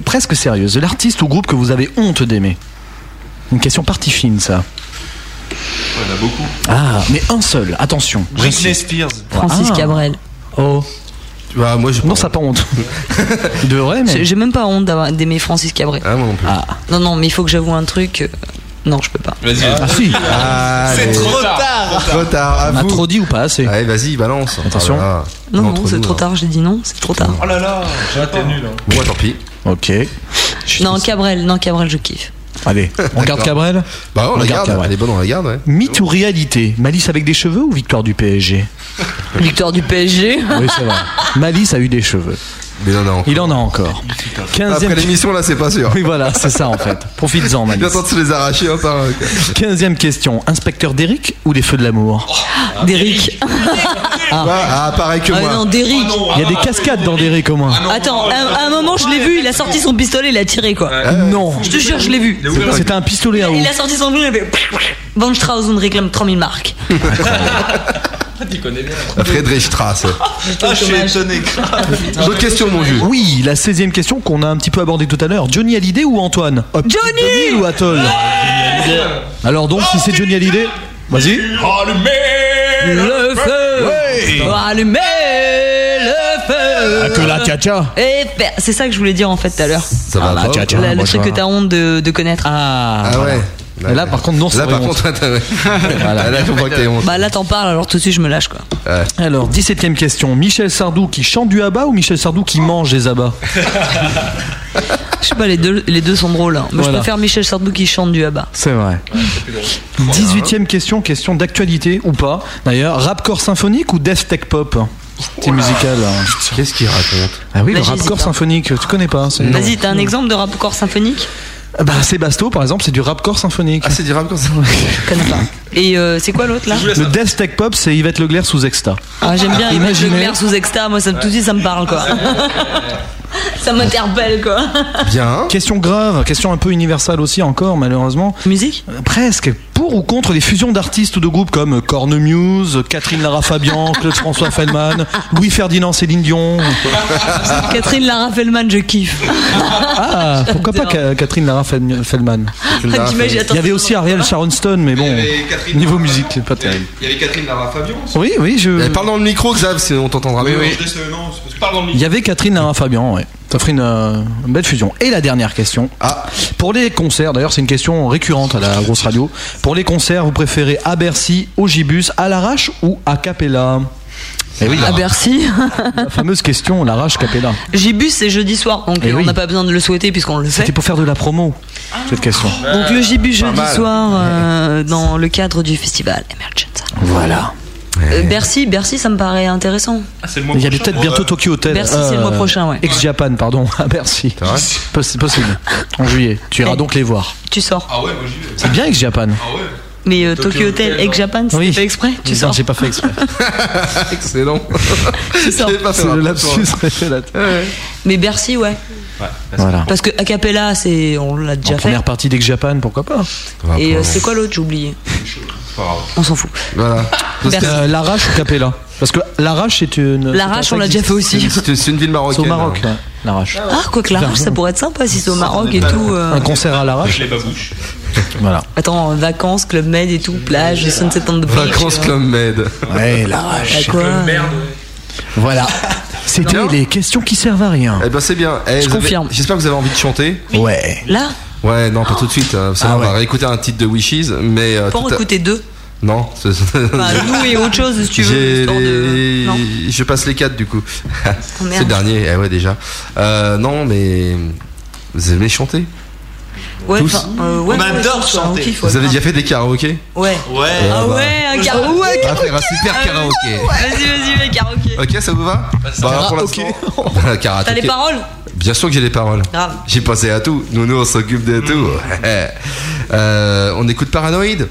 [SPEAKER 6] presque sérieuse. L'artiste ou groupe que vous avez honte d'aimer Une question partie fine, ça.
[SPEAKER 12] Il y en a beaucoup.
[SPEAKER 6] Ah, mais un seul, attention.
[SPEAKER 13] Britney Spears.
[SPEAKER 10] Francis
[SPEAKER 6] Ah.
[SPEAKER 10] Cabrel.
[SPEAKER 6] Oh.
[SPEAKER 2] Bah, moi, je
[SPEAKER 6] non, ça pas honte. De vrai, mais.
[SPEAKER 10] J'ai j'ai même pas honte d'avoir- d'aimer Francis Cabrel.
[SPEAKER 2] Ah, moi non plus.
[SPEAKER 10] Non, non, mais il faut que j'avoue un truc. euh, Non, je peux pas.
[SPEAKER 12] Vas-y.
[SPEAKER 6] Ah, si.
[SPEAKER 2] Allez.
[SPEAKER 13] tard
[SPEAKER 2] Trop tard, à
[SPEAKER 6] On a
[SPEAKER 2] vous.
[SPEAKER 6] trop dit ou pas assez
[SPEAKER 2] Allez, vas-y, balance.
[SPEAKER 6] Attention.
[SPEAKER 2] Ah là là.
[SPEAKER 10] Non, non,
[SPEAKER 2] Entre
[SPEAKER 10] c'est
[SPEAKER 2] nous,
[SPEAKER 10] trop
[SPEAKER 2] hein.
[SPEAKER 10] tard, j'ai dit non, c'est trop tard.
[SPEAKER 13] Oh là là J'étais nul.
[SPEAKER 2] Bon, tant pis.
[SPEAKER 6] Ok.
[SPEAKER 10] Non, Cabrel, non, Cabrel, je kiffe.
[SPEAKER 6] Allez, on garde
[SPEAKER 2] D'accord.
[SPEAKER 6] Cabrel
[SPEAKER 2] Bah, on,
[SPEAKER 6] On
[SPEAKER 2] la
[SPEAKER 6] garde
[SPEAKER 2] garde.
[SPEAKER 6] Cabrel.
[SPEAKER 2] Elle est bonne, on la garde, ouais.
[SPEAKER 6] Mythe ou réalité Malice avec des cheveux ou victoire du PSG
[SPEAKER 10] Victoire du PSG.
[SPEAKER 6] Oui, c'est vrai. Malice a eu des cheveux.
[SPEAKER 2] Mais non, non.
[SPEAKER 6] Il en a encore. 15
[SPEAKER 2] Après l'émission, là, c'est pas sûr.
[SPEAKER 6] Oui, voilà, c'est ça en fait. Profites-en,
[SPEAKER 2] Il
[SPEAKER 6] Malice.
[SPEAKER 2] attend de se les arracher un par euh, un. quoi.
[SPEAKER 6] 15 question. Inspecteur d'Eric ou les feux de l'amour
[SPEAKER 10] Derrick.
[SPEAKER 2] Ah, pareil que
[SPEAKER 10] Ah
[SPEAKER 2] moi.
[SPEAKER 10] non, Derrick.
[SPEAKER 6] Il y a des cascades dans Derrick au moins.
[SPEAKER 10] Attends, à à un moment, je l'ai vu, il a sorti son pistolet, il a tiré quoi.
[SPEAKER 6] Non.
[SPEAKER 10] Je te jure, je l'ai vu.
[SPEAKER 6] C'était un pistolet à eau.
[SPEAKER 10] Il a sorti son pistolet, il a fait. Van Strauss, on réclame 3000 marques.
[SPEAKER 9] Tu connais bien.
[SPEAKER 2] Friedrich Strasse.
[SPEAKER 13] Ah, je suis étonné.
[SPEAKER 2] D'autres questions, mon juge
[SPEAKER 6] Oui, la 16 e question qu'on a un petit peu abordée tout à l'heure. Johnny Hallyday ou Antoine Hop,
[SPEAKER 10] Johnny
[SPEAKER 6] Hallyday ou Atoll Alors donc, si c'est Johnny Hallyday, vas-y.
[SPEAKER 10] Le feu Allumer le feu Et faire- C'est ça que je voulais dire en fait tout à l'heure.
[SPEAKER 2] Ça va pas, ou quoi
[SPEAKER 10] Le- Le
[SPEAKER 2] Moi, je
[SPEAKER 10] truc que
[SPEAKER 2] vois.
[SPEAKER 10] t'as honte de, de connaître.
[SPEAKER 6] Ah,
[SPEAKER 2] Ah ouais.
[SPEAKER 6] Et là, par contre, non, c'est
[SPEAKER 2] Là, par
[SPEAKER 6] vraiment-
[SPEAKER 2] contre, attends, ouais.
[SPEAKER 6] Voilà.
[SPEAKER 2] Là, faut pas que t'aies honte.
[SPEAKER 10] Bah là t'en parles alors tout de suite je me lâche quoi.
[SPEAKER 2] Ouais.
[SPEAKER 6] Alors, 17 e question. Michel Sardou qui chante du habas ou Michel Sardou qui mange des abats
[SPEAKER 10] Je sais pas les deux les deux sont drôles. hein. Mais
[SPEAKER 6] Voilà.
[SPEAKER 10] je préfère Michel Sardou qui chante du Abba.
[SPEAKER 6] C'est vrai. 18 e question, question d'actualité ou pas. D'ailleurs, rapcore symphonique ou death tech pop C'est musical. hein.
[SPEAKER 2] Qu'est-ce qu'il raconte
[SPEAKER 6] Ah oui,
[SPEAKER 10] Là,
[SPEAKER 6] le
[SPEAKER 10] j'hésite,
[SPEAKER 6] rapcore
[SPEAKER 10] hein.
[SPEAKER 6] symphonique, tu connais pas c'est-
[SPEAKER 10] Vas-y t'as un exemple de rap corps symphonique
[SPEAKER 6] Ah Bah, Sébasto, par exemple, c'est du rapcore symphonique.
[SPEAKER 2] Ah, c'est du rap comme ça
[SPEAKER 10] Je connais pas. Et euh, c'est quoi l'autre là
[SPEAKER 6] le death tech pop, c'est Yvette Legler sous Exta.
[SPEAKER 10] ah, J'aime bien Yvette
[SPEAKER 6] Imaginez.
[SPEAKER 10] Leclerc sous extra, moi ça, tout de suite ça me parle quoi. ça m'interpelle quoi.
[SPEAKER 2] Bien.
[SPEAKER 6] Question grave, question un peu universelle aussi encore, malheureusement.
[SPEAKER 10] Musique
[SPEAKER 6] Euh, Presque. Pouf, pour ou contre les fusions d'artistes ou de groupes comme Cornemuse, Catherine Lara Fabian, Claude François Feldman, Louis Ferdinand Céline Dion
[SPEAKER 10] Catherine Lara Feldman, je kiffe.
[SPEAKER 6] Ah, pourquoi pas Ca- Catherine Lara Fel- Feldman
[SPEAKER 13] Ah,
[SPEAKER 10] Lara T'imagines, Feldman. attends,
[SPEAKER 6] Il y avait aussi Ariel Sharon Stone, mais bon, niveau musique, c'est pas terrible.
[SPEAKER 12] Il y avait Catherine Lara Fabion
[SPEAKER 6] Oui, oui, je.
[SPEAKER 2] Parle dans le micro, Xav, sinon on t'entendra mieux.
[SPEAKER 6] Il y avait Catherine Lara Fabian, ouais. Ça ferait une, euh, une belle fusion. Et la dernière question. Pour les concerts, d'ailleurs, c'est une question récurrente à la grosse radio. Pour les concerts, vous préférez à Bercy, au Gibus, à l'arrache ou à Capella Eh oui,
[SPEAKER 10] À
[SPEAKER 6] la-
[SPEAKER 10] Bercy.
[SPEAKER 6] La fameuse question, l'arrache Capella.
[SPEAKER 10] Gibus, c'est jeudi soir, donc
[SPEAKER 6] Eh
[SPEAKER 10] euh, on
[SPEAKER 6] oui.
[SPEAKER 10] n'a pas besoin de le souhaiter puisqu'on le sait.
[SPEAKER 6] C'était pour faire de la promo, cette question.
[SPEAKER 11] Ah.
[SPEAKER 10] Donc le Gibus
[SPEAKER 6] Pas
[SPEAKER 10] jeudi
[SPEAKER 6] mal.
[SPEAKER 10] soir euh, dans le cadre du festival Emergence.
[SPEAKER 6] Voilà.
[SPEAKER 10] Euh, Bercy, Bercy, ça me paraît intéressant.
[SPEAKER 6] Il y avait peut-être bientôt Tokyo Hotel. euh,
[SPEAKER 10] Bercy, c'est le mois prochain, ouais.
[SPEAKER 6] Ex-Japan, pardon, à Bercy. C'est possible. En juillet. Tu iras donc les voir.
[SPEAKER 10] Tu sors.
[SPEAKER 12] Ah ouais, moi j'y
[SPEAKER 6] C'est bien Ex-Japan.
[SPEAKER 10] Mais euh, Tokyo Hotel, ex Japan, c'est fait exprès. Tu
[SPEAKER 6] Non,
[SPEAKER 10] sors.
[SPEAKER 6] j'ai pas fait exprès.
[SPEAKER 2] Excellent.
[SPEAKER 6] C'est le lapsus révélateur.
[SPEAKER 10] Mais Bercy, ouais.
[SPEAKER 6] Voilà.
[SPEAKER 10] Parce que a cappella, c'est on l'a déjà
[SPEAKER 6] En
[SPEAKER 10] fait.
[SPEAKER 6] première partie d'Ex-Japan, pourquoi pas
[SPEAKER 10] Et euh, c'est quoi l'autre J'ai oublié. On s'en fout.
[SPEAKER 2] Voilà.
[SPEAKER 10] Bercy.
[SPEAKER 6] Euh, L'arrache ou Capella Parce que l'arrache c'est une.
[SPEAKER 10] L'arrache,
[SPEAKER 6] c'est un
[SPEAKER 10] on l'a déjà
[SPEAKER 6] existe.
[SPEAKER 10] fait aussi. C'est
[SPEAKER 2] C'est une ville
[SPEAKER 6] C'est au
[SPEAKER 2] marocaine. hein.
[SPEAKER 6] Maroc, ouais, l'arrache.
[SPEAKER 10] Ah, quoi que l'arrache, ça pourrait être sympa si c'est au Maroc et tout. euh.
[SPEAKER 6] Un concert à l'arrache.
[SPEAKER 11] les babouches.
[SPEAKER 6] Voilà.
[SPEAKER 10] Attends, euh, vacances, Club Med et tout, plage, Sunset on the Beach.
[SPEAKER 2] Vacances
[SPEAKER 10] euh.
[SPEAKER 2] Club Med.
[SPEAKER 6] Ouais, l'arrache.
[SPEAKER 10] Ah, quoi
[SPEAKER 6] Voilà. C'était les questions qui servent à rien.
[SPEAKER 2] Eh ben c'est bien.
[SPEAKER 6] Je
[SPEAKER 2] Eh, vous avez-
[SPEAKER 6] confirme.
[SPEAKER 2] J'espère que vous avez envie de chanter.
[SPEAKER 6] Ouais.
[SPEAKER 10] Là
[SPEAKER 2] Ouais, non, pas tout de suite. euh, parce que là, On va réécouter un titre de Wishes, mais. euh,
[SPEAKER 10] Pour en
[SPEAKER 2] tout à-
[SPEAKER 10] écouter deux.
[SPEAKER 2] Non. c'est-
[SPEAKER 10] Bah, nous et autre chose si tu veux.
[SPEAKER 2] J'ai
[SPEAKER 10] histoire
[SPEAKER 2] les-
[SPEAKER 10] de- Non. Oh,
[SPEAKER 2] Je passe les quatre du coup. c'est le
[SPEAKER 10] merde.
[SPEAKER 2] dernier, eh ouais déjà. Euh, non mais vous aimez chanter
[SPEAKER 10] Ouais,
[SPEAKER 2] Tous.
[SPEAKER 10] enfin, euh, ouais,
[SPEAKER 13] On
[SPEAKER 10] ouais,
[SPEAKER 13] adore
[SPEAKER 10] ouais,
[SPEAKER 13] chanter.
[SPEAKER 10] on kiffe, ouais.
[SPEAKER 2] Vous avez déjà fait des karaokés
[SPEAKER 10] Ouais.
[SPEAKER 2] Ouais.
[SPEAKER 10] Ah ouais,
[SPEAKER 6] bah.
[SPEAKER 10] un karaoké. Ouais,
[SPEAKER 2] On va faire un super karaoké.
[SPEAKER 10] Vas-y, vas-y, mec, karaoké.
[SPEAKER 2] Ok, ça vous va Bah, pour l'instant. Karaoké.
[SPEAKER 10] T'as les paroles
[SPEAKER 2] Bien sûr que j'ai les paroles.
[SPEAKER 10] Grave. Mm.
[SPEAKER 2] J'ai pensé à tout. Nous, nous, on s'occupe de tout. Euh, on écoute Paranoid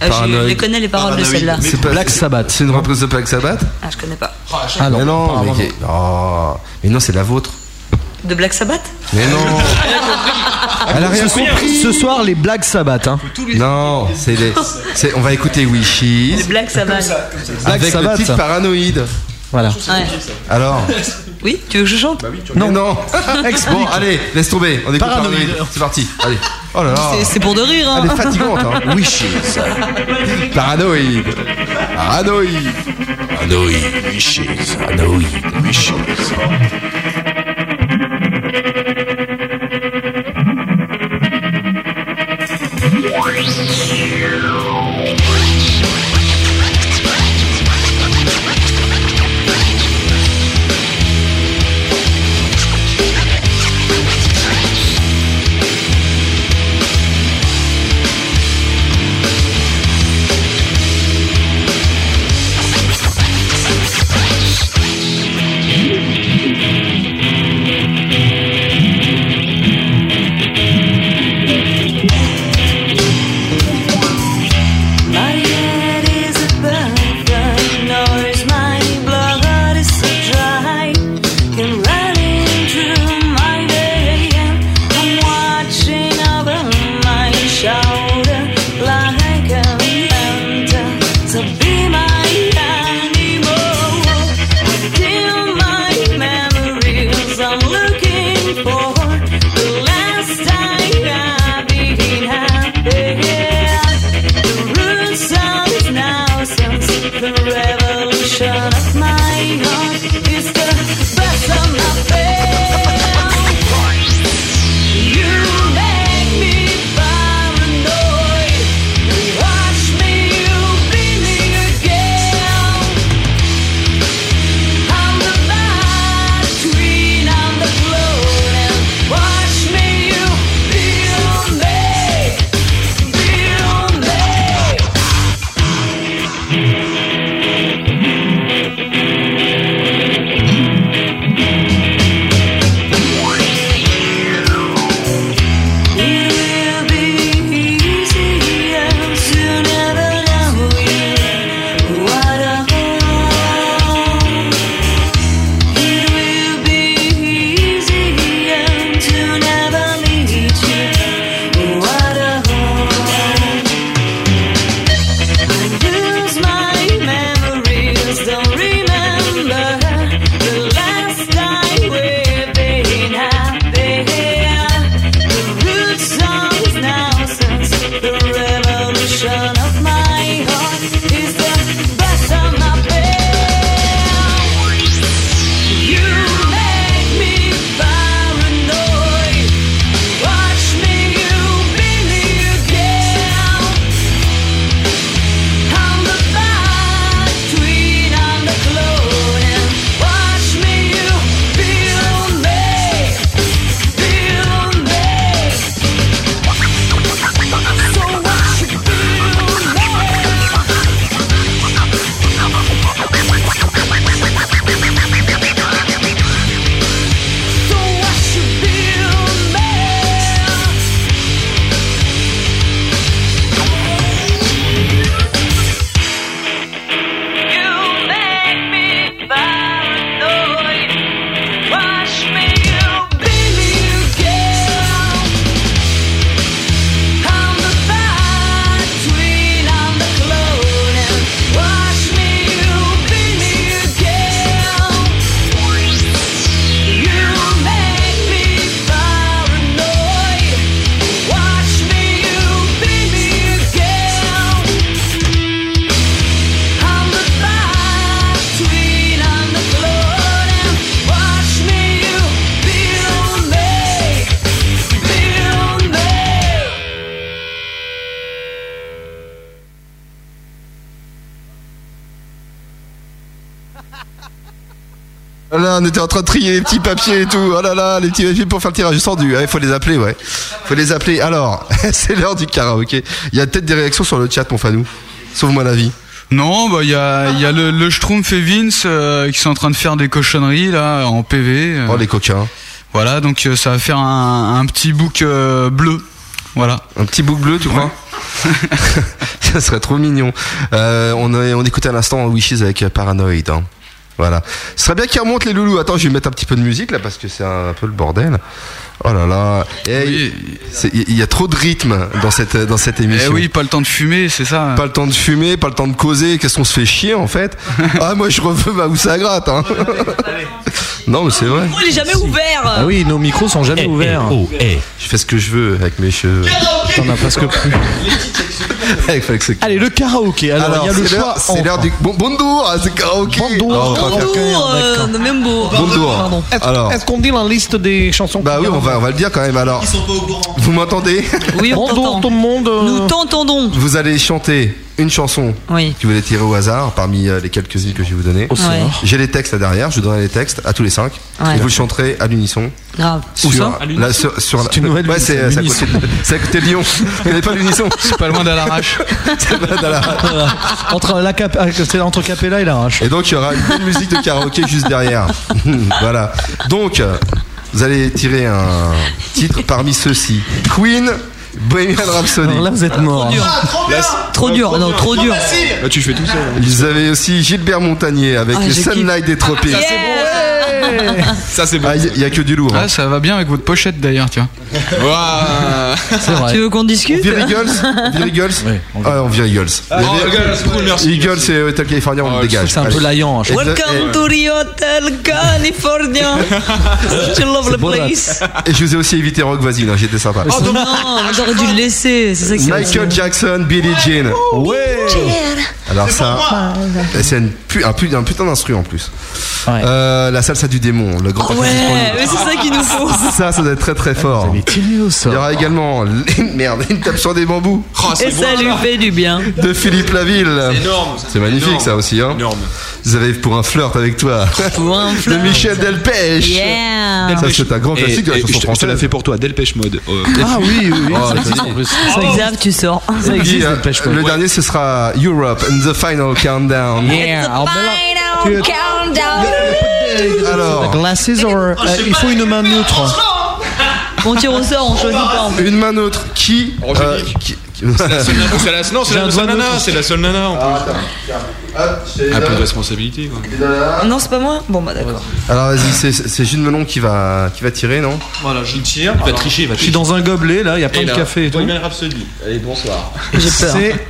[SPEAKER 16] Ah,
[SPEAKER 10] Euh, je- je les connais, les paroles de
[SPEAKER 2] Paranoid.
[SPEAKER 10] celle-là.
[SPEAKER 2] C'est pas-
[SPEAKER 6] Black Sabbath.
[SPEAKER 2] C'est une reprise de Black Sabbath
[SPEAKER 10] Ah, je connais pas.
[SPEAKER 2] Ah non, mais non, mais,
[SPEAKER 6] apparemment.
[SPEAKER 2] qui- oh, mais non, c'est la vôtre.
[SPEAKER 10] De Black Sabbath
[SPEAKER 2] Mais non. Elle a Ah, rien
[SPEAKER 6] Ce soir-
[SPEAKER 2] compris.
[SPEAKER 6] Ce soir, les blagues Sabbath. Hein.
[SPEAKER 2] Non, c'est les- c'est- on va écouter Wishes
[SPEAKER 10] De Black Sabbath.
[SPEAKER 2] avec
[SPEAKER 6] Sabbath.
[SPEAKER 2] le titre Paranoid.
[SPEAKER 6] Voilà.
[SPEAKER 10] Ah, Ouais.
[SPEAKER 2] Alors
[SPEAKER 10] Oui, tu veux que je chante
[SPEAKER 2] Non, non.
[SPEAKER 10] Explique.
[SPEAKER 2] Bon, allez, laisse tomber. On écoute
[SPEAKER 10] Paranoid.
[SPEAKER 2] Paranoid. C'est parti. Allez. Oh là là.
[SPEAKER 10] C'est- C'est pour de rire, hein.
[SPEAKER 2] Elle est fatigante, hein. Wishes. Paranoïde. Paranoïde.
[SPEAKER 7] Paranoïde. Wishes. Paranoïde. Wishes.
[SPEAKER 8] Thank you.
[SPEAKER 2] Oh là, on était en train de trier les petits papiers et tout. Oh là là, les petits papiers pour faire le tirage du sort du. Il faut les appeler, ouais. faut les appeler. Alors, c'est l'heure du karaoké. Il y a peut-être des réactions sur le chat, mon fanou. Sauve-moi la vie.
[SPEAKER 3] Non, bah il y a, il y a le, le Schtroumpf et Vince euh, qui sont en train de faire des cochonneries là en PV. Oh
[SPEAKER 2] les coquins.
[SPEAKER 3] Voilà, donc euh, ça va faire un, un petit bouc euh, bleu. Voilà.
[SPEAKER 2] Un petit bouc bleu, tu crois Ça serait trop mignon. Euh, on, a- on écoutait à l'instant Wishes avec Paranoid. hein. Voilà. Ce serait bien qu'ils remontent les loulous. Attends, je vais mettre un petit peu de musique là parce que c'est un peu le bordel. Oh là là. Eh, c'est- Il y a trop de rythme dans cette, dans cette émission.
[SPEAKER 3] Eh oui, pas le temps de fumer, c'est ça.
[SPEAKER 2] Pas le temps de fumer, pas le temps de causer, qu'est-ce qu'on se fait chier en fait Ah moi je reveux ma où ça gratte hein. Non mais c'est vrai.
[SPEAKER 16] Oh, il est jamais ouvert
[SPEAKER 2] Ah oui, nos micros sont jamais ouverts.
[SPEAKER 16] oh,
[SPEAKER 2] Je fais ce que je veux avec mes cheveux.
[SPEAKER 6] T'en as presque plus. Allez, le karaoké. Alors, il y a le
[SPEAKER 2] c'est
[SPEAKER 6] choix.
[SPEAKER 2] l'heure- C'est l'heure du. Bon, bonjour, hein, c'est karaoké. Bonjour,
[SPEAKER 16] même beau.
[SPEAKER 2] Bonjour. Alors.
[SPEAKER 6] Est-ce qu'on dit la liste des chansons
[SPEAKER 2] Bah oui, on va, on va le dire quand même. Alors, vous m'entendez
[SPEAKER 16] Oui, on
[SPEAKER 6] Bonjour,
[SPEAKER 16] t'entend.
[SPEAKER 6] tout le monde. euh.
[SPEAKER 16] Nous t'entendons.
[SPEAKER 2] Vous allez chanter une chanson
[SPEAKER 16] Oui.
[SPEAKER 2] que vous allez tirer au hasard parmi euh, les quelques-unes que je vais vous donner.
[SPEAKER 16] Au sort. Ouais.
[SPEAKER 2] J'ai les textes là derrière, je vous donnerai les textes à tous les cinq.
[SPEAKER 16] Ouais.
[SPEAKER 2] Et vous le chanterez à l'unisson.
[SPEAKER 16] Grave.
[SPEAKER 2] Sur- là, sur, sur la- Ouais, c'est euh, c'est à, côté de- c'est à côté de Lyon. Vous connaissez pas l'unisson
[SPEAKER 3] C'est pas loin d'Alarache.
[SPEAKER 2] C'est pas loin d'Alarache.
[SPEAKER 6] entre la cap... ah, c'est entre Capella et l'arrache.
[SPEAKER 2] Et donc il y aura une bonne musique de karaoké juste derrière. voilà. Donc euh, vous allez tirer un titre parmi ceux-ci. Queen, Bohemian Rhapsody.
[SPEAKER 6] Alors là, vous êtes mort.
[SPEAKER 16] Trop dur, non, trop dur.
[SPEAKER 2] Là Bah, tu fais tout ça. Ils avaient aussi Gilbert Montagnier avec
[SPEAKER 16] Ah,
[SPEAKER 2] les
[SPEAKER 16] j'ai
[SPEAKER 2] Sunlight des Tropiques.
[SPEAKER 3] Ça c'est
[SPEAKER 2] bon. Il y a que du lourd. hein.
[SPEAKER 3] Ah, ça va bien avec votre pochette d'ailleurs, tu vois.
[SPEAKER 2] C'est vrai.
[SPEAKER 16] Tu veux qu'on discute
[SPEAKER 2] Beer Eagles, Beer Eagles Ah, on vire Eagles. Il y avait- Eagles euh, et Hotel California, on le dégage.
[SPEAKER 6] c'est un peu
[SPEAKER 2] Allez.
[SPEAKER 6] laillant, hein, je
[SPEAKER 2] Et-
[SPEAKER 16] Welcome
[SPEAKER 2] et-
[SPEAKER 16] to the Hotel California. I love the place.
[SPEAKER 2] Et je vous ai aussi évité Rock Vasine, hein, j'étais sympa.
[SPEAKER 16] Oh non, j'aurais dû le laisser. C'est ça qui
[SPEAKER 2] Michael Jackson, Billie Jean. Ouais. Alors ça, et c'est une pu- un, pu- un putain d'instru en plus. Euh, la salsa du démon, le grand
[SPEAKER 16] Oh
[SPEAKER 2] artiste
[SPEAKER 16] ouais,
[SPEAKER 2] pour nous.
[SPEAKER 16] mais c'est ça qu'il nous faut.
[SPEAKER 2] Ça, ça doit être très très fort. Il y aura également merde, une tape sur des bambous.
[SPEAKER 12] Oh,
[SPEAKER 16] Et ça lui fait du bien.
[SPEAKER 2] de Philippe Laville. C'est
[SPEAKER 16] énorme, ça.
[SPEAKER 2] C'est magnifique
[SPEAKER 16] Énorme.
[SPEAKER 2] ça aussi. Hein Vous avez pour un flirt avec toi.
[SPEAKER 16] Pour un
[SPEAKER 2] De Michel Delpech.
[SPEAKER 16] Yeah.
[SPEAKER 2] Ça c'est un grand
[SPEAKER 12] Et-
[SPEAKER 2] classique de la
[SPEAKER 12] et
[SPEAKER 2] chanson
[SPEAKER 12] je te- je te la
[SPEAKER 2] française.
[SPEAKER 12] fais pour toi, Delpech Mode. Euh,
[SPEAKER 2] Ah oui, oui, oui,
[SPEAKER 12] Oh,
[SPEAKER 2] ça
[SPEAKER 12] vas-y.
[SPEAKER 2] existe en plus.
[SPEAKER 16] Ça existe, tu sors. Ça
[SPEAKER 2] Et puis,
[SPEAKER 16] existe.
[SPEAKER 2] euh, le dernier ce sera Europe and the final countdown.
[SPEAKER 16] Final countdown.
[SPEAKER 2] Alors.
[SPEAKER 6] Glasses or, euh, il faut une main neutre.
[SPEAKER 16] On tire au sort, on choisit pas.
[SPEAKER 6] Ah.
[SPEAKER 2] Une main neutre qui, euh, qui- qui-
[SPEAKER 12] C'est la seule nana- c'est la- non, c'est la- c'est la nana, c'est la seule nana en plus.
[SPEAKER 2] Ah,
[SPEAKER 12] Un peu de responsabilité quoi.
[SPEAKER 16] Non, c'est pas moi Bon, bah d'accord.
[SPEAKER 2] Alors vas-y, c'est- c'est Gilles Melon qui va qui va tirer, non
[SPEAKER 12] Voilà, je tire. Il va tricher, il va
[SPEAKER 6] Je suis dans un gobelet là, il y a plein
[SPEAKER 12] Et
[SPEAKER 6] de
[SPEAKER 12] là,
[SPEAKER 6] café et tout.
[SPEAKER 12] Bohemian Rhapsody. Allez, bonsoir.
[SPEAKER 16] J'ai peur.
[SPEAKER 6] C'est-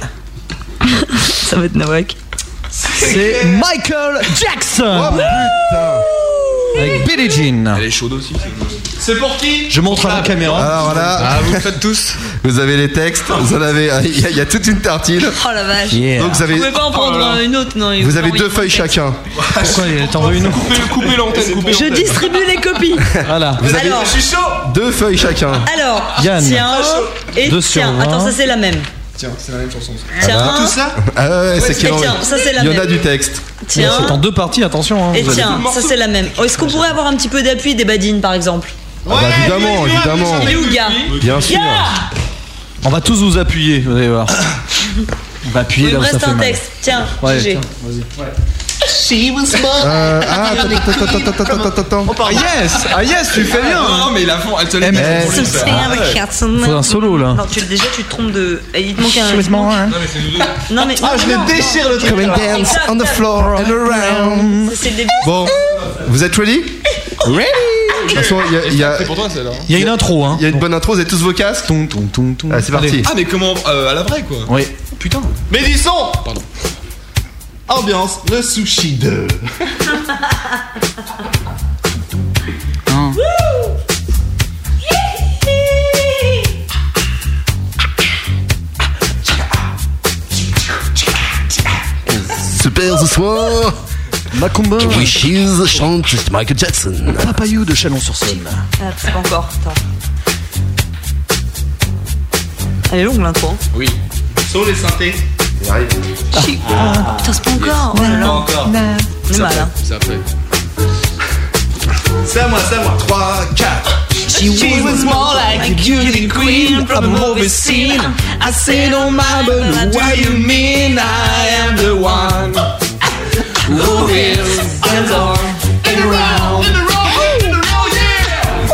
[SPEAKER 16] Ça va être Nawak.
[SPEAKER 6] C'est Michael
[SPEAKER 12] Ah,
[SPEAKER 6] Jackson.
[SPEAKER 2] Oh,
[SPEAKER 6] Avec Billie Jean.
[SPEAKER 12] Elle est chaude aussi. C'est pour qui
[SPEAKER 6] Je montre à la caméra.
[SPEAKER 2] Alors là,
[SPEAKER 12] Ah, vous le faites tous.
[SPEAKER 2] Vous avez les textes, vous en avez, il y, a- il y a toute une tartine.
[SPEAKER 16] Oh la vache.
[SPEAKER 2] Yeah. Donc, vous avez-
[SPEAKER 16] Vous pouvez pas en prendre
[SPEAKER 2] Oh là là.
[SPEAKER 16] euh, une autre, non il
[SPEAKER 2] Vous
[SPEAKER 16] faut
[SPEAKER 2] avez
[SPEAKER 16] envoyer
[SPEAKER 2] deux
[SPEAKER 16] une
[SPEAKER 2] feuilles
[SPEAKER 16] tête.
[SPEAKER 2] chacun.
[SPEAKER 6] Pourquoi il t'en veut une
[SPEAKER 12] Coupez l'antenne, coupez
[SPEAKER 16] Je distribue les copies.
[SPEAKER 6] Voilà.
[SPEAKER 2] Vous avez
[SPEAKER 16] Alors. Je suis
[SPEAKER 2] deux feuilles chacun.
[SPEAKER 16] Alors,
[SPEAKER 2] Yann.
[SPEAKER 16] tiens, et
[SPEAKER 2] Deux sur
[SPEAKER 16] tiens.
[SPEAKER 2] vingt.
[SPEAKER 16] Attends, ça c'est la même.
[SPEAKER 12] Tiens, c'est la même chanson.
[SPEAKER 16] Tiens.
[SPEAKER 2] Ah ouais, ouais, c'est
[SPEAKER 16] Et
[SPEAKER 2] qu'il y en-
[SPEAKER 16] tiens, ça, c'est la
[SPEAKER 2] Il y en a
[SPEAKER 16] même.
[SPEAKER 2] du texte. Ah,
[SPEAKER 16] Tiens. C'est en
[SPEAKER 6] deux parties, attention. hein.
[SPEAKER 16] Et tiens, ça c'est la même. Oh, Est-ce qu'on pourrait avoir un petit peu d'appui des badines par exemple
[SPEAKER 2] Ah bah, évidemment, évidemment.
[SPEAKER 16] Yuga.
[SPEAKER 2] Bien sûr.
[SPEAKER 6] On va tous vous appuyer, vous allez voir. On
[SPEAKER 16] Il
[SPEAKER 6] va appuyer
[SPEAKER 16] me
[SPEAKER 6] là où ça
[SPEAKER 16] reste
[SPEAKER 6] fait
[SPEAKER 16] un
[SPEAKER 6] mal.
[SPEAKER 16] texte. Tiens,
[SPEAKER 6] Ouais,
[SPEAKER 16] GG.
[SPEAKER 6] tiens,
[SPEAKER 16] She was
[SPEAKER 2] Euh, ah, attends, attends, attends, attends, attends, attends, attends.
[SPEAKER 12] Ah yes Ah yes, tu fais bien Non, mais ils la font, elle te
[SPEAKER 6] Eh,
[SPEAKER 12] la
[SPEAKER 6] mais-
[SPEAKER 12] met pour lui, ça. Ah ouais.
[SPEAKER 6] Faut un solo là.
[SPEAKER 16] Non, tu le déjà, tu te trompes de. Eh, Il te manque un.
[SPEAKER 6] She was mine.
[SPEAKER 16] Non, mais c'est nous deux. Non, mais.
[SPEAKER 13] Ah, je
[SPEAKER 16] non,
[SPEAKER 13] le
[SPEAKER 16] non,
[SPEAKER 13] déchire,
[SPEAKER 16] non.
[SPEAKER 13] le truc.
[SPEAKER 2] Come and
[SPEAKER 16] Exact,
[SPEAKER 2] dance on the
[SPEAKER 16] exact.
[SPEAKER 2] floor and around.
[SPEAKER 16] Ça, C'est le début.
[SPEAKER 2] Bon, vous êtes ready Ready De toute façon, il y a- il y a.
[SPEAKER 12] pour toi celle-là.
[SPEAKER 2] Il y a une intro, hein. Il y a une bonne intro, vous avez tous vos casques Ah, c'est parti.
[SPEAKER 12] Ah mais comment euh, à la vraie quoi
[SPEAKER 6] Oui.
[SPEAKER 12] Putain.
[SPEAKER 13] Médisson
[SPEAKER 12] Pardon.
[SPEAKER 13] Ambiance, le sushi de.
[SPEAKER 2] Super ce soir.
[SPEAKER 6] Macumba.
[SPEAKER 2] Wishes chante Michael Jackson.
[SPEAKER 6] Papayou de Chalon-sur-Saône.
[SPEAKER 16] Ah, c'est pas encore. Attends. Elle est longue l'intro. hein.
[SPEAKER 12] Oui.
[SPEAKER 13] Sauf les synthés.
[SPEAKER 2] Arrive.
[SPEAKER 10] Chi- Putain, c'est pas encore. Oh là là.
[SPEAKER 13] Pas encore.
[SPEAKER 10] On est mal, hein.
[SPEAKER 13] C'est après. C'est à moi, c'est à moi. 3, 4.
[SPEAKER 8] She was more like a beauty queen from a movie scene. I say no mind, but what you mean? I am the one who is and on and around.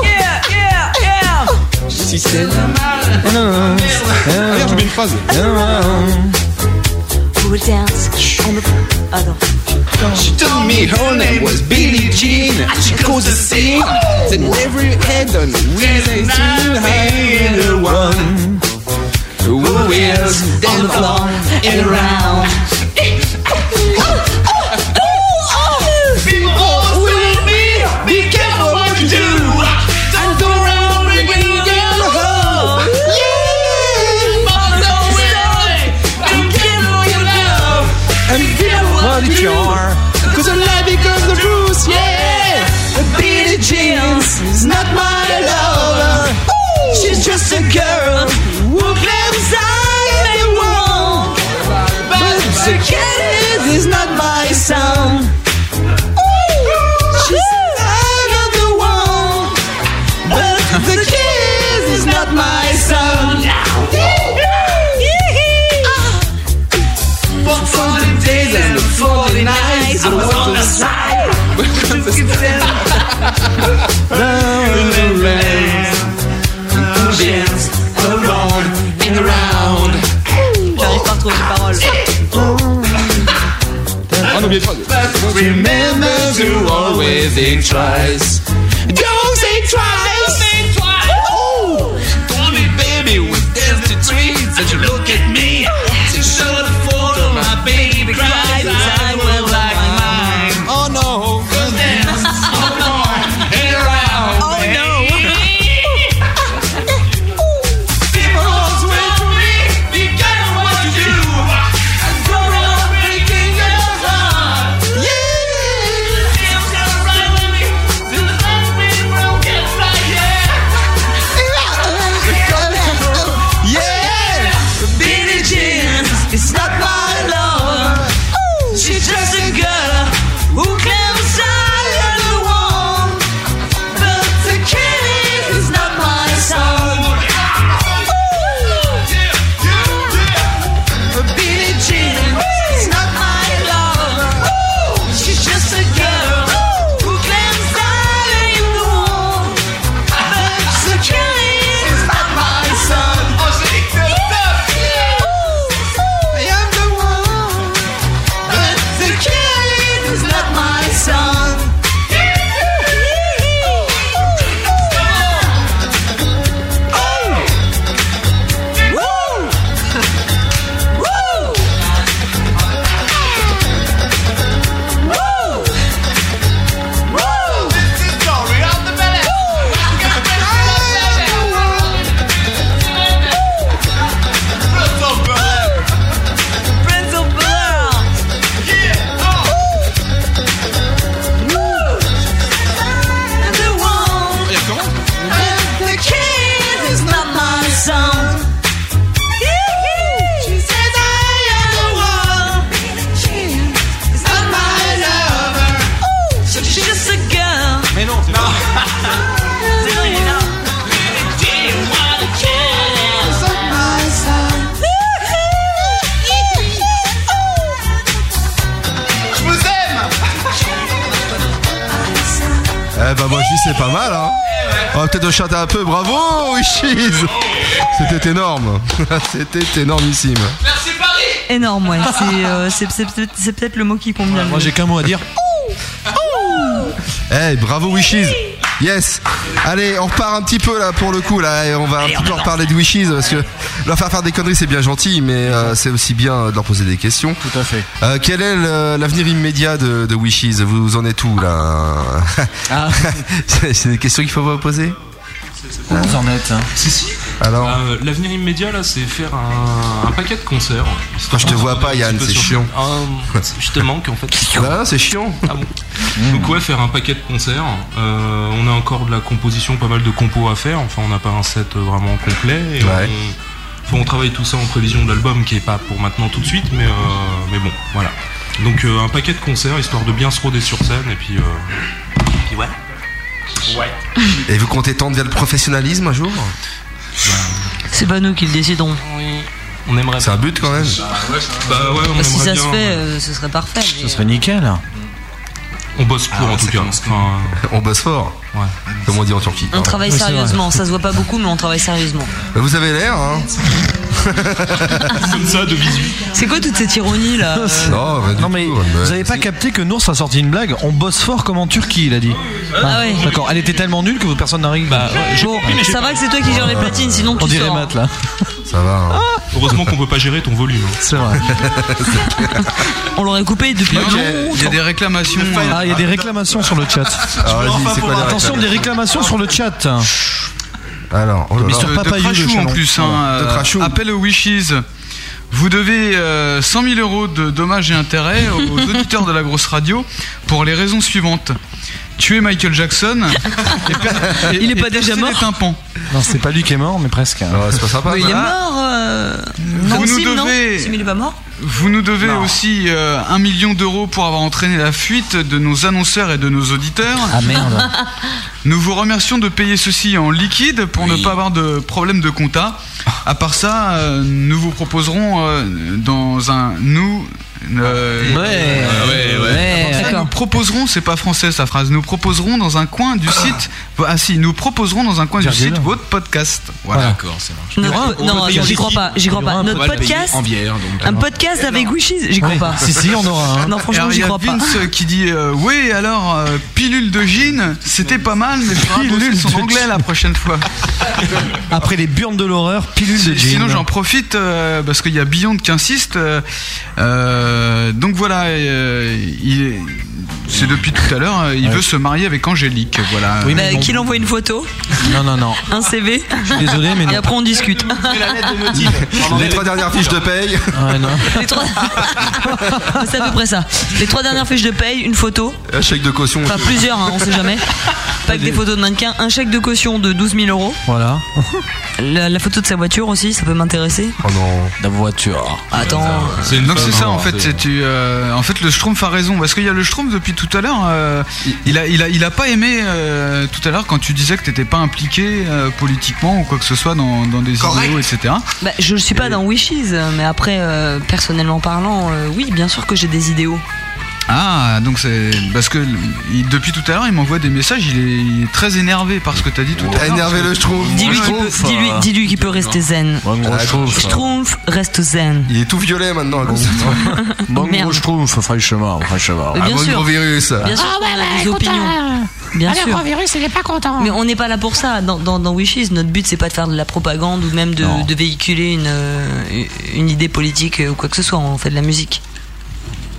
[SPEAKER 8] Yeah, yeah, yeah.
[SPEAKER 12] Si c'est. Merde, j'ai oublié une phrase.
[SPEAKER 10] We will dance on the. Ah non.
[SPEAKER 8] She told me her name was Billie Jean. She goes to sing. Then every head on really seen her the one who is on the floor and around. People say to me, be careful what you do. Don't go around bringing down the hole. Yeah, but don't worry, don't give all your love and give what you are. Cause I'm not because the rules, yeah. The Billie Jeans is not my lover. She's just a girl who claims I am wrong. But the kid is not my son. She's not the one. But the kid is not my son. Ah. For 40 days and 40 nights, I was on the side. Down in the rain, dance around and around. J'arrive pas à trouver les paroles.
[SPEAKER 12] Ah, n'oubliez pas.
[SPEAKER 8] But remember to always think twice. Don't think twice. Oh, told me, baby, we danced the trees. And you look at me. She showed a photo. My baby cries. I will like mine. Oh no. We'll dance all night and around. Oh no. People always wait for me. Be careful what you do. And go around breaking your heart. It's not my love. She's just a girl who claims I am the one. But the kid is not my son. But Billie Jean is not my love. She's just a girl who claims I am the one. Mais non, c'est Je vous aime
[SPEAKER 2] Eh ben moi je dis c'est pas mal hein On va peut-être chanter un peu, bravo Wishies C'était énorme C'était énormissime
[SPEAKER 10] Merci Paris Énorme, ouais. C'est, euh, c'est, c'est, c'est- c'est peut-être le mot qui convient.
[SPEAKER 2] Moi j'ai qu'un mot à dire Eh bravo Wishies Yes Allez on repart un petit peu là pour le coup là et on va un petit peu reparler de Wishies parce que leur faire faire des conneries c'est bien gentil mais euh, c'est aussi bien euh, de leur poser des questions. Tout à fait. quel est le- l'avenir immédiat de, de Wishies vous, vous en êtes où là Ah. C'est c'est des questions qu'il faut pas poser
[SPEAKER 6] Où vous en êtes
[SPEAKER 11] Si, si. Euh,
[SPEAKER 2] Alors
[SPEAKER 11] L'avenir immédiat, là, c'est faire un, un paquet de concerts.
[SPEAKER 2] Quand je te vois pas, Yann,
[SPEAKER 11] Un petit peu
[SPEAKER 2] c'est
[SPEAKER 11] sur-
[SPEAKER 2] chiant.
[SPEAKER 11] Ah, je te manque en fait.
[SPEAKER 2] Là, c'est chiant.
[SPEAKER 11] Ah bon Donc, ouais, faire un paquet de concerts. Euh, on a encore de la composition, pas mal de compos à faire. Enfin, on n'a pas un set vraiment complet. Et
[SPEAKER 2] Ouais.
[SPEAKER 11] on- Faut- on travaille tout ça en prévision de l'album qui est pas pour maintenant tout de suite, mais, euh, mais bon, voilà. Donc euh, un paquet de concerts histoire de bien se roder sur scène et puis. euh, et puis voilà. Ouais.
[SPEAKER 2] Et vous comptez tendre vers le professionnalisme un jour
[SPEAKER 10] C'est pas nous qui le décidons.
[SPEAKER 11] On aimerait.
[SPEAKER 2] C'est un but quand même.
[SPEAKER 11] Bah ouais, on
[SPEAKER 10] Ah, si
[SPEAKER 11] aimerait
[SPEAKER 10] ça
[SPEAKER 11] bien.
[SPEAKER 10] se fait, euh, ce serait parfait. mais,
[SPEAKER 6] Ce serait nickel.
[SPEAKER 11] On bosse pour
[SPEAKER 2] Ah ouais,
[SPEAKER 11] en tout
[SPEAKER 2] ça
[SPEAKER 11] cas.
[SPEAKER 2] commence
[SPEAKER 11] Enfin,
[SPEAKER 2] On bosse fort. Comme on dit en Turquie.
[SPEAKER 10] On
[SPEAKER 2] pardon.
[SPEAKER 10] travaille sérieusement, ça se voit pas beaucoup, mais on travaille sérieusement.
[SPEAKER 2] Bah, vous avez l'air, hein
[SPEAKER 11] Comme ça, de visu.
[SPEAKER 10] C'est quoi toute cette ironie là euh
[SPEAKER 2] Non,
[SPEAKER 6] mais vous avez pas capté que Nours a sorti une blague On bosse fort comme en Turquie, il a dit.
[SPEAKER 10] Ah ouais.
[SPEAKER 6] D'accord, elle était tellement nulle que personne n'arrive.
[SPEAKER 10] Ah
[SPEAKER 6] Bah,
[SPEAKER 10] Bon, ça va que c'est toi qui gères les platines, sinon
[SPEAKER 6] On
[SPEAKER 10] tu
[SPEAKER 6] dirait
[SPEAKER 10] sors.
[SPEAKER 6] Matt là.
[SPEAKER 2] Ça va.
[SPEAKER 11] Heureusement qu'on peut pas gérer ton volume. hein.
[SPEAKER 6] C'est vrai.
[SPEAKER 10] On l'aurait coupé depuis
[SPEAKER 3] Ok, Il y a des Ah, réclamations. euh,
[SPEAKER 6] Ah, il y a des réclamations sur le chat.
[SPEAKER 2] Ah,
[SPEAKER 3] Alors, vas-y, c'est quoi les
[SPEAKER 6] Attention,
[SPEAKER 3] réclamations
[SPEAKER 6] des réclamations sur le chat.
[SPEAKER 2] Alors,
[SPEAKER 6] là là.
[SPEAKER 3] Mister
[SPEAKER 6] De
[SPEAKER 3] Papa
[SPEAKER 6] Trachou,
[SPEAKER 3] Trachou,
[SPEAKER 6] en
[SPEAKER 3] en plus.
[SPEAKER 6] plus, hein, euh,
[SPEAKER 3] appel aux Wishes. Vous devez euh, 100 000 euros de dommages et intérêts aux auditeurs de la grosse radio pour les raisons suivantes. Tuer Michael Jackson. et per- et-
[SPEAKER 10] Il est
[SPEAKER 3] et
[SPEAKER 10] pas déjà
[SPEAKER 3] percer les
[SPEAKER 10] mort
[SPEAKER 3] tympans.
[SPEAKER 6] Non, c'est pas lui qui est mort, mais presque.
[SPEAKER 2] c'est pas
[SPEAKER 10] Mais il est
[SPEAKER 3] Voilà.
[SPEAKER 10] mort euh...
[SPEAKER 3] Vous nous
[SPEAKER 10] Sim, non
[SPEAKER 3] devez-
[SPEAKER 10] Sim, il est pas mort
[SPEAKER 3] Vous nous devez aussi euh, un million d'euros pour avoir entraîné la fuite de nos annonceurs et de nos auditeurs.
[SPEAKER 6] Ah merde.
[SPEAKER 3] Nous vous remercions de payer ceci en liquide pour ne pas avoir de problème de compta. À part ça, euh, nous vous proposerons euh, dans un nous. euh, ouais,
[SPEAKER 6] Ouais.
[SPEAKER 3] ouais.
[SPEAKER 6] Ouais,
[SPEAKER 3] À part ça,
[SPEAKER 6] d'accord.
[SPEAKER 3] nous proposerons, c'est pas français sa phrase. Nous proposerons dans un coin du site. Ah si, nous proposerons dans un coin du
[SPEAKER 6] Virgule.
[SPEAKER 3] site votre podcast.
[SPEAKER 6] Voilà.
[SPEAKER 3] D'accord, c'est
[SPEAKER 10] Notre- non, attends, j'y crois pas, j'y crois pas. Notre podcast, un podcast avec Wishes, j'y crois pas. Non, franchement,
[SPEAKER 3] Alors, il
[SPEAKER 10] j'y
[SPEAKER 3] y a
[SPEAKER 10] crois pas.
[SPEAKER 3] Vince qui dit euh, Oui, alors, euh, pilule de gin, c'était pas mal, mais faudra bosser son anglais la prochaine fois.
[SPEAKER 6] Après les burnes de l'horreur, pilule de gin.
[SPEAKER 3] Sinon, j'en profite euh, parce qu'il y a Beyond qui insiste. euh, euh, donc voilà, euh, il est- C'est depuis tout à l'heure, euh, il
[SPEAKER 6] Ouais.
[SPEAKER 3] veut se marier avec Angélique, voilà.
[SPEAKER 10] Bah, Qu'il envoie une photo,
[SPEAKER 6] Non, non, non.
[SPEAKER 10] un CV.
[SPEAKER 6] désolé, mais
[SPEAKER 10] Et
[SPEAKER 6] non.
[SPEAKER 10] après, on discute.
[SPEAKER 2] Les trois dernières fiches de paye.
[SPEAKER 6] Ouais, non.
[SPEAKER 10] Les trois. c'est à peu près ça. Les trois dernières fiches de paye, une photo.
[SPEAKER 2] Un euh, chèque de caution.
[SPEAKER 10] Enfin, plusieurs, hein, on sait jamais. Pas que des photos de mannequins. Un chèque de caution de 12 000 euros.
[SPEAKER 6] Voilà.
[SPEAKER 10] La, la photo de sa voiture aussi, ça peut m'intéresser.
[SPEAKER 2] Oh non.
[SPEAKER 6] La voiture.
[SPEAKER 3] Ah,
[SPEAKER 10] Attends.
[SPEAKER 3] Donc c'est ça en fait,
[SPEAKER 10] c'est
[SPEAKER 3] c'est tu, euh, en fait le Schtroumpf a raison parce qu'il y a le Schtroumpf depuis tout à l'heure. euh, il a il a il a pas aimé euh, tout à l'heure quand tu disais que t'étais pas impliqué euh, politiquement ou quoi que ce soit dans, dans des idéaux etc.
[SPEAKER 10] Bah, je ne suis pas dans Wishes, mais après, euh, personnellement parlant, euh, oui, bien sûr que j'ai des idéaux.
[SPEAKER 3] Ah donc c'est parce que il- depuis tout à l'heure il m'envoie des messages, il est, il est très énervé par ce que t'as dit tout à l'heure.
[SPEAKER 2] Énervé le Schtroumpf.
[SPEAKER 10] Dis-lui qu'il peut, dis-lui-
[SPEAKER 2] euh,
[SPEAKER 10] dis-lui qu'il peut rester zen.
[SPEAKER 2] Ah, Schtroumpf.
[SPEAKER 10] Schtroumpf, reste zen.
[SPEAKER 2] Il est tout violet maintenant, le concept.
[SPEAKER 6] Bon,
[SPEAKER 10] Merde.
[SPEAKER 6] gros, je trouve, franchement, franchement.
[SPEAKER 10] Mais bien
[SPEAKER 2] Ah, bon
[SPEAKER 10] sûr.
[SPEAKER 2] gros virus.
[SPEAKER 10] Bien sûr,
[SPEAKER 2] Ah ouais,
[SPEAKER 10] qu'on a
[SPEAKER 2] ouais,
[SPEAKER 10] des
[SPEAKER 2] content.
[SPEAKER 10] opinions. Bien
[SPEAKER 2] Ah, le
[SPEAKER 10] sûr.
[SPEAKER 2] gros
[SPEAKER 10] virus, il est pas content. Mais on n'est pas là pour ça. Dans, dans, dans Wishes, notre but, c'est pas de faire de la propagande ou même de, de véhiculer une, euh, une idée politique euh, ou quoi que ce soit. On fait de la musique.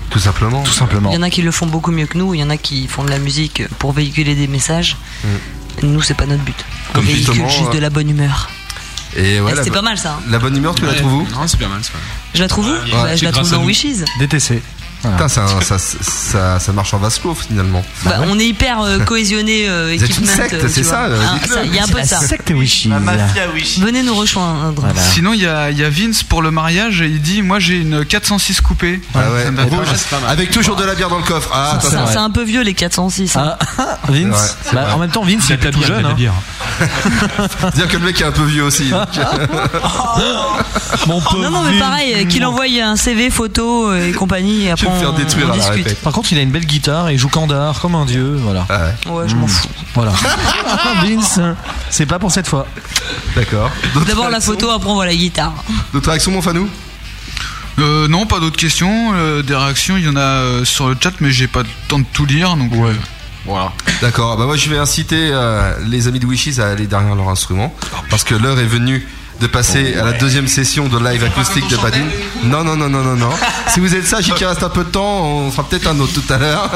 [SPEAKER 2] Tout simplement. Tout
[SPEAKER 6] simplement.
[SPEAKER 10] Il y en a qui le font beaucoup mieux que nous. Il y en a qui font de la musique pour véhiculer des messages. Nous, c'est pas notre but. On
[SPEAKER 2] Mm. Comme
[SPEAKER 10] véhicule
[SPEAKER 2] justement,
[SPEAKER 10] juste
[SPEAKER 2] euh,
[SPEAKER 10] de la bonne humeur.
[SPEAKER 2] Et
[SPEAKER 10] Eh,
[SPEAKER 2] voilà. bah,
[SPEAKER 10] c'était pas mal, ça, hein.
[SPEAKER 2] La bonne humeur, tu la trouves où
[SPEAKER 12] Non, c'est bien mal, c'est pas
[SPEAKER 10] Je la trouve où
[SPEAKER 2] Ouais.
[SPEAKER 10] Bah, Je la
[SPEAKER 2] Grâce
[SPEAKER 10] trouve
[SPEAKER 2] à
[SPEAKER 10] dans
[SPEAKER 2] nous.
[SPEAKER 10] Wishes.
[SPEAKER 6] DTC.
[SPEAKER 2] Putain, ça, ça, ça, ça marche en vase clos finalement.
[SPEAKER 10] Bah, On est hyper euh, cohésionné, euh,
[SPEAKER 2] Vous êtes une
[SPEAKER 10] équipement,
[SPEAKER 2] secte,
[SPEAKER 10] euh, tu
[SPEAKER 2] c'est
[SPEAKER 10] vois.
[SPEAKER 2] ça, euh,
[SPEAKER 10] Ah,
[SPEAKER 2] dites-le.
[SPEAKER 10] ça, Il y a un
[SPEAKER 2] C'est
[SPEAKER 10] peu
[SPEAKER 2] la
[SPEAKER 10] ça.
[SPEAKER 2] secte
[SPEAKER 6] Wishes. La mafia
[SPEAKER 10] Venez nous rejoindre.
[SPEAKER 3] Sinon il y a, il y a Vince pour le mariage et il dit moi j'ai une 406 coupée.
[SPEAKER 2] Ah ouais.
[SPEAKER 3] Ça me va
[SPEAKER 2] Rouge,
[SPEAKER 3] pas, c'est pas mal.
[SPEAKER 2] Avec toujours de la bière dans le coffre. Ah,
[SPEAKER 10] C'est
[SPEAKER 2] attention.
[SPEAKER 10] un- c'est un peu vieux les 406. hein.
[SPEAKER 6] Ah, Vince Bah, En même temps, Vince, il était tout jeune. hein.
[SPEAKER 2] C'est-à-dire que le mec est un peu vieux aussi. donc. euh,
[SPEAKER 6] Mon pauvre
[SPEAKER 10] Non, non, mais
[SPEAKER 6] Vince.
[SPEAKER 10] pareil, euh, qu'il envoie un CV, photo euh, et compagnie, et après on, on discute.
[SPEAKER 6] Par contre, il a une belle guitare et joue Candar comme un dieu, voilà.
[SPEAKER 10] ouais. je
[SPEAKER 2] Mmh.
[SPEAKER 10] m'en fous.
[SPEAKER 6] Voilà. Vince, c'est pas pour cette fois.
[SPEAKER 2] D'accord.
[SPEAKER 10] D'abord la
[SPEAKER 2] Mmh.
[SPEAKER 10] photo, après on voit la guitare.
[SPEAKER 2] D'autres réactions, mon fanou
[SPEAKER 3] Euh, non, pas d'autres questions. Euh, des réactions, il y en a euh, sur le chat, mais j'ai pas le temps de tout lire. Donc, euh, ouais.
[SPEAKER 2] Voilà. D'accord, bah moi je vais inciter euh, les amis de Wishes à aller derrière leur instrument parce que l'heure est venue de passer à la deuxième session de live acoustique de Badin. Non, non, non, non, non, non. si vous êtes ça, j'y reste un peu de temps, on fera peut-être un autre tout à l'heure.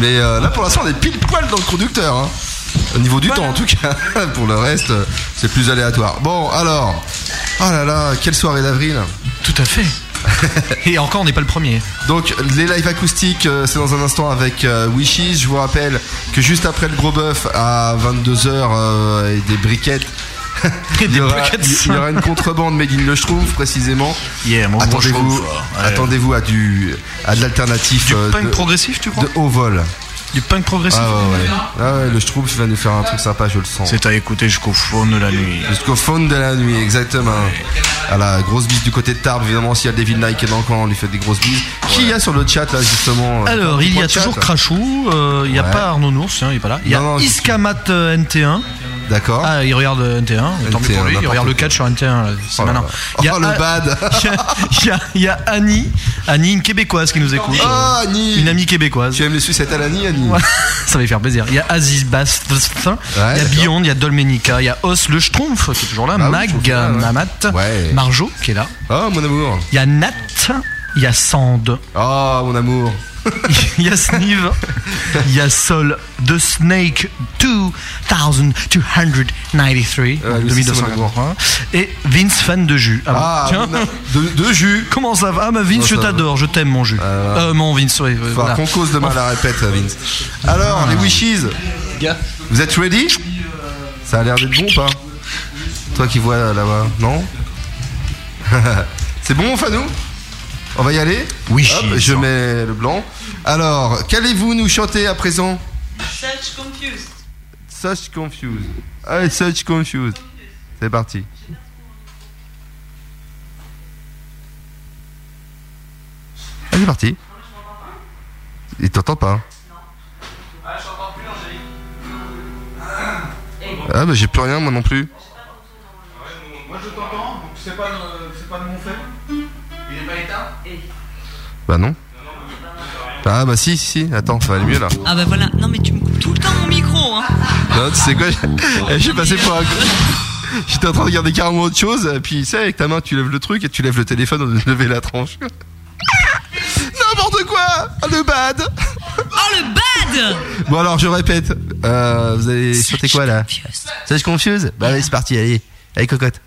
[SPEAKER 2] Mais euh, là pour l'instant, on est pile poil dans le conducteur. hein. Au niveau du temps en tout cas. pour le reste, euh, c'est plus aléatoire. Bon, alors. Oh là là, quelle soirée d'avril.
[SPEAKER 6] Tout à fait. Et encore, on n'est pas le premier.
[SPEAKER 2] Donc les lives acoustiques, euh, c'est dans un instant avec euh, Wishes. Je vous rappelle que juste après le gros bœuf à 22h et des euh, briquettes. il, y aura,
[SPEAKER 6] buckets.
[SPEAKER 2] il y aura une contrebande made in Le Schtroumpf, précisément.
[SPEAKER 6] mon
[SPEAKER 2] attendez-vous,
[SPEAKER 6] Schtroumpf, ouais.
[SPEAKER 2] attendez-vous à, du, à de l'alternatif. euh,
[SPEAKER 6] punk
[SPEAKER 2] de-
[SPEAKER 6] progressif, tu crois
[SPEAKER 2] De haut vol.
[SPEAKER 6] Du punk progressif
[SPEAKER 2] Ah ouais, ouais. Ah ouais, le Schtroumpf va nous faire un truc sympa, je le sens.
[SPEAKER 6] C'est à écouter jusqu'au faune de la nuit.
[SPEAKER 2] Jusqu'au faune de la nuit, exactement. À la grosse bise du côté de Tarbes, évidemment, s'il y a Devil Nike dans le coin, on lui fait des grosses bises. Qui y a sur le chat, là, justement euh,
[SPEAKER 6] Alors, il y a toujours
[SPEAKER 2] Crash
[SPEAKER 6] Crachou, euh, il n'y a
[SPEAKER 2] Ouais.
[SPEAKER 6] pas Arnaud Nours, hein, il n'est pas là. Il y a
[SPEAKER 2] Non, non,
[SPEAKER 6] Iskamat euh, NT1.
[SPEAKER 2] D'accord.
[SPEAKER 6] Ah, il regarde euh, NT1, tant pis
[SPEAKER 2] NT1,
[SPEAKER 6] pour lui, il
[SPEAKER 2] n'importe
[SPEAKER 6] regarde le
[SPEAKER 2] quoi.
[SPEAKER 6] catch sur NT1, là, c'est
[SPEAKER 2] Oh là
[SPEAKER 6] malin.
[SPEAKER 2] là.
[SPEAKER 6] Il y a
[SPEAKER 2] Oh, le
[SPEAKER 6] A-
[SPEAKER 2] bad.
[SPEAKER 6] Il y a- il y a- il y, a Annie, Annie, une québécoise qui nous écoute. euh,
[SPEAKER 2] Ah, Annie
[SPEAKER 6] Une amie québécoise.
[SPEAKER 2] Tu aimes les sucettes à l'Annie, Annie
[SPEAKER 6] Ça va lui faire plaisir. Il y a Aziz Bast, il y a
[SPEAKER 2] d'accord.
[SPEAKER 6] Beyond, il y a Dolmenica, il y a Os Le Schtroumpf qui est toujours là,
[SPEAKER 2] Bah oui,
[SPEAKER 6] Mag,
[SPEAKER 2] toujours là, ouais.
[SPEAKER 6] Mamat, Marjo qui est là.
[SPEAKER 2] Oh, mon amour.
[SPEAKER 6] Il y a Nat, il y a Sand.
[SPEAKER 2] Oh, mon amour.
[SPEAKER 6] Il y a Sniv, il y a Sol, The Snake 2293,
[SPEAKER 2] Ouais, lui aussi, Euh, c'est mon amour.
[SPEAKER 6] 2283, et Vince, fan de jus.
[SPEAKER 2] Ah,
[SPEAKER 6] bon,
[SPEAKER 2] mon a- de, de jus.
[SPEAKER 6] Comment ça va Ah, bah
[SPEAKER 2] Moi,
[SPEAKER 6] Vince, je
[SPEAKER 2] ça va.
[SPEAKER 6] t'adore, je t'aime, mon jus. Euh, mon Vince, oui.
[SPEAKER 2] Faut qu'on cause demain la répète, euh, Vince. Alors, les wishes. Vous êtes ready Ça a l'air d'être bon ou pas Toi qui vois là-bas, non C'est bon, Fanou On va y aller Oui. je mets le blanc. Alors, qu'allez-vous nous chanter à présent
[SPEAKER 10] Such confused.
[SPEAKER 2] Such confused. Ah, such confused. C'est parti. Allez, c'est parti. Il t'entend pas. hein. Ah, bah j'ai plus rien, moi non plus.
[SPEAKER 3] Moi je t'entends, donc c'est pas, pas de mon fait. Il est pas éteint
[SPEAKER 2] Bah non. Ah, bah si, si, si. Attends, ça va aller mieux là.
[SPEAKER 8] Ah bah voilà, non mais tu me coupes tout le temps mon micro. Hein.
[SPEAKER 2] Non, tu sais quoi j'ai- eh, J'ai passé pour un. J'étais en train de regarder carrément autre chose, et puis tu sais, avec ta main, tu lèves le truc et tu lèves le téléphone au lieu de lever la tranche. N'importe quoi Oh le bad
[SPEAKER 10] Oh le bad
[SPEAKER 2] Bon, alors je répète, euh, vous allez chanter quoi là Sage confuse Bah, allez, c'est parti, allez, allez, cocotte.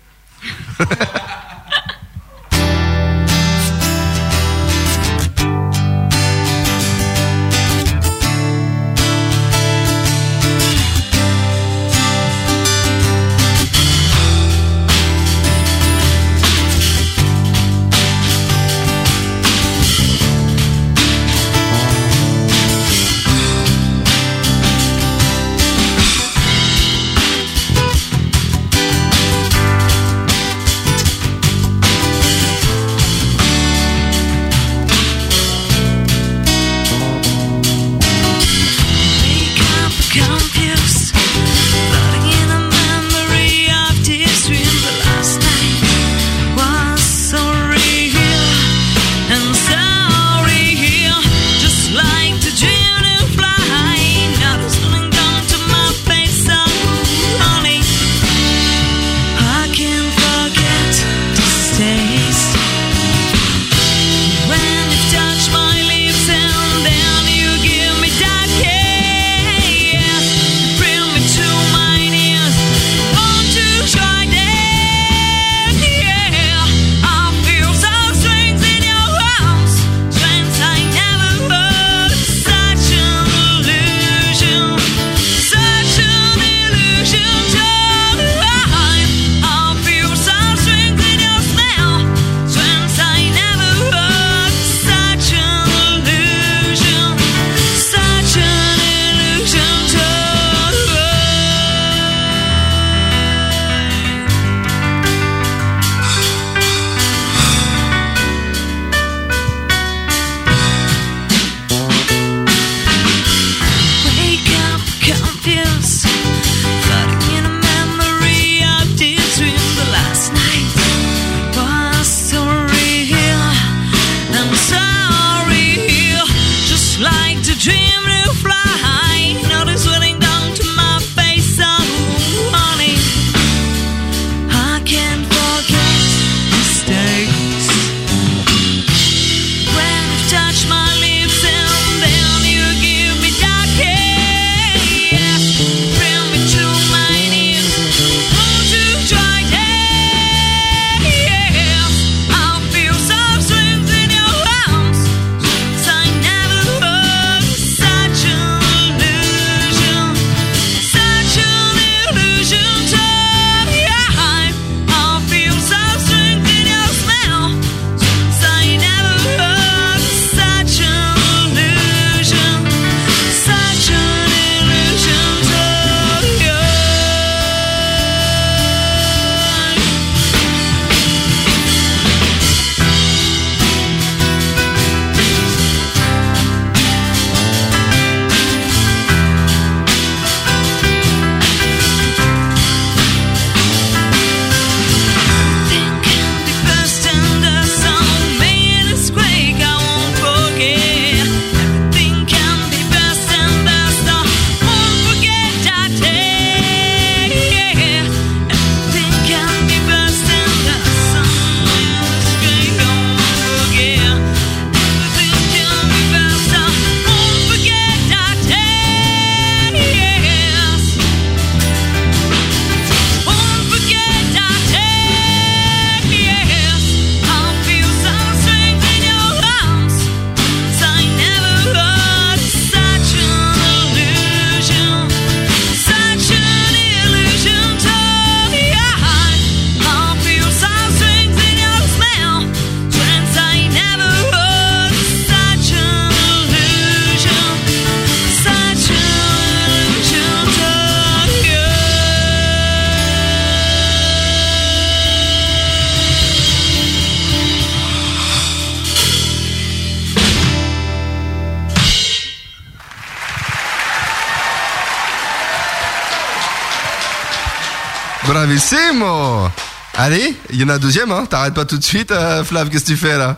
[SPEAKER 2] Bravissimo Allez, il y en a un deuxième, hein T'arrêtes pas tout de suite, euh, Flav, qu'est-ce que tu fais là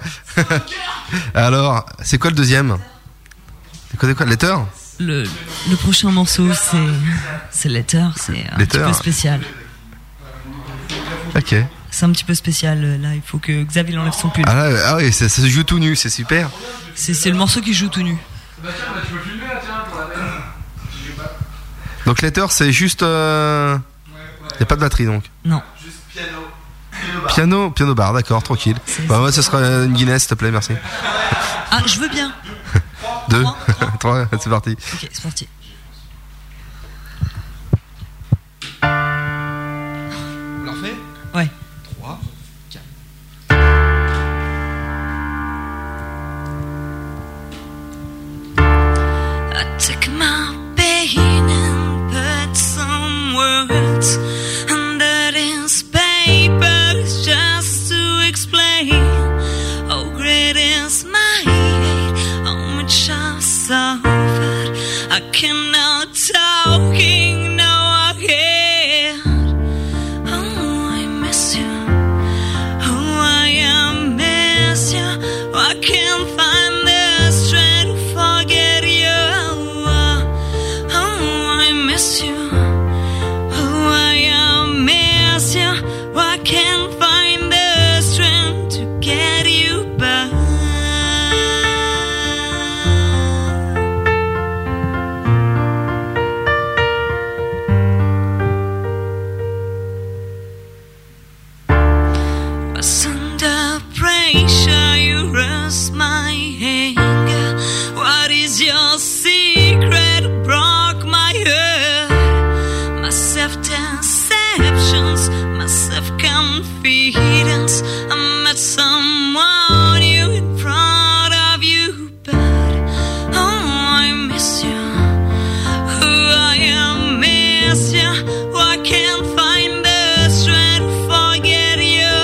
[SPEAKER 2] Alors, c'est quoi le deuxième C'est quoi, c'est quoi, letter
[SPEAKER 10] Le, le prochain morceau, c'est c'est Letter, c'est un
[SPEAKER 2] Letter.
[SPEAKER 10] petit peu spécial.
[SPEAKER 2] Ok.
[SPEAKER 10] C'est un petit peu spécial euh, là, il faut que Xavier enlève son pull.
[SPEAKER 2] Ah, là, ah oui, ça, ça se joue tout nu, c'est super.
[SPEAKER 10] C'est c'est le morceau qui joue tout nu.
[SPEAKER 2] Donc letter, c'est juste... Euh... Y a pas de batterie donc.
[SPEAKER 10] Non.
[SPEAKER 2] Piano, piano bar, d'accord, tranquille. Bah ouais, ce sera une Guinness, s'il te plaît, merci.
[SPEAKER 10] Ah, je veux bien.
[SPEAKER 2] Deux, trois, c'est parti.
[SPEAKER 10] Ok, c'est parti.
[SPEAKER 12] On l'a refait
[SPEAKER 10] Ouais.
[SPEAKER 12] 3, 4.
[SPEAKER 8] I take my pain and put some words under these papers just to explain how great is my hate, how much I've suffered. I cannot talking now again. Oh, I miss you. Oh, I miss you. I can't find the strength to forget you. Oh, I miss you. Oh, I miss you. I can't find the strength to get you back. Was under pressure, you rest my anger. What is your secret? Broke my heart. My self deceptions, my self confidence. I met someone new in front of you, but oh, I miss you. Oh, I miss you. I can't find the strength to forget you.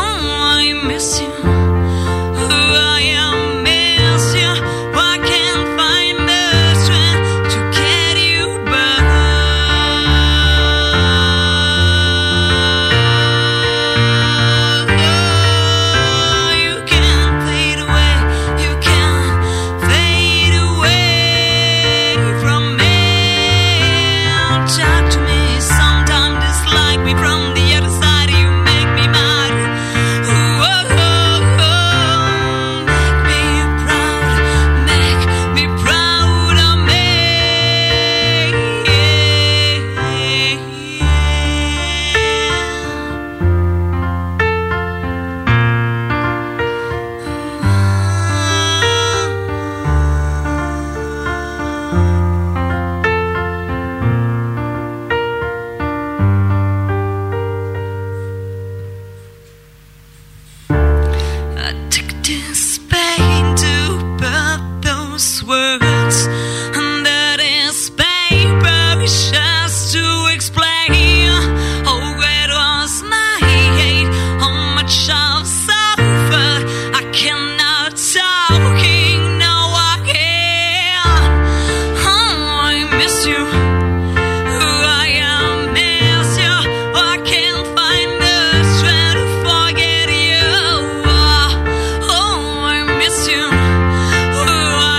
[SPEAKER 8] Oh, I miss you. Oh, I miss you. I can't find the strength to get you back. You can't fade away. You can't fade away from me. Talk to me sometime, dislike me from the other side. You make me mad. Ooh, oh. make me proud, make me proud of me. I took this pain to put those words under this paper just to explain how great was my hate, how much I've suffered. I cannot talking now again. Oh, I miss you. Oh, I miss you. I can't find the strength to forget you. Oh, I miss you. Oh, I oh,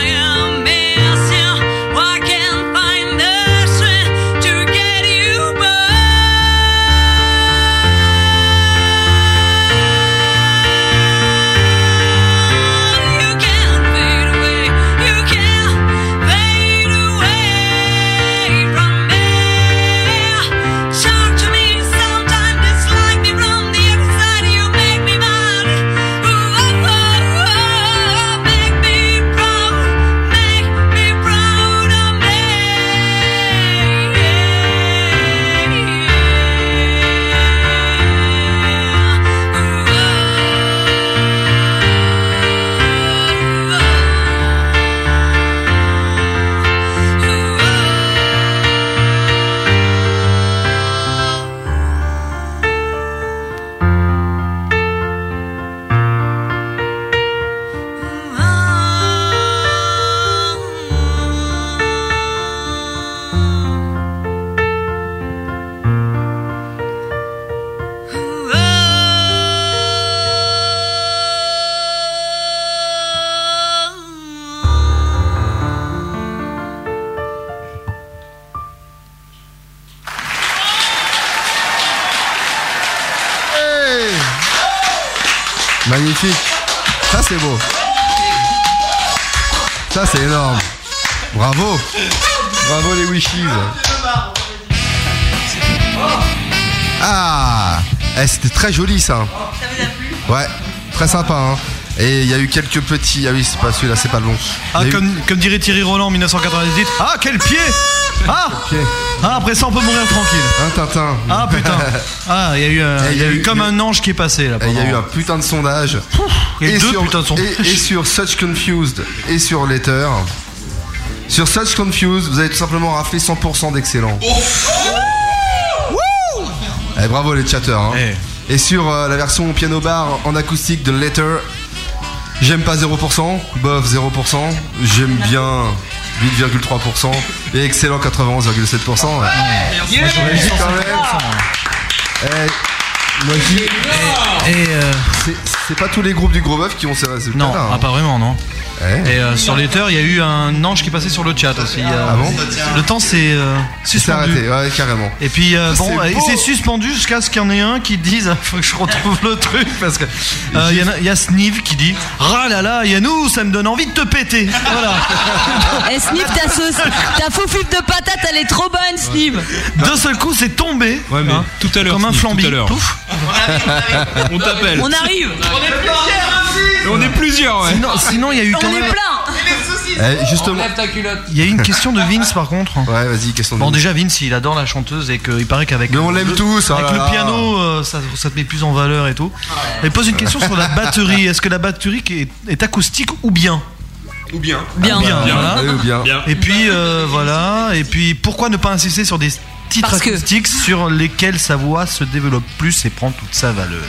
[SPEAKER 10] Ah.
[SPEAKER 2] Magnifique. Ça, c'est beau. Ça, c'est énorme. Bravo. Bravo les Wishies. Ah Eh, C'était très joli ça. Ouais, très sympa. hein. Et il y a eu quelques petits. Ah oui, c'est pas celui-là, c'est pas le bon.
[SPEAKER 6] Ah,
[SPEAKER 2] Il y a eu-
[SPEAKER 6] comme, comme dirait Thierry Roland en 1998. Ah, quel pied Ah Ah, après ça, on peut mourir tranquille.
[SPEAKER 2] Ah, Tintin.
[SPEAKER 6] Ah, putain. Ah, il y a eu, un-
[SPEAKER 2] Eh,
[SPEAKER 6] il y a eu comme un ange qui est passé là.
[SPEAKER 2] Eh, Il y a
[SPEAKER 6] pendant-
[SPEAKER 2] eu un putain de sondage.
[SPEAKER 6] Il y a eu deux
[SPEAKER 2] sur,
[SPEAKER 6] putains de sondages.
[SPEAKER 2] et- et sur Such Confused et sur Letter. Sur Such Confused, vous avez tout simplement raflé 100% d'excellent. Eh, bravo les chatteurs. hein.
[SPEAKER 6] Eh.
[SPEAKER 2] Et sur euh, la version au piano bar en acoustique de Letter, j'aime pas 0%, bof 0%, j'aime bien 8,3% et excellent 91,7%. ouais.
[SPEAKER 8] Yeah.
[SPEAKER 2] Moi, j'aurais dit quand même. Eh, moi, je dis- C'est- C'est pas tous les groupes du gros bœuf qui ont ces résultats.
[SPEAKER 6] euh, Non,
[SPEAKER 2] là, hein. Eh,
[SPEAKER 6] ah, pas vraiment, non.
[SPEAKER 2] Ouais.
[SPEAKER 6] Et euh, sur les terres, il y a eu un ange qui est passé sur le chat aussi. euh,
[SPEAKER 2] Ah bon
[SPEAKER 6] le temps s'est euh, suspendu.
[SPEAKER 2] arrêté, ouais, carrément.
[SPEAKER 6] Et puis euh,
[SPEAKER 2] Ça,
[SPEAKER 6] bon,
[SPEAKER 2] c'est
[SPEAKER 6] et
[SPEAKER 2] beau.
[SPEAKER 6] c'est suspendu jusqu'à ce qu'il y en ait un qui dise ah, faut que je retrouve le truc parce que euh, il y en a- il y, a Sniv qui dit ah là là, Yannou, ça me donne envie de te péter. Voilà.
[SPEAKER 10] Eh, Snip, ta sauce, ta foufif de patate, elle est trop bonne, Snip.
[SPEAKER 2] Bah.
[SPEAKER 6] D'un seul coup, c'est tombé. hein,
[SPEAKER 11] tout à l'heure,
[SPEAKER 6] Comme un
[SPEAKER 11] Sniv,
[SPEAKER 6] flambi.
[SPEAKER 11] tout à l'heure.
[SPEAKER 6] Pouf.
[SPEAKER 11] On t'appelle.
[SPEAKER 10] On arrive.
[SPEAKER 11] On est plusieurs, ouais.
[SPEAKER 6] Sinon- Sinon, il y a eu quand
[SPEAKER 10] On est
[SPEAKER 6] même.
[SPEAKER 10] plein.
[SPEAKER 2] Eh, justement.
[SPEAKER 10] Enlève ta culotte.
[SPEAKER 6] Il y a eu une question de Vince par contre. hein.
[SPEAKER 2] Ouais, vas-y, question de
[SPEAKER 6] Bon,
[SPEAKER 2] Vince.
[SPEAKER 6] déjà, Vince, il adore la chanteuse et qu'il paraît qu'avec.
[SPEAKER 2] Mais on l'aime
[SPEAKER 6] le-
[SPEAKER 2] tous, oh
[SPEAKER 6] Avec
[SPEAKER 2] là
[SPEAKER 6] le
[SPEAKER 2] là.
[SPEAKER 6] piano, euh, ça, ça te met plus en valeur et tout. Et pose une question sur la batterie. Est-ce que la batterie qui est, est acoustique ou bien
[SPEAKER 11] Ou bien.
[SPEAKER 6] Bien.
[SPEAKER 11] Bien.
[SPEAKER 6] voilà.
[SPEAKER 2] Eh,
[SPEAKER 11] Allez, ou bien. Bien.
[SPEAKER 6] Et puis, euh, voilà. Et puis, pourquoi ne pas insister sur des titres
[SPEAKER 11] Parce que-
[SPEAKER 6] acoustiques sur lesquels sa voix se développe plus et prend toute sa valeur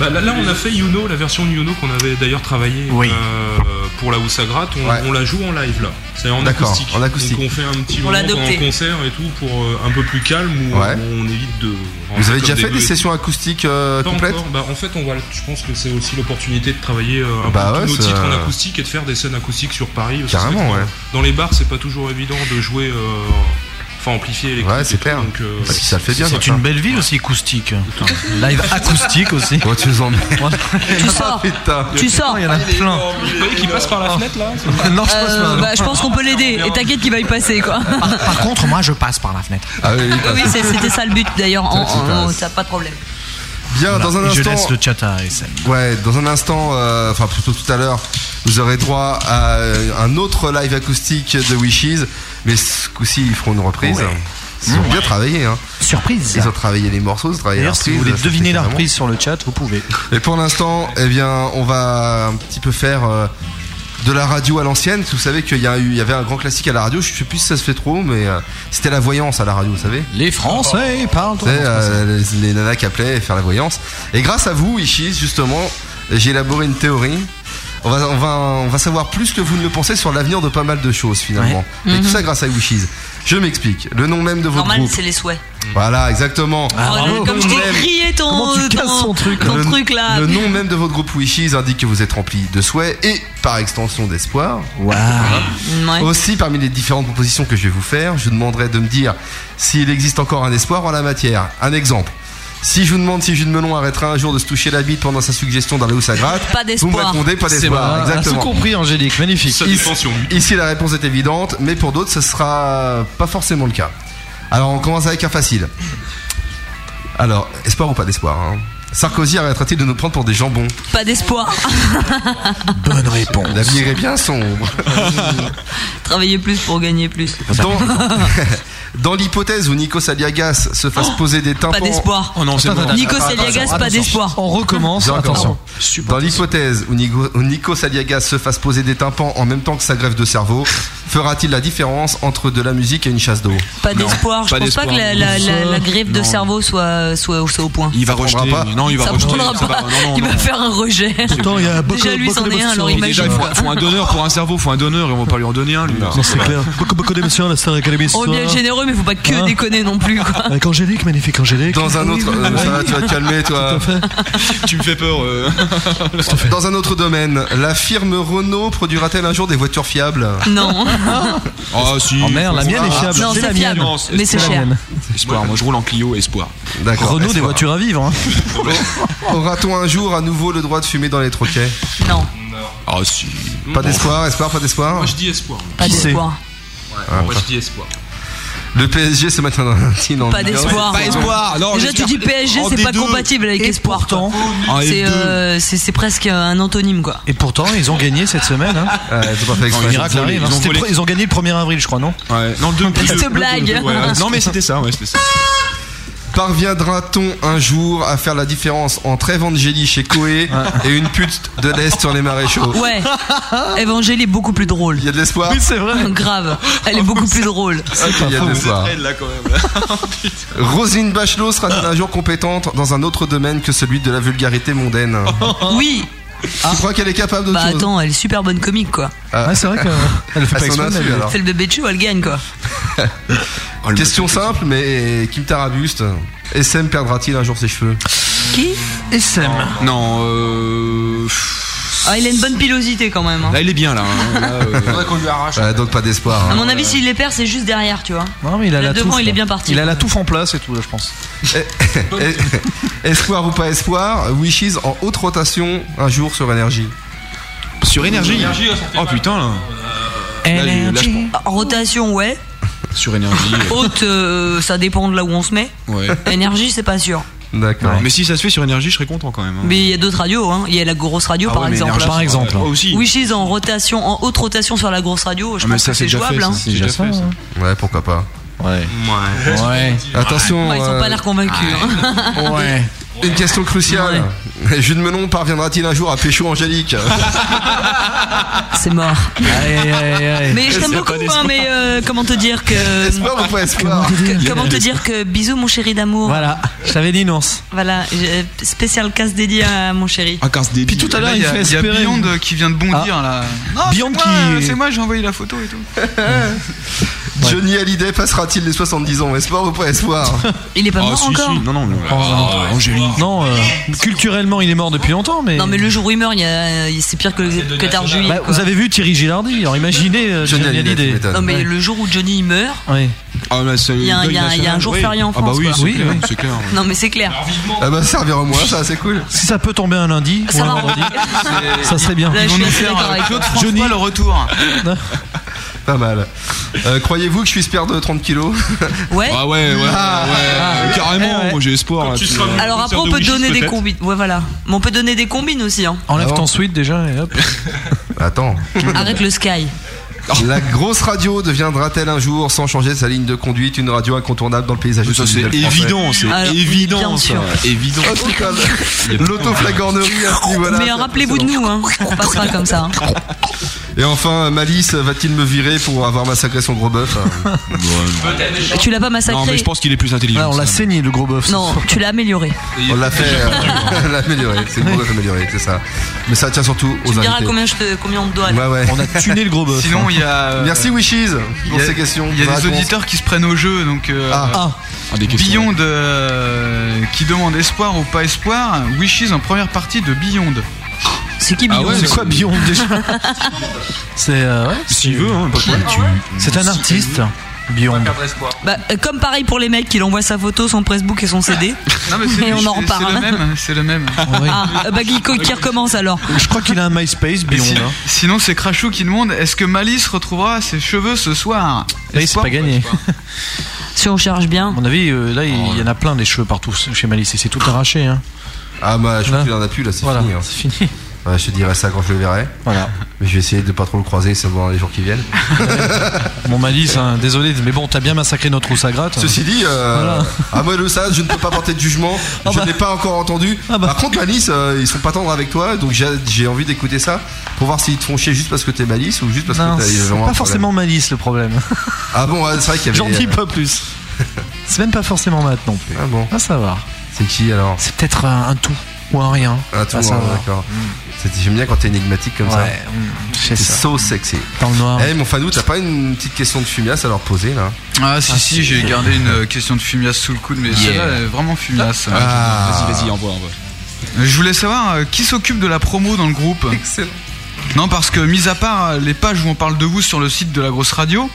[SPEAKER 11] Bah, là, là, on a fait Yuno, la version de Yuno qu'on avait d'ailleurs travaillé
[SPEAKER 6] Oui.
[SPEAKER 11] euh, pour la Oussagrate. On,
[SPEAKER 2] Ouais.
[SPEAKER 11] on la joue en live là. C'est en
[SPEAKER 2] D'accord,
[SPEAKER 11] acoustique.
[SPEAKER 2] en acoustique.
[SPEAKER 11] Donc, on fait un petit
[SPEAKER 2] On
[SPEAKER 11] moment
[SPEAKER 2] l'a
[SPEAKER 11] en
[SPEAKER 2] adopté.
[SPEAKER 11] concert et tout pour euh, un peu plus calme où
[SPEAKER 2] Ouais.
[SPEAKER 11] on évite de.
[SPEAKER 2] Vous
[SPEAKER 11] comme
[SPEAKER 2] avez déjà fait
[SPEAKER 11] bœufs.
[SPEAKER 2] des sessions acoustiques euh,
[SPEAKER 11] Pas
[SPEAKER 2] complètes
[SPEAKER 11] encore. Bah, en fait, on va, je pense que c'est aussi l'opportunité de travailler euh, un
[SPEAKER 2] Bah
[SPEAKER 11] peu
[SPEAKER 2] ouais,
[SPEAKER 11] tous nos
[SPEAKER 2] ça-
[SPEAKER 11] titres en acoustique et de faire des scènes acoustiques sur Paris. parce que
[SPEAKER 2] Carrément,
[SPEAKER 11] c'est vrai que
[SPEAKER 2] ouais.
[SPEAKER 11] Dans les bars, c'est pas toujours évident de jouer, euh, enfin amplifier les.
[SPEAKER 2] Ouais, c'est clair.
[SPEAKER 11] Donc, euh,
[SPEAKER 2] Parce que ça le fait bien.
[SPEAKER 6] C'est
[SPEAKER 2] ça.
[SPEAKER 6] une belle ville aussi, acoustique. Live acoustique aussi.
[SPEAKER 2] Oh, tu nous emmènes.
[SPEAKER 10] Tu sors.
[SPEAKER 2] Putain.
[SPEAKER 10] Tu sors.
[SPEAKER 6] Il y en a plein.
[SPEAKER 11] Vous voyez qui passe par la fenêtre là
[SPEAKER 6] Non, je passe
[SPEAKER 10] Euh,
[SPEAKER 6] pas.
[SPEAKER 10] bah, je pense qu'on peut l'aider. Et t'inquiète qu'il va y passer, quoi.
[SPEAKER 6] Par contre, moi, je passe par la fenêtre.
[SPEAKER 2] Ah oui,
[SPEAKER 10] Oui,
[SPEAKER 2] oui,
[SPEAKER 10] c'est- c'était ça le but d'ailleurs. En-
[SPEAKER 2] Ça, tu
[SPEAKER 10] en-
[SPEAKER 2] passes.
[SPEAKER 10] en- T'as pas de problème.
[SPEAKER 2] Bien,
[SPEAKER 6] Voilà.
[SPEAKER 2] dans un
[SPEAKER 6] Et Bah, Je
[SPEAKER 2] instant.
[SPEAKER 6] laisse le chat à SM.
[SPEAKER 2] Ouais, dans un instant, euh, enfin plutôt tout à l'heure, vous aurez droit à euh, un autre live acoustique de Wishes, mais ce coup-ci ils feront une reprise.
[SPEAKER 6] Ouais.
[SPEAKER 2] Ils ont
[SPEAKER 6] Mmh.
[SPEAKER 2] bien travaillé. Hein.
[SPEAKER 6] Surprise.
[SPEAKER 2] Ils ont travaillé les morceaux, ils ont travaillé
[SPEAKER 6] D'ailleurs,
[SPEAKER 2] la
[SPEAKER 6] si vous
[SPEAKER 2] reprise,
[SPEAKER 6] voulez
[SPEAKER 2] c'était
[SPEAKER 6] deviner la
[SPEAKER 2] carrément-
[SPEAKER 6] reprise sur le chat, vous pouvez.
[SPEAKER 2] Et pour l'instant, eh bien, on va un petit peu faire euh, de la radio à l'ancienne. Vous savez qu'il y, a eu- il y avait un grand classique à la radio. Je sais plus si ça se fait trop, mais euh, c'était la voyance à la radio, vous savez.
[SPEAKER 6] Les Français parlent.
[SPEAKER 2] Vous savez, Ah, euh, les, les nanas qui appelaient faire la voyance. Et grâce à vous, Ishis, justement, j'ai élaboré une théorie. On va, on, va, on va savoir plus que vous ne le pensez sur l'avenir de pas mal de choses finalement.
[SPEAKER 10] Ouais.
[SPEAKER 2] Et tout
[SPEAKER 10] Mhm.
[SPEAKER 2] ça grâce à Wishes. Je m'explique. Le nom même de votre
[SPEAKER 10] Normal,
[SPEAKER 2] groupe.
[SPEAKER 10] c'est les souhaits.
[SPEAKER 2] Voilà, exactement.
[SPEAKER 10] Oh, le- comme je t'ai crié ton, ton- ton
[SPEAKER 2] le,
[SPEAKER 10] truc là.
[SPEAKER 2] le nom même de votre groupe Wishes indique que vous êtes rempli de souhaits et par extension d'espoir.
[SPEAKER 10] Ouais.
[SPEAKER 2] Aussi, parmi les différentes propositions que je vais vous faire, je vous demanderai de me dire s'il existe encore un espoir en la matière. Un exemple. Si je vous demande si Jules Melon arrêtera un jour de se toucher la bite pendant sa suggestion d'aller où ça gratte,
[SPEAKER 10] Pas
[SPEAKER 2] vous me
[SPEAKER 10] d'espoir.
[SPEAKER 2] répondez pas d'espoir.
[SPEAKER 6] C'est bon,
[SPEAKER 2] Exactement.
[SPEAKER 6] Tout compris, Angélique, magnifique.
[SPEAKER 2] Ici- Ici, la réponse est évidente, mais pour d'autres, ce sera pas forcément le cas. Alors, on commence avec un facile. Alors, espoir ou pas d'espoir hein Sarkozy arrêtera-t-il de nous prendre pour des jambons
[SPEAKER 10] Pas d'espoir. Ah,
[SPEAKER 2] Bonne réponse. L'avenir est bien sombre.
[SPEAKER 10] Travailler plus pour gagner plus.
[SPEAKER 2] Dans, dans l'hypothèse où Nikos Aliagas se fasse poser des tympans.
[SPEAKER 10] pas d'espoir.
[SPEAKER 2] Oh non, c'est bon.
[SPEAKER 10] Nikos
[SPEAKER 2] Attends,
[SPEAKER 10] Eliagas,
[SPEAKER 2] attends,
[SPEAKER 10] pas
[SPEAKER 2] attention.
[SPEAKER 10] d'espoir.
[SPEAKER 6] On recommence.
[SPEAKER 2] Bien, attention. Dans l'hypothèse où, Nico- où Nikos Aliagas se fasse poser des tympans en même temps que sa grève de cerveau, fera-t-il la différence entre de la musique et une chasse d'eau
[SPEAKER 10] Pas d'espoir. Je pense pas que la, la, la- la griffe de
[SPEAKER 2] Non.
[SPEAKER 10] cerveau soit, soit, soit au point.
[SPEAKER 2] Il va rejeter.
[SPEAKER 12] Ah,
[SPEAKER 2] Non, il
[SPEAKER 10] ça prendra pas. il va faire un rejet.
[SPEAKER 12] Pourtant, il y a beaucoup-
[SPEAKER 10] Déjà lui
[SPEAKER 12] beaucoup
[SPEAKER 10] c'en est un,
[SPEAKER 12] d'émotions.
[SPEAKER 10] alors
[SPEAKER 12] Et Déjà,
[SPEAKER 10] imagine.
[SPEAKER 12] il faut, faut un donneur pour un cerveau, faut un donneur et on va pas lui en donner un lui.
[SPEAKER 6] Non, c'est clair.
[SPEAKER 12] Beaucoup, beaucoup d'émotions à la Star Academy
[SPEAKER 10] On est bien généreux, mais faut pas
[SPEAKER 12] Hein
[SPEAKER 10] que déconner non plus. Quoi.
[SPEAKER 6] Avec Angélique, magnifique Angélique.
[SPEAKER 2] Dans un autre. euh, ça va, tu vas te calmer, toi.
[SPEAKER 12] Tu me fais peur. euh.
[SPEAKER 2] Dans un autre domaine, la firme Renault produira-t-elle un jour des voitures fiables
[SPEAKER 10] Non.
[SPEAKER 12] Ah si.
[SPEAKER 8] Oh merde, la mienne est fiable. Non, C'est c'est la mienne. fiable, mais c'est
[SPEAKER 12] la
[SPEAKER 8] cher.
[SPEAKER 12] mienne. Espoir, moi je roule en Clio, espoir.
[SPEAKER 8] Renault, des voitures à vivre. hein.
[SPEAKER 2] Aura-t-on un jour à nouveau le droit de fumer dans les troquets
[SPEAKER 17] Non.
[SPEAKER 12] Ah si.
[SPEAKER 2] Pas d'espoir, espoir, pas d'espoir
[SPEAKER 11] Moi je dis espoir.
[SPEAKER 2] Pas Qui d'espoir.
[SPEAKER 11] Ouais,
[SPEAKER 2] Ah,
[SPEAKER 11] moi
[SPEAKER 2] pas-
[SPEAKER 11] je dis espoir.
[SPEAKER 2] Le PSG ce matin dans un petit
[SPEAKER 10] Pas d'espoir. Déjà, tu dis PSG, c'est pas compatible avec espoir.
[SPEAKER 6] pourtant,
[SPEAKER 10] quoi.
[SPEAKER 6] en
[SPEAKER 10] c'est
[SPEAKER 6] F2.
[SPEAKER 10] euh, c'est- c'est presque un antonyme, quoi.
[SPEAKER 6] Et pourtant, ils ont gagné cette semaine. Hein.
[SPEAKER 2] c'est pas fait exprès.
[SPEAKER 6] Le miracle
[SPEAKER 2] Ah, bah, Ils ont
[SPEAKER 6] arrive. hein.
[SPEAKER 2] volé.
[SPEAKER 6] C'était pre- Ils, ont gagné le 1er avril, je crois, non
[SPEAKER 12] Ouais. Non, le deux-
[SPEAKER 6] Petite
[SPEAKER 12] le deux- le deux-
[SPEAKER 6] blague.
[SPEAKER 12] le deux, ouais. Non mais c'était ça, ouais, c'était ça.
[SPEAKER 2] hein. Parviendra-t-on un jour à faire la différence entre Evangélie chez Coé et une pute de l'Est sur les maréchaux
[SPEAKER 10] Ouais. Evangélie est beaucoup plus drôle. Il
[SPEAKER 2] y a de l'espoir.
[SPEAKER 10] Oui, c'est vrai. Grave. Elle est beaucoup plus drôle.
[SPEAKER 2] Ok, il y a de l'espoir.
[SPEAKER 12] là quand même.
[SPEAKER 2] Rosine Bachelot sera-t-elle un jour compétente dans un autre domaine que celui de la vulgarité mondaine
[SPEAKER 10] Oui.
[SPEAKER 2] Tu crois qu'elle est capable de
[SPEAKER 10] Bah
[SPEAKER 2] chose
[SPEAKER 10] attends, elle est super bonne comique, quoi.
[SPEAKER 2] Ah. Ouais, c'est vrai qu'elle le fait À pas son exprès, insu, mais- alors.
[SPEAKER 10] C'est le bébé de chou, elle gagne, quoi.
[SPEAKER 2] Question simple, mais Kim Tarabuste, SM perdra-t-il un jour ses cheveux
[SPEAKER 10] Qui
[SPEAKER 8] SM.
[SPEAKER 12] Non, euh.
[SPEAKER 10] Ah, il a une bonne pilosité quand même. hein.
[SPEAKER 12] Là, il est bien là. hein. Là, euh,
[SPEAKER 2] Faudrait qu'on lui arrache. donc pas d'espoir.
[SPEAKER 10] Ah, À
[SPEAKER 2] hein.
[SPEAKER 10] mon avis, s'il les perd, c'est juste derrière, tu vois.
[SPEAKER 6] Non, mais il a
[SPEAKER 10] Là,
[SPEAKER 6] la
[SPEAKER 10] devant,
[SPEAKER 6] touffe,
[SPEAKER 10] il
[SPEAKER 6] là.
[SPEAKER 10] est bien parti.
[SPEAKER 6] Il a la touffe en place et tout, là, je pense.
[SPEAKER 2] Eh, espoir ou pas espoir, Wishes en haute rotation un jour sur énergie.
[SPEAKER 12] Sur
[SPEAKER 2] Énergie
[SPEAKER 12] Énergie, Oh putain là.
[SPEAKER 10] Énergie. Ah, Rotation, ouais.
[SPEAKER 12] Sur énergie. euh,
[SPEAKER 10] Haute, euh, ça dépend de là où on se met.
[SPEAKER 12] Ouais.
[SPEAKER 10] Énergie, c'est pas sûr.
[SPEAKER 2] D'accord.
[SPEAKER 12] Mais si ça se fait sur énergie, je serais content quand même. hein.
[SPEAKER 10] Mais il y a d'autres radios, hein. Il y a la grosse radio,
[SPEAKER 12] Ah
[SPEAKER 10] par
[SPEAKER 12] ouais, mais
[SPEAKER 10] exemple.
[SPEAKER 12] Énergie, Par exemple. euh, aussi.
[SPEAKER 10] Wishes en rotation, en haute rotation sur la grosse radio. Je
[SPEAKER 2] Ah, mais
[SPEAKER 10] pense
[SPEAKER 2] ça,
[SPEAKER 10] que
[SPEAKER 2] c'est
[SPEAKER 10] c'est
[SPEAKER 2] déjà
[SPEAKER 10] jouable,
[SPEAKER 2] fait,
[SPEAKER 10] hein.
[SPEAKER 2] ça, c'est déjà fait, ça. Ouais, pourquoi pas.
[SPEAKER 6] Ouais.
[SPEAKER 2] Ouais. Attention.
[SPEAKER 10] Ouais, ils ont
[SPEAKER 2] euh,
[SPEAKER 10] pas l'air convaincus. hein.
[SPEAKER 2] Une question cruciale. Jules Menon parviendra-t-il un jour à pécho Angélique
[SPEAKER 10] C'est mort. Mais je t'aime
[SPEAKER 2] Espoir,
[SPEAKER 10] beaucoup,
[SPEAKER 2] pas
[SPEAKER 10] hein,
[SPEAKER 2] d'espoir.
[SPEAKER 10] mais euh, comment te dire que.
[SPEAKER 2] Espoir ou pas espoir
[SPEAKER 10] Que- Comment te dire que bisous, mon chéri d'amour.
[SPEAKER 6] Voilà, je t'avais dit, Nance.
[SPEAKER 10] Voilà, j'ai- spécial casse dédié à mon chéri.
[SPEAKER 2] Ah.
[SPEAKER 12] Ah, Puis
[SPEAKER 3] tout à l'heure, il,
[SPEAKER 10] fait
[SPEAKER 3] y a
[SPEAKER 10] espérer.
[SPEAKER 3] Beyond euh, qui vient de bondir
[SPEAKER 12] Ah.
[SPEAKER 3] là. Non, c'est
[SPEAKER 10] Beyond
[SPEAKER 3] moi,
[SPEAKER 10] qui-
[SPEAKER 3] C'est moi, j'ai envoyé la photo et tout.
[SPEAKER 2] Johnny Hallyday passera-t-il les 70 ans Espoir ou pas espoir
[SPEAKER 10] Il est pas
[SPEAKER 2] Ah,
[SPEAKER 10] mort
[SPEAKER 2] si,
[SPEAKER 10] encore
[SPEAKER 2] si.
[SPEAKER 12] Non, non, non.
[SPEAKER 6] Oh, Non, euh, culturellement, il est mort depuis longtemps, mais.
[SPEAKER 10] Non, mais le jour où il meurt, il y a- il- c'est pire que, que Tarjuy.
[SPEAKER 6] Bah,
[SPEAKER 10] quoi.
[SPEAKER 6] vous avez vu Thierry Gilardi, alors imaginez euh,
[SPEAKER 12] Johnny
[SPEAKER 6] Johnny
[SPEAKER 12] Hallyday, tu
[SPEAKER 6] Hallyday.
[SPEAKER 12] m'étonnes.
[SPEAKER 10] Non, mais le jour où Johnny il meurt,
[SPEAKER 6] Oui.
[SPEAKER 12] Ah, là, c'est
[SPEAKER 10] il y a un,
[SPEAKER 12] le
[SPEAKER 10] il y a un-
[SPEAKER 12] deuil
[SPEAKER 10] il y a un jour
[SPEAKER 12] national.
[SPEAKER 10] férié en
[SPEAKER 12] Ah,
[SPEAKER 10] France.
[SPEAKER 12] bah oui,
[SPEAKER 10] quoi.
[SPEAKER 12] c'est clair, c'est clair.
[SPEAKER 10] Non, mais c'est clair.
[SPEAKER 2] Ah bah servira moi, ça c'est cool.
[SPEAKER 6] Si ça peut tomber un lundi,
[SPEAKER 10] Ça
[SPEAKER 6] ou un
[SPEAKER 10] va.
[SPEAKER 6] vendredi,
[SPEAKER 10] C'est-
[SPEAKER 6] ça serait bien.
[SPEAKER 10] Là, je
[SPEAKER 6] Ils vont
[SPEAKER 10] suis
[SPEAKER 6] nous
[SPEAKER 10] assez
[SPEAKER 6] faire,
[SPEAKER 10] d'accord
[SPEAKER 6] euh,
[SPEAKER 10] avec
[SPEAKER 6] Claude
[SPEAKER 10] toi.
[SPEAKER 6] François,
[SPEAKER 10] Johnny.
[SPEAKER 6] le
[SPEAKER 3] retour.
[SPEAKER 2] Pas mal. Euh, Croyez-vous que je puisse perdre 30 kilos
[SPEAKER 10] Ouais.
[SPEAKER 12] Ah ouais, ouais, ouais, ouais. Carrément, moi j'ai espoir.
[SPEAKER 11] Ah,
[SPEAKER 12] là, puis, euh,
[SPEAKER 10] Alors après, on peut donner des combines. Ouais, voilà. Mais on peut donner des combines aussi. hein.
[SPEAKER 6] Enlève ton sweat déjà et hop.
[SPEAKER 2] Attends.
[SPEAKER 10] Arrête le Sky.
[SPEAKER 2] La grosse radio deviendra-t-elle un jour, sans changer sa ligne de conduite, une radio incontournable dans le paysage
[SPEAKER 12] Ça, c'est
[SPEAKER 2] audiovisuel français
[SPEAKER 12] évident, c'est Alors, évident, bien ça. sûr. Évident.
[SPEAKER 2] Oh, putain. L'autoflagornerie à ce niveau-là.
[SPEAKER 10] Mais rappelez-vous de nous, hein. on passera comme ça. hein.
[SPEAKER 2] Et enfin, Malice va-t-il me virer pour avoir massacré son gros bœuf hein
[SPEAKER 10] Tu l'as pas massacré
[SPEAKER 12] qu'il est plus intelligent.
[SPEAKER 6] on l'a saigné le gros bœuf.
[SPEAKER 10] Non, tu l'as amélioré.
[SPEAKER 2] On l'a fait euh, l'a amélioré, c'est une grosse améliorée, c'est ça. Mais ça tient surtout aux
[SPEAKER 10] Tu me diras
[SPEAKER 2] invités.
[SPEAKER 10] combien, je te, combien on te doit.
[SPEAKER 2] Ouais, ouais.
[SPEAKER 3] Sinon, il y a. euh,
[SPEAKER 2] Merci Wishes
[SPEAKER 3] il y
[SPEAKER 2] pour
[SPEAKER 3] a-
[SPEAKER 2] ces questions.
[SPEAKER 3] Il y a
[SPEAKER 2] pour
[SPEAKER 3] des
[SPEAKER 2] la réponse.
[SPEAKER 3] auditeurs qui se prennent au jeu, donc. euh,
[SPEAKER 2] Ah. Ah, des questions.
[SPEAKER 3] Beyond euh, qui demande espoir ou pas espoir. Wishes en première partie de Beyond.
[SPEAKER 10] C'est
[SPEAKER 6] qui, Ah Beyond ouais, c'est quoi, Beyond, déjà C'est euh, ouais,
[SPEAKER 12] S'il veut, hein, pas de problème, tu-
[SPEAKER 6] C'est un
[SPEAKER 12] si
[SPEAKER 6] artiste. Beyond.
[SPEAKER 10] Bah, euh, comme pareil pour les mecs qui l'envoient sa photo, son pressbook et son CD.
[SPEAKER 3] Non, mais c'est
[SPEAKER 10] et on en
[SPEAKER 3] c'est-
[SPEAKER 10] repart.
[SPEAKER 3] C'est le même. hein, C'est le même.
[SPEAKER 10] Ah, bah Guico qui recommence alors.
[SPEAKER 6] Je crois qu'il a un MySpace
[SPEAKER 3] Et
[SPEAKER 6] Beyond.
[SPEAKER 3] si-
[SPEAKER 6] hein.
[SPEAKER 3] Sinon, c'est Crashou qui demande est-ce que Malice retrouvera ses cheveux ce soir
[SPEAKER 6] Là, c'est pas gagné.
[SPEAKER 10] Si on charge bien.
[SPEAKER 6] À mon avis, euh, là, il il y en a plein des cheveux partout chez Malice et c'est tout arraché. Hein.
[SPEAKER 2] Ah bah je crois qu'il en a plus là, c'est fini. hein. Ouais, je te dirai ça quand je le verrai.
[SPEAKER 6] Voilà.
[SPEAKER 2] Mais je vais essayer de pas trop le croiser, c'est dans les jours qui viennent.
[SPEAKER 6] Bon, Malice, hein, désolé, mais bon, t'as bien massacré notre rousse à gratte.
[SPEAKER 2] Ceci dit, euh, à moi de ça, je ne peux pas porter de jugement.
[SPEAKER 6] Ah
[SPEAKER 2] je
[SPEAKER 6] bah.
[SPEAKER 2] ne l'ai pas encore entendu. Par contre, Malice, euh, ils sont pas tendres avec toi, donc j'ai- j'ai envie d'écouter ça pour voir s'ils te font chier juste parce que t'es Malice ou juste parce
[SPEAKER 6] Non,
[SPEAKER 2] que t'as ils ont
[SPEAKER 6] c'est
[SPEAKER 2] vraiment
[SPEAKER 6] pas
[SPEAKER 2] un
[SPEAKER 6] forcément Malice le problème.
[SPEAKER 2] problème. Ah bon, ouais, c'est vrai qu'il y avait.
[SPEAKER 6] J'en dis pas plus. C'est même pas forcément Matt non plus.
[SPEAKER 2] Ah bon
[SPEAKER 6] À savoir.
[SPEAKER 2] C'est qui alors
[SPEAKER 6] C'est peut-être un, un tout ou un rien.
[SPEAKER 2] Ah, tout,
[SPEAKER 6] À
[SPEAKER 2] hein,
[SPEAKER 6] savoir.
[SPEAKER 2] d'accord. C'est- J'aime bien quand t'es énigmatique comme ça.
[SPEAKER 6] Mm. Ouais, mm, c'est
[SPEAKER 2] T'es
[SPEAKER 6] ça. Ah
[SPEAKER 2] so sexy.
[SPEAKER 6] Dans le noir.
[SPEAKER 2] Eh mon fanou, t'as pas une petite question de fumias à leur poser là
[SPEAKER 3] Ah, si, si, j'ai gardé une euh, question de fumias sous le coude, mais
[SPEAKER 2] Yeah.
[SPEAKER 3] celle-là elle est vraiment fumias. hein.
[SPEAKER 2] Ah.
[SPEAKER 12] Vas-y, vas-y, envoie, envoie.
[SPEAKER 3] euh, Je voulais savoir euh, qui s'occupe de la promo dans le groupe.
[SPEAKER 2] Excellent.
[SPEAKER 3] Non, parce que, mis à part euh, les pages où on parle de vous sur le site de la grosse radio,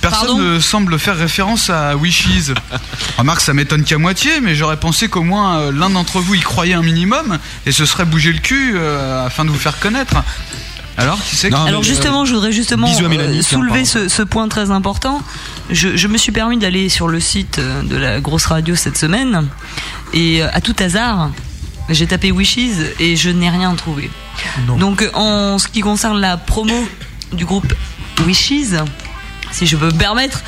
[SPEAKER 3] personne
[SPEAKER 14] Pardon
[SPEAKER 3] ne semble faire référence à Wishes. Remarque, ça m'étonne qu'à moitié, mais j'aurais pensé qu'au moins euh, l'un d'entre vous y croyait un minimum et se serait bougé le cul euh, afin de vous faire connaître. Alors, qui Euh, c'est
[SPEAKER 10] Alors justement, je voudrais justement euh, soulever ce, ce point très important. Je, je me suis permis d'aller sur le site euh, de la grosse radio cette semaine et euh, à tout hasard, j'ai tapé Wishes et je n'ai rien trouvé. Donc euh, en ce qui concerne la promo du groupe Wishes, si je peux me permettre,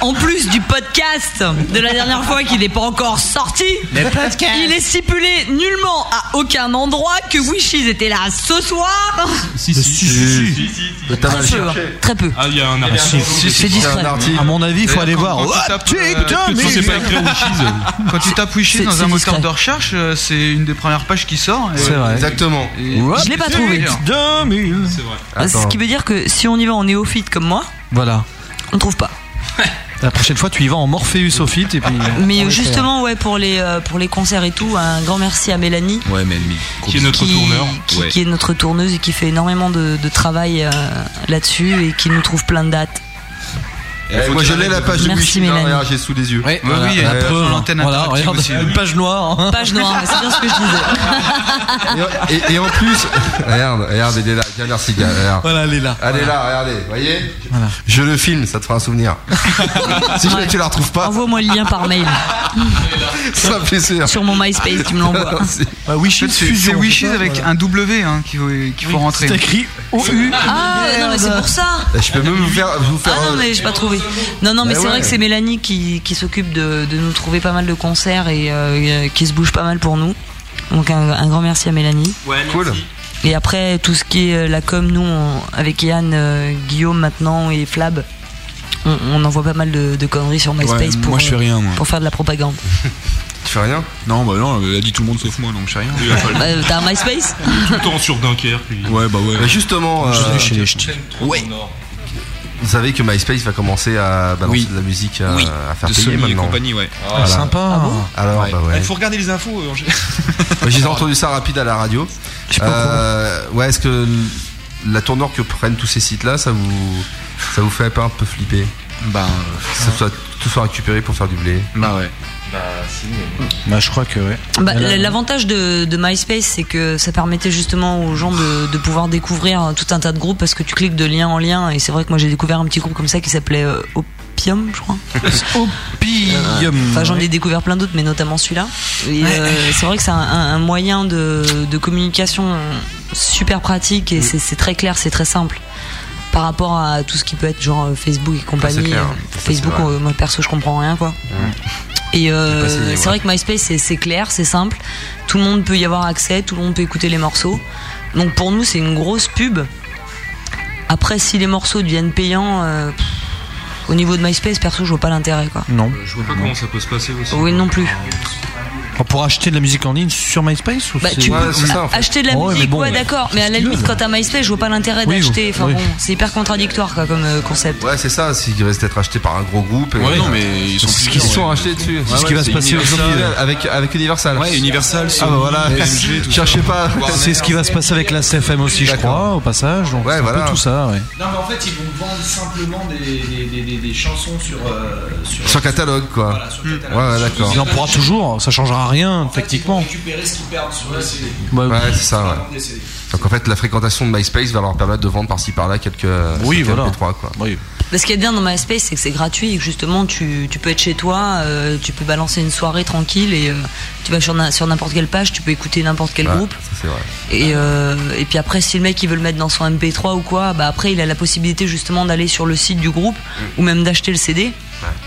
[SPEAKER 10] en plus du podcast de la dernière fois qui n'est pas encore sorti,
[SPEAKER 8] Le podcast.
[SPEAKER 10] il est stipulé nullement à aucun endroit que Wishes était là ce soir.
[SPEAKER 11] Si, si, si, si,
[SPEAKER 10] Très mal peu, cherché. très peu.
[SPEAKER 11] Ah, il y a un
[SPEAKER 6] Ah, si,
[SPEAKER 11] article.
[SPEAKER 6] si, c'est discret. À mon avis, il faut aller voir.
[SPEAKER 3] Quand tu
[SPEAKER 6] What
[SPEAKER 3] tapes,
[SPEAKER 6] tu
[SPEAKER 3] euh,
[SPEAKER 6] putain, mais-
[SPEAKER 3] quand c'est pas écrit Wishes. Quand tu tapes Wishes
[SPEAKER 6] C'est-
[SPEAKER 3] dans
[SPEAKER 6] c'est
[SPEAKER 3] un moteur
[SPEAKER 6] discret.
[SPEAKER 3] de recherche, euh, c'est une des premières pages qui sort. et-
[SPEAKER 6] C'est vrai.
[SPEAKER 2] Exactement.
[SPEAKER 3] Et-
[SPEAKER 6] What
[SPEAKER 10] Je l'ai pas trouvé.
[SPEAKER 3] C'est vrai.
[SPEAKER 10] Ah, c'est Ce qui veut dire que si on y va en néophyte comme moi,
[SPEAKER 6] Voilà.
[SPEAKER 10] on trouve pas.
[SPEAKER 6] La prochaine fois, tu y vas en Morpheus au fit
[SPEAKER 3] Ah,
[SPEAKER 6] et puis. euh,
[SPEAKER 10] Mais
[SPEAKER 6] on va
[SPEAKER 10] justement, ouais, pour les, euh, pour les concerts et tout, un grand merci à Mélanie.
[SPEAKER 12] Ouais, mais lui,
[SPEAKER 10] Qui est notre tourneur. Qui, qui est notre tourneuse et qui fait énormément de, de travail euh, là-dessus et qui nous trouve plein de dates.
[SPEAKER 2] Eh, moi je l'ai la page de
[SPEAKER 10] Merci
[SPEAKER 2] Wishy, là,
[SPEAKER 10] Mélanie.
[SPEAKER 2] regarde, j'ai sous les yeux.
[SPEAKER 6] Oui, voilà,
[SPEAKER 3] euh,
[SPEAKER 6] la preuve, hein. Voilà, regarde, une page noire. hein.
[SPEAKER 10] Page noire, c'est bien ce que je disais.
[SPEAKER 2] Et, et en plus, regarde, regarde, elle est là. Tiens, merci, gars. regarde.
[SPEAKER 6] Voilà, elle est là.
[SPEAKER 2] Elle est là, regardez, voyez Je le filme, ça te fera un souvenir. si jamais tu la retrouves pas,
[SPEAKER 10] Envoie-moi le lien par mail.
[SPEAKER 2] ça fait sûr.
[SPEAKER 10] Sur mon MySpace, tu me l'envoies.
[SPEAKER 3] En fait, c'est-
[SPEAKER 10] Fusion,
[SPEAKER 3] C'est Wishes
[SPEAKER 10] c'est ça,
[SPEAKER 3] avec
[SPEAKER 10] voilà.
[SPEAKER 3] un W hein, qu'il faut, qu'il faut rentrer.
[SPEAKER 10] c'est écrit
[SPEAKER 3] OU.
[SPEAKER 10] Ah, non, mais c'est pour ça.
[SPEAKER 2] Eh, Je peux même vous faire. Vous
[SPEAKER 10] Ah
[SPEAKER 2] faire euh,
[SPEAKER 10] non, mais j'ai pas trouvé. Non, non, mais
[SPEAKER 2] Eh
[SPEAKER 10] c'est
[SPEAKER 2] ouais.
[SPEAKER 10] vrai que c'est Mélanie qui, qui s'occupe de, de nous trouver pas mal de concerts et euh, qui se bouge pas mal pour nous. Donc un, un grand merci à Mélanie.
[SPEAKER 2] cool.
[SPEAKER 10] Et après, tout ce qui est euh, la com, nous, on- avec Yann, euh, Guillaume maintenant et Flab, on, on envoie pas mal de, de conneries sur MySpace
[SPEAKER 12] Ouais,
[SPEAKER 10] pour,
[SPEAKER 12] moi, je fais rien, moi.
[SPEAKER 10] pour faire de la propagande.
[SPEAKER 2] Tu fais rien
[SPEAKER 12] Non, bah non, elle a dit tout le monde sauf moi, donc je sais rien.
[SPEAKER 10] Euh, T'as un MySpace
[SPEAKER 12] Tout le temps sur Dunkerque. Ouais, bah ouais.
[SPEAKER 2] Mais justement,
[SPEAKER 12] Je suis
[SPEAKER 2] euh,
[SPEAKER 12] chez les ch'tis.
[SPEAKER 2] Ouais. Vous savez que MySpace va commencer à balancer de la musique à,
[SPEAKER 12] Oui.
[SPEAKER 2] à faire
[SPEAKER 12] De
[SPEAKER 2] payer
[SPEAKER 12] Sony et
[SPEAKER 2] maintenant.
[SPEAKER 12] compagnie, ouais. Ah,
[SPEAKER 2] Voilà.
[SPEAKER 12] sympa. Ah bon
[SPEAKER 2] Alors, bah ouais.
[SPEAKER 12] Il faut regarder les infos. euh, en général.
[SPEAKER 2] Moi, J'ai entendu ça rapide à la radio. Euh, ouais, est-ce que l- la tournure que prennent tous ces sites-là, ça vous, ça vous fait pas un peu flipper
[SPEAKER 12] Bah,
[SPEAKER 2] ça soit tout soit récupéré pour faire du blé.
[SPEAKER 12] Bah ouais.
[SPEAKER 9] Bah si.
[SPEAKER 6] Bah, je crois que ouais.
[SPEAKER 10] Bah, L'avantage de, de MySpace, c'est que ça permettait justement aux gens de, de pouvoir découvrir euh, tout un tas de groupes parce que tu cliques de lien en lien. Et c'est vrai que moi j'ai découvert un petit groupe comme ça qui s'appelait euh, Opium, je crois.
[SPEAKER 6] Opium.
[SPEAKER 10] Enfin, j'en ai découvert plein d'autres, mais notamment celui-là. Et euh, c'est vrai que c'est un, un- un moyen de, de communication super pratique
[SPEAKER 16] Mm.
[SPEAKER 10] et c'est c'est très clair, c'est très simple. Par rapport à tout ce qui peut être genre euh, Facebook et
[SPEAKER 16] Ah, c'est
[SPEAKER 10] compagnie.
[SPEAKER 16] clair.
[SPEAKER 10] Euh,
[SPEAKER 16] Ça, c'est
[SPEAKER 10] Facebook,
[SPEAKER 16] vrai. Mm.
[SPEAKER 10] euh, moi perso, je comprends rien quoi. Et euh,
[SPEAKER 16] J'ai pas saisi,
[SPEAKER 10] c'est
[SPEAKER 16] ouais.
[SPEAKER 10] vrai que MySpace c'est- c'est clair, c'est simple, tout le monde peut y avoir accès, tout le monde peut écouter les morceaux. Donc pour nous c'est une grosse pub. Après si les morceaux deviennent payants, euh, pff, au niveau de MySpace perso je vois pas l'intérêt quoi.
[SPEAKER 6] Non.
[SPEAKER 11] Je vois pas comment ça peut se passer aussi.
[SPEAKER 12] Oh.
[SPEAKER 10] Oui non plus.
[SPEAKER 6] On pourra acheter de la musique en ligne sur MySpace ou
[SPEAKER 10] Bah,
[SPEAKER 6] c'est-
[SPEAKER 10] tu peux acheter de la
[SPEAKER 6] Oh, Ouais, mais
[SPEAKER 10] musique,
[SPEAKER 6] bon,
[SPEAKER 10] ouais,
[SPEAKER 6] ouais.
[SPEAKER 10] d'accord, mais à la
[SPEAKER 6] qu'ils
[SPEAKER 10] limite,
[SPEAKER 6] veulent.
[SPEAKER 10] quand t'as MySpace, je vois pas l'intérêt
[SPEAKER 6] Oui,
[SPEAKER 10] d'acheter. Enfin
[SPEAKER 6] oui.
[SPEAKER 10] bon, c'est hyper contradictoire quoi, comme euh, concept.
[SPEAKER 2] Ouais, c'est ça, s'ils restent être achetés par un gros groupe. euh, et-
[SPEAKER 12] Ouais, non, mais ils sont
[SPEAKER 2] C'est ce
[SPEAKER 12] plusieurs,
[SPEAKER 2] qu'ils
[SPEAKER 12] ouais.
[SPEAKER 2] sont rachetés dessus.
[SPEAKER 12] C'est ce qui va se passer
[SPEAKER 2] Universal,
[SPEAKER 12] aussi.
[SPEAKER 2] Avec, avec Universal.
[SPEAKER 12] Ouais, Universal,
[SPEAKER 2] Ah
[SPEAKER 12] Sony,
[SPEAKER 2] bah voilà,
[SPEAKER 12] AMG, tout
[SPEAKER 2] cherchez
[SPEAKER 12] ça.
[SPEAKER 2] pas.
[SPEAKER 6] C'est ce qui va se passer avec la CFM aussi, je crois, au passage. Donc,
[SPEAKER 2] Ouais,
[SPEAKER 6] c'est un
[SPEAKER 2] voilà.
[SPEAKER 6] peu tout ça, ouais.
[SPEAKER 18] Non, mais en fait, ils vont vendre simplement des, des, des, des- des chansons sur, euh, sur,
[SPEAKER 2] Sur catalogue, quoi.
[SPEAKER 18] Voilà, sur catalogue.
[SPEAKER 2] Hmm. Ouais, ouais, d'accord.
[SPEAKER 6] Il en pourra toujours, ça changera rien, tactiquement.
[SPEAKER 18] Récupérer ce qu'ils perdent sur la CD.
[SPEAKER 2] Ouais,
[SPEAKER 6] oui.
[SPEAKER 2] c'est ça, ouais. Donc en fait, la fréquentation de MySpace va leur permettre de vendre par-ci par-là quelques.
[SPEAKER 6] Oui,
[SPEAKER 2] quelques
[SPEAKER 6] voilà.
[SPEAKER 2] MP3, quoi.
[SPEAKER 10] Mais ce qui est bien dans MySpace, c'est que c'est gratuit et que justement, tu, tu peux être chez toi, euh, tu peux balancer une soirée tranquille et euh, tu vas sur na- sur n'importe quelle page, tu peux écouter n'importe quel
[SPEAKER 2] Ouais,
[SPEAKER 10] groupe.
[SPEAKER 2] ça, c'est vrai.
[SPEAKER 10] Et, euh, et puis après, si le mec il veut le mettre dans son MP3 ou quoi, bah après il a la possibilité justement d'aller sur le site du groupe ou même d'acheter le CD.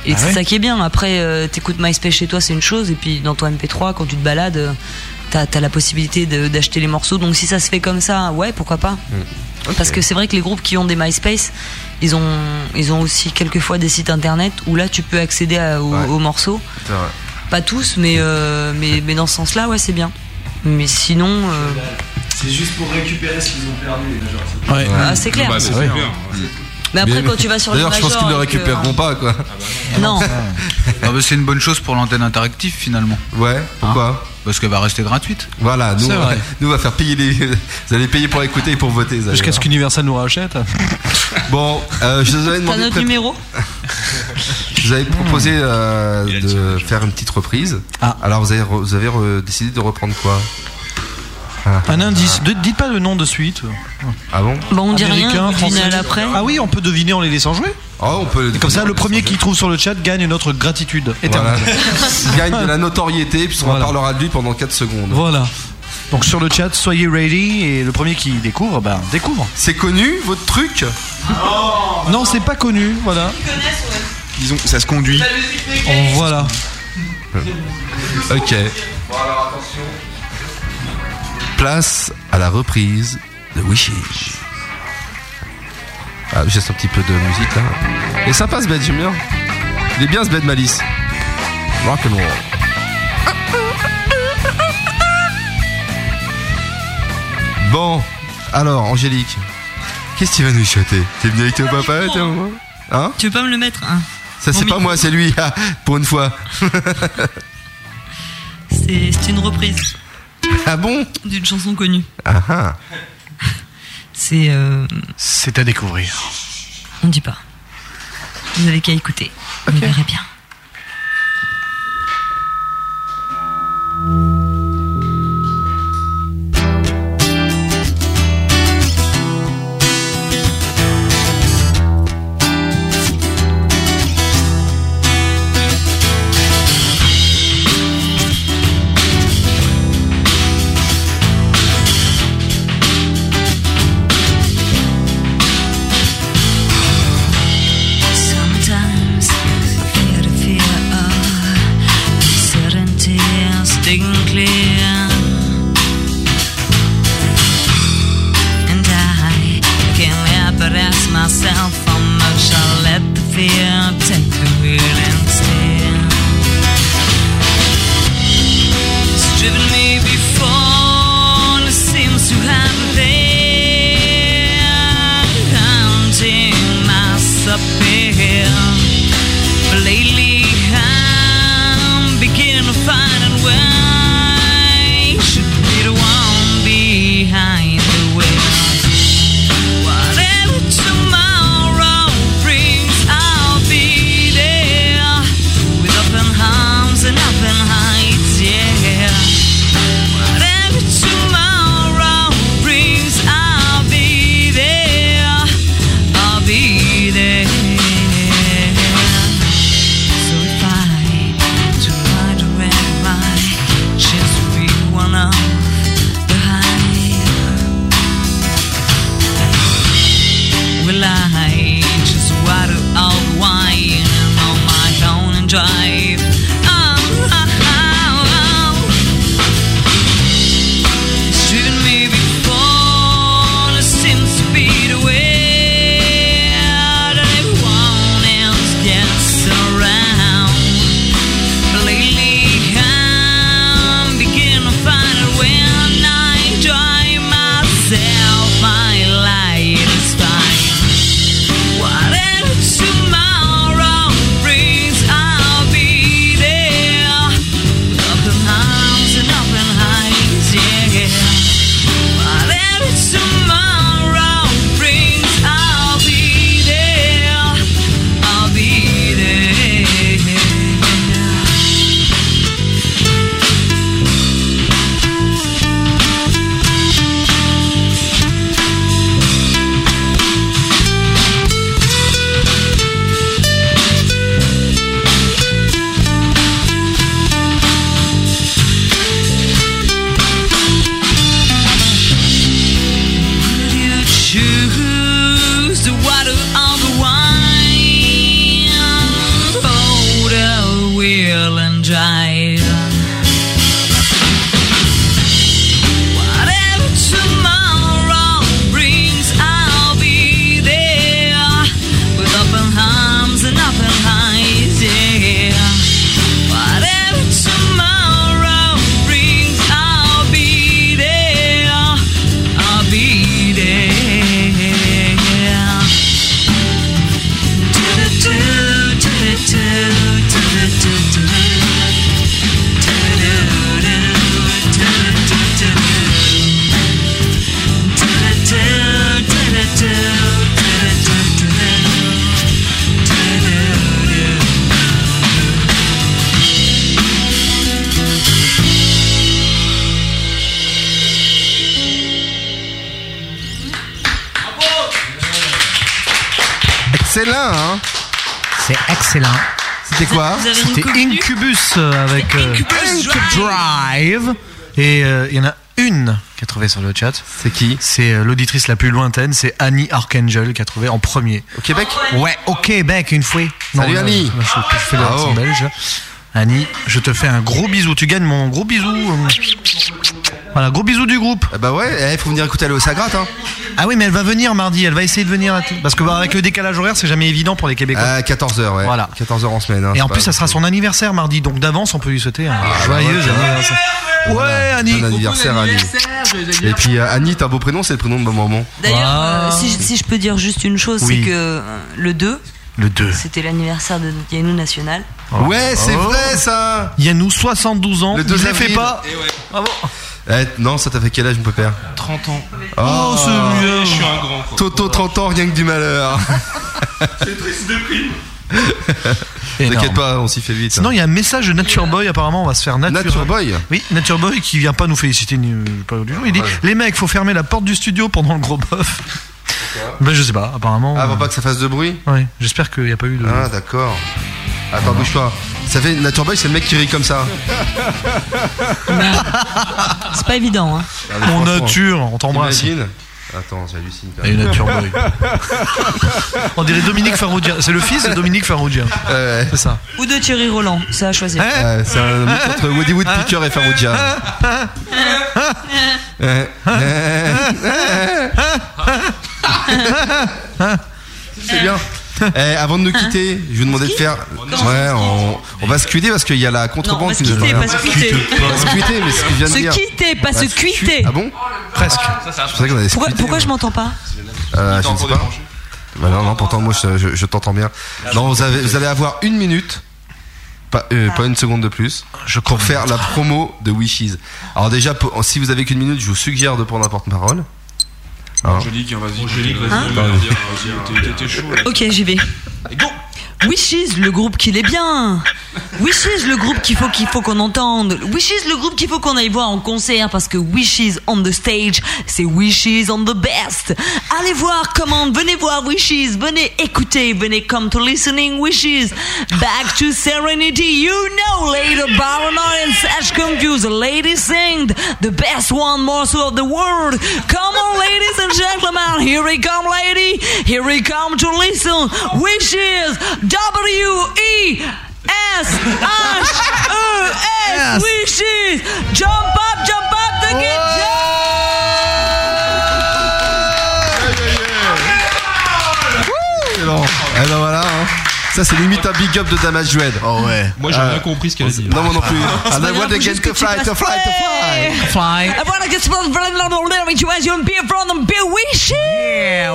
[SPEAKER 10] Et
[SPEAKER 16] Ah
[SPEAKER 10] c'est
[SPEAKER 16] ouais
[SPEAKER 10] ça qui est bien. Après, euh, t'écoutes MySpace chez toi, c'est une chose. Et puis dans ton MP3, quand tu te balades, euh, t'as as la possibilité de- d'acheter les morceaux. Donc si ça se fait comme ça, ouais, pourquoi pas Parce que c'est vrai que les groupes qui ont des MySpace, ils ont, ils ont aussi quelquefois des sites internet où là tu peux accéder à- aux,
[SPEAKER 2] Ouais.
[SPEAKER 10] aux morceaux.
[SPEAKER 2] C'est vrai.
[SPEAKER 10] Pas tous, mais, euh, mais, mais dans ce sens-là, ouais, c'est bien. Mais sinon. euh,
[SPEAKER 18] C'est juste pour récupérer ce qu'ils ont perdu, les majors.
[SPEAKER 10] Ouais. Ah, c'est clair. Bah, c'est
[SPEAKER 18] Ouais.
[SPEAKER 10] clair. Mais après, quand tu vas sur le
[SPEAKER 19] D'ailleurs, je pense
[SPEAKER 10] Major
[SPEAKER 19] qu'ils le
[SPEAKER 10] et que-
[SPEAKER 19] récupéreront pas, quoi.
[SPEAKER 10] Non.
[SPEAKER 3] Ah bah, c'est une bonne chose pour l'antenne interactive finalement.
[SPEAKER 2] Ouais, pourquoi
[SPEAKER 3] Parce qu'elle va rester gratuite.
[SPEAKER 2] Voilà, nous,
[SPEAKER 3] C'est vrai.
[SPEAKER 2] nous on va faire payer les. Vous allez payer pour écouter et pour voter. vous allez
[SPEAKER 6] Jusqu'à
[SPEAKER 2] voir.
[SPEAKER 6] ce qu'Universal nous rachète.
[SPEAKER 2] Bon, euh, je vous avais
[SPEAKER 10] T'as
[SPEAKER 2] demandé. de
[SPEAKER 10] notre
[SPEAKER 2] pré-
[SPEAKER 10] numéro
[SPEAKER 2] Je vous avais proposé euh, de faire une petite reprise.
[SPEAKER 6] Ah.
[SPEAKER 2] Alors vous avez, re- vous avez re- décidé de reprendre quoi
[SPEAKER 6] Un indice. De- dites pas le nom de suite.
[SPEAKER 2] Ah bon
[SPEAKER 10] Bon, on dit rien,
[SPEAKER 6] Américain,
[SPEAKER 10] on devine
[SPEAKER 6] français.
[SPEAKER 10] à l'après.
[SPEAKER 6] Ah oui, on peut deviner en les laissant jouer.
[SPEAKER 2] Ah, on peut.
[SPEAKER 6] Et comme ça, le premier qui trouve sur le chat gagne notre gratitude
[SPEAKER 2] Voilà.
[SPEAKER 6] éternelle.
[SPEAKER 2] Il gagne de la notoriété, puisqu'on parlera de lui pendant 4 secondes.
[SPEAKER 6] Voilà. Donc sur le chat, soyez ready et le premier qui découvre, ben découvre.
[SPEAKER 2] C'est connu votre truc
[SPEAKER 6] Non, c'est pas connu, voilà.
[SPEAKER 12] Disons, ça se conduit.
[SPEAKER 6] On Oh, voilà.
[SPEAKER 2] Ok. Place à la reprise de Wishish. Ah, juste un petit peu de musique là. Et sympa ce bête, j'aime bien. Il est bien ce bête Malice. Rock and roll. Bon, alors Angélique, qu'est-ce que tu vas nous chanter T'es venu avec ton
[SPEAKER 6] Ah,
[SPEAKER 2] papa t'es au moins Hein
[SPEAKER 10] Tu veux pas me le mettre hein
[SPEAKER 2] Ça c'est pas moi, c'est lui, ah, pour une fois.
[SPEAKER 10] C'est c'est une reprise.
[SPEAKER 2] Ah bon
[SPEAKER 10] D'une chanson connue.
[SPEAKER 2] ah ah.
[SPEAKER 10] C'est. euh,
[SPEAKER 6] C'est à découvrir.
[SPEAKER 10] On dit pas. Vous avez qu'à écouter. Vous verrez bien.
[SPEAKER 8] Sometimes I feel the fear of uncertainty instinctively. And I can't help but ask myself how much I let the fear take the wheel and steer. It's driven me before, and it seems to have a day. Hunting my disappear. But lately I'm beginning to find out why I should be the one behind the wheel. Whatever tomorrow brings, I'll be there with open arms and open heights, yeah. Whatever tomorrow brings, I'll be there. I'll be there. Um,
[SPEAKER 2] C'est l'un, hein
[SPEAKER 20] C'est excellent.
[SPEAKER 6] C'était
[SPEAKER 2] quoi Vous avez une
[SPEAKER 6] C'était
[SPEAKER 2] commune
[SPEAKER 6] Incubus euh, avec euh,
[SPEAKER 2] Incubus
[SPEAKER 6] Drive. Et euh, il y en a une qui a trouvé sur le chat.
[SPEAKER 2] C'est qui
[SPEAKER 6] C'est euh, l'auditrice la plus lointaine, c'est Annie Archangel qui a trouvé en premier. Au
[SPEAKER 2] Québec
[SPEAKER 6] Ah Ouais, au Québec, une fois.
[SPEAKER 2] Salut,
[SPEAKER 6] là,
[SPEAKER 2] Annie.
[SPEAKER 6] je, je fais le
[SPEAKER 2] Ah, oh.
[SPEAKER 6] belge. Annie, je te fais un gros bisou. Tu gagnes mon gros bisou. euh, Voilà, gros bisou du groupe.
[SPEAKER 2] Bah ouais, il faut venir écouter Allo Sagrate. Hein.
[SPEAKER 6] Ah oui, mais elle va venir mardi, elle va essayer de venir. là- Parce que bah, avec le décalage horaire, c'est jamais évident pour les Québécois.
[SPEAKER 2] À 14h, ouais.
[SPEAKER 6] Voilà.
[SPEAKER 2] 14h en semaine. hein,
[SPEAKER 6] Et en
[SPEAKER 2] c'est
[SPEAKER 6] plus,
[SPEAKER 2] pas-
[SPEAKER 6] ça
[SPEAKER 2] Ah,
[SPEAKER 6] sera son anniversaire mardi, donc d'avance, on peut lui souhaiter un joyeux anniversaire. Ouais, Annie.
[SPEAKER 2] Bon anniversaire, Annie. Et puis euh, Annie, t'as un beau prénom, c'est le prénom de ma maman.
[SPEAKER 10] D'ailleurs, euh, si, je- si je peux dire juste une chose,
[SPEAKER 2] Oui.
[SPEAKER 10] c'est que euh, le 2,
[SPEAKER 6] Le 2.
[SPEAKER 10] c'était l'anniversaire de Yannou National.
[SPEAKER 2] Ouais, c'est
[SPEAKER 6] Oh.
[SPEAKER 2] vrai ça
[SPEAKER 6] Yannou, 72 ans.
[SPEAKER 2] Le
[SPEAKER 6] il
[SPEAKER 2] 2
[SPEAKER 6] les
[SPEAKER 2] avril.
[SPEAKER 6] fait pas.
[SPEAKER 2] Eh, non, ça t'a fait quel âge, mon pépère
[SPEAKER 11] 30 ans.
[SPEAKER 2] Oh,
[SPEAKER 11] c'est
[SPEAKER 2] mieux.
[SPEAKER 11] Je suis un grand. quoi.
[SPEAKER 2] Toto, 30 ans, rien que du malheur.
[SPEAKER 11] C'est triste de prime.
[SPEAKER 2] T'inquiète pas, on s'y fait vite. hein.
[SPEAKER 6] Sinon, il y a un message de Nature Boy. Apparemment, on va se faire Nature,
[SPEAKER 2] Nature Boy
[SPEAKER 6] Oui, Nature Boy qui vient pas nous féliciter ni euh, pas du jour. Il dit Les mecs, faut fermer la porte du studio pendant le gros bœuf. Ben, je sais pas, apparemment.
[SPEAKER 2] Ah,
[SPEAKER 6] euh,
[SPEAKER 2] pour pas que ça fasse de bruit
[SPEAKER 6] Ouais, j'espère qu'il n'y a pas eu de.
[SPEAKER 2] Ah, d'accord. Attends, bouge pas. Ça fait Nature Boy, c'est le mec qui rit comme ça.
[SPEAKER 10] C'est pas évident, hein.
[SPEAKER 2] Ah, mais
[SPEAKER 6] Mon
[SPEAKER 2] franchement,
[SPEAKER 6] nature, on t'embrasse.
[SPEAKER 2] t'imagines Attends, j'hallucine. quand
[SPEAKER 6] Et
[SPEAKER 2] même.
[SPEAKER 6] Nature Boy. On dirait Dominique Farrugia. C'est le fils de Dominique Farrugia. C'est ça.
[SPEAKER 10] Ou de Thierry Roland, ça à choisir.
[SPEAKER 2] Ouais, Euh, c'est un mix entre Woody Woodpecker et Farrugia. Ouais. C'est bien. Eh, avant
[SPEAKER 10] Ah.
[SPEAKER 2] de nous quitter, je vais vous demander de faire. Ouais, on, on va se quitter parce qu'il y a la contrebande
[SPEAKER 10] Non, on va se
[SPEAKER 2] qui nous
[SPEAKER 10] quitter,
[SPEAKER 2] attend.
[SPEAKER 10] pas se quitter.
[SPEAKER 2] On va se quitter, mais ce que je viens de
[SPEAKER 10] Se
[SPEAKER 2] dire.
[SPEAKER 10] quitter, pas
[SPEAKER 2] On va
[SPEAKER 10] se
[SPEAKER 2] cu-
[SPEAKER 10] quitter.
[SPEAKER 2] Ah bon Presque. Je pensais qu'on allait se
[SPEAKER 10] Pourquoi,
[SPEAKER 2] quitter,
[SPEAKER 10] pourquoi
[SPEAKER 2] moi.
[SPEAKER 10] je m'entends pas
[SPEAKER 2] Euh, je ne sais pas. Bah non, non, pourtant, moi, je, Ah, je- je t'entends bien. Non, vous, avez- vous allez avoir une minute. Pas, euh, pas une seconde de plus. Je pour faire la promo de Wishes. Alors déjà, pour- si vous avez qu'une minute, je vous suggère de prendre la porte-parole. Hein
[SPEAKER 12] Angélique, hein, vas-y.
[SPEAKER 11] Angélique, vas-y.
[SPEAKER 12] Hein
[SPEAKER 11] vas-y, vas-y, t'es- euh, T'étais chaud là.
[SPEAKER 10] Ok, j'y vais. Wishes, le groupe qu'il est bien. Wishes, le groupe qu'il faut qu'il faut qu'on entende. Wishes, le groupe qu'il faut qu'on aille voir en concert parce que Wishes on the stage, c'est Wishes on the best. Allez voir comment, venez voir Wishes, venez écouter, venez come to listening Wishes. Back to serenity, you know later paranoid and such confused. Ladies sing the best one morsel of the world. Come on, ladies and gentlemen, here we come, lady. Here we come to listen. Wishes W E S H E S Wishes. Jump up, jump up, the
[SPEAKER 2] Excellent. Eh ben voilà. hein. Ça, c'est limite un big up de Damage Dread. Oh ouais.
[SPEAKER 8] Moi, j'ai
[SPEAKER 11] Ah.
[SPEAKER 2] Euh,
[SPEAKER 8] rien compris ce qu'elle a dit.
[SPEAKER 2] Non, moi non plus.
[SPEAKER 8] C'est
[SPEAKER 2] Ah,
[SPEAKER 8] pas
[SPEAKER 2] la voix
[SPEAKER 8] grave,
[SPEAKER 2] de
[SPEAKER 8] faut
[SPEAKER 2] Get
[SPEAKER 8] juste que
[SPEAKER 2] to
[SPEAKER 8] tu
[SPEAKER 2] Fly, to
[SPEAKER 8] fasses
[SPEAKER 2] Fly, to
[SPEAKER 8] play.
[SPEAKER 2] Fly.
[SPEAKER 8] Fly.
[SPEAKER 10] I wanna get some from the situation, be from the be wishes. Yeah,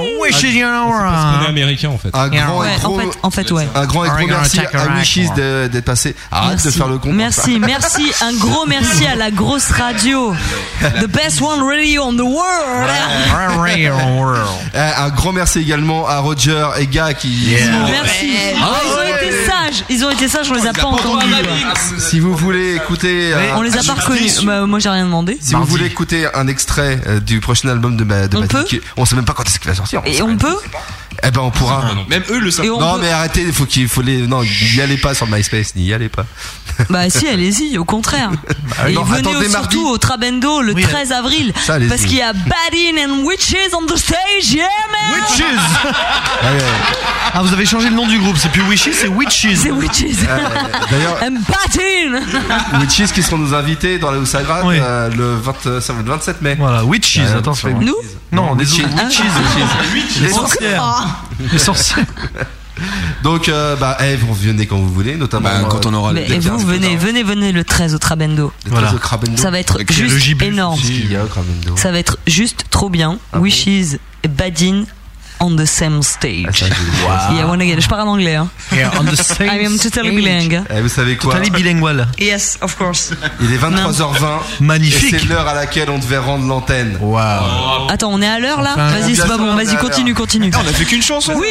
[SPEAKER 6] Ah.
[SPEAKER 8] On est américain en fait.
[SPEAKER 2] Un grand
[SPEAKER 10] Ouais,
[SPEAKER 2] et gros,
[SPEAKER 10] en fait- en fait, ouais.
[SPEAKER 2] un grand et gros
[SPEAKER 10] Oregon
[SPEAKER 2] merci
[SPEAKER 10] attack
[SPEAKER 2] à
[SPEAKER 10] Iraq,
[SPEAKER 2] Wishes
[SPEAKER 10] moi.
[SPEAKER 2] de- d'être passé. Arrête de faire le con.
[SPEAKER 10] Merci, merci, un gros merci à la grosse radio. The best one radio on the world.
[SPEAKER 6] hein.
[SPEAKER 2] Eh, un grand merci également à Roger et Gars qui.
[SPEAKER 10] Merci. Ah, ils ont été sages, ils ont été sages, on les a pas entendus.
[SPEAKER 2] Si vous voulez écouter, euh,
[SPEAKER 10] On les a pas reconnus. Bah, moi j'ai rien demandé.
[SPEAKER 2] si vous voulez écouter un extrait euh, du prochain album de, ma, de
[SPEAKER 10] On
[SPEAKER 2] Mathilde,
[SPEAKER 10] peut
[SPEAKER 2] qui- on sait même pas quand est-ce qu'il va sortir.
[SPEAKER 10] Et on peut
[SPEAKER 2] Eh ben on pourra.
[SPEAKER 12] Même eux le savent.
[SPEAKER 10] Et Ah, on
[SPEAKER 2] Non
[SPEAKER 10] peut-
[SPEAKER 2] mais arrêtez, il faut qu'il faut les. Non, n'y allez pas sur MySpace, n'y allez pas.
[SPEAKER 10] Bah si, allez-y, au contraire.
[SPEAKER 2] Ah,
[SPEAKER 10] Et
[SPEAKER 2] non,
[SPEAKER 10] venez
[SPEAKER 2] attendez
[SPEAKER 10] au-
[SPEAKER 2] mardi.
[SPEAKER 10] surtout au Trabendo le
[SPEAKER 2] Oui,
[SPEAKER 10] 13 avril.
[SPEAKER 2] ça, allez-y.
[SPEAKER 10] parce qu'il y a Badin and Witches on the stage, yeah man
[SPEAKER 6] Witches Ah, vous avez changé le nom du groupe, c'est plus Wishes, c'est Witches.
[SPEAKER 10] C'est Witches.
[SPEAKER 2] D'ailleurs,
[SPEAKER 10] And Badin
[SPEAKER 2] Witches qui seront nos invités dans la Houssa Grade, euh, le, 20 ça va être le 27 mai.
[SPEAKER 6] Voilà, Witches,
[SPEAKER 2] Ah,
[SPEAKER 6] attention.
[SPEAKER 2] Witches.
[SPEAKER 6] Nous Non, des
[SPEAKER 2] Witches.
[SPEAKER 10] Ah. Hein?
[SPEAKER 6] autres.
[SPEAKER 2] Witches, Witches. Les
[SPEAKER 6] Encore
[SPEAKER 2] sorcières.
[SPEAKER 6] Les sorcières.
[SPEAKER 2] Donc, euh, bah, eh, vous venez quand vous voulez, notamment Bah, euh, quand on aura
[SPEAKER 10] Mais et vous venez, venez, venez le 13 au Trabendo.
[SPEAKER 2] Voilà. euh,
[SPEAKER 10] Ça va être juste énorme. Ça va être juste trop bien. Wishes et Badin on the same stage.
[SPEAKER 2] Wow.
[SPEAKER 10] Et I wanna get- Ah, Je parle en anglais. Hein.
[SPEAKER 2] Yeah, on the same
[SPEAKER 10] I am totally
[SPEAKER 2] stage.
[SPEAKER 10] bilingue.
[SPEAKER 2] Eh, vous savez quoi
[SPEAKER 6] Totally bilingual.
[SPEAKER 10] Yes, of course.
[SPEAKER 2] Il est 23h20.
[SPEAKER 6] Magnifique.
[SPEAKER 2] et C'est l'heure à laquelle on devait rendre l'antenne.
[SPEAKER 10] Waouh. Attends, on est à l'heure là
[SPEAKER 2] Enfin,
[SPEAKER 10] Vas-y,
[SPEAKER 2] bien
[SPEAKER 10] c'est pas
[SPEAKER 2] sûr,
[SPEAKER 10] bon.
[SPEAKER 2] on est à
[SPEAKER 10] Vas-y,
[SPEAKER 2] l'heure.
[SPEAKER 10] continue, continue.
[SPEAKER 2] Ah, on a fait qu'une chanson.
[SPEAKER 10] Oui,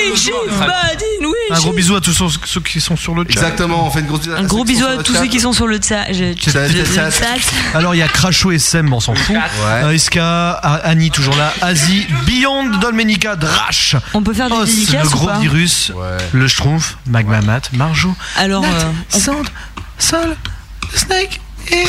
[SPEAKER 10] Badin, oui.
[SPEAKER 6] Un gros bisou à tous ceux- ceux qui sont sur le chat.
[SPEAKER 2] Exactement, on fait une grosse
[SPEAKER 10] Un gros bisou à tous ceux qui sont sur le chat. Je-
[SPEAKER 6] C'est-
[SPEAKER 10] je- le
[SPEAKER 6] c'est-
[SPEAKER 10] chat.
[SPEAKER 6] Alors il y a Cracho et Sem, on s'en fout. Euh, Iska, A- Annie toujours là. Asie, Beyond, Dolmenica, Drash.
[SPEAKER 10] On peut faire des
[SPEAKER 6] Os,
[SPEAKER 10] dédicaces
[SPEAKER 6] Le
[SPEAKER 10] ou
[SPEAKER 6] gros
[SPEAKER 10] pas
[SPEAKER 6] virus, le Schtroumpf, Magma Mat, Marjo.
[SPEAKER 10] Alors,
[SPEAKER 6] Nat,
[SPEAKER 10] euh, on-
[SPEAKER 6] Sand, Sol, Snake et.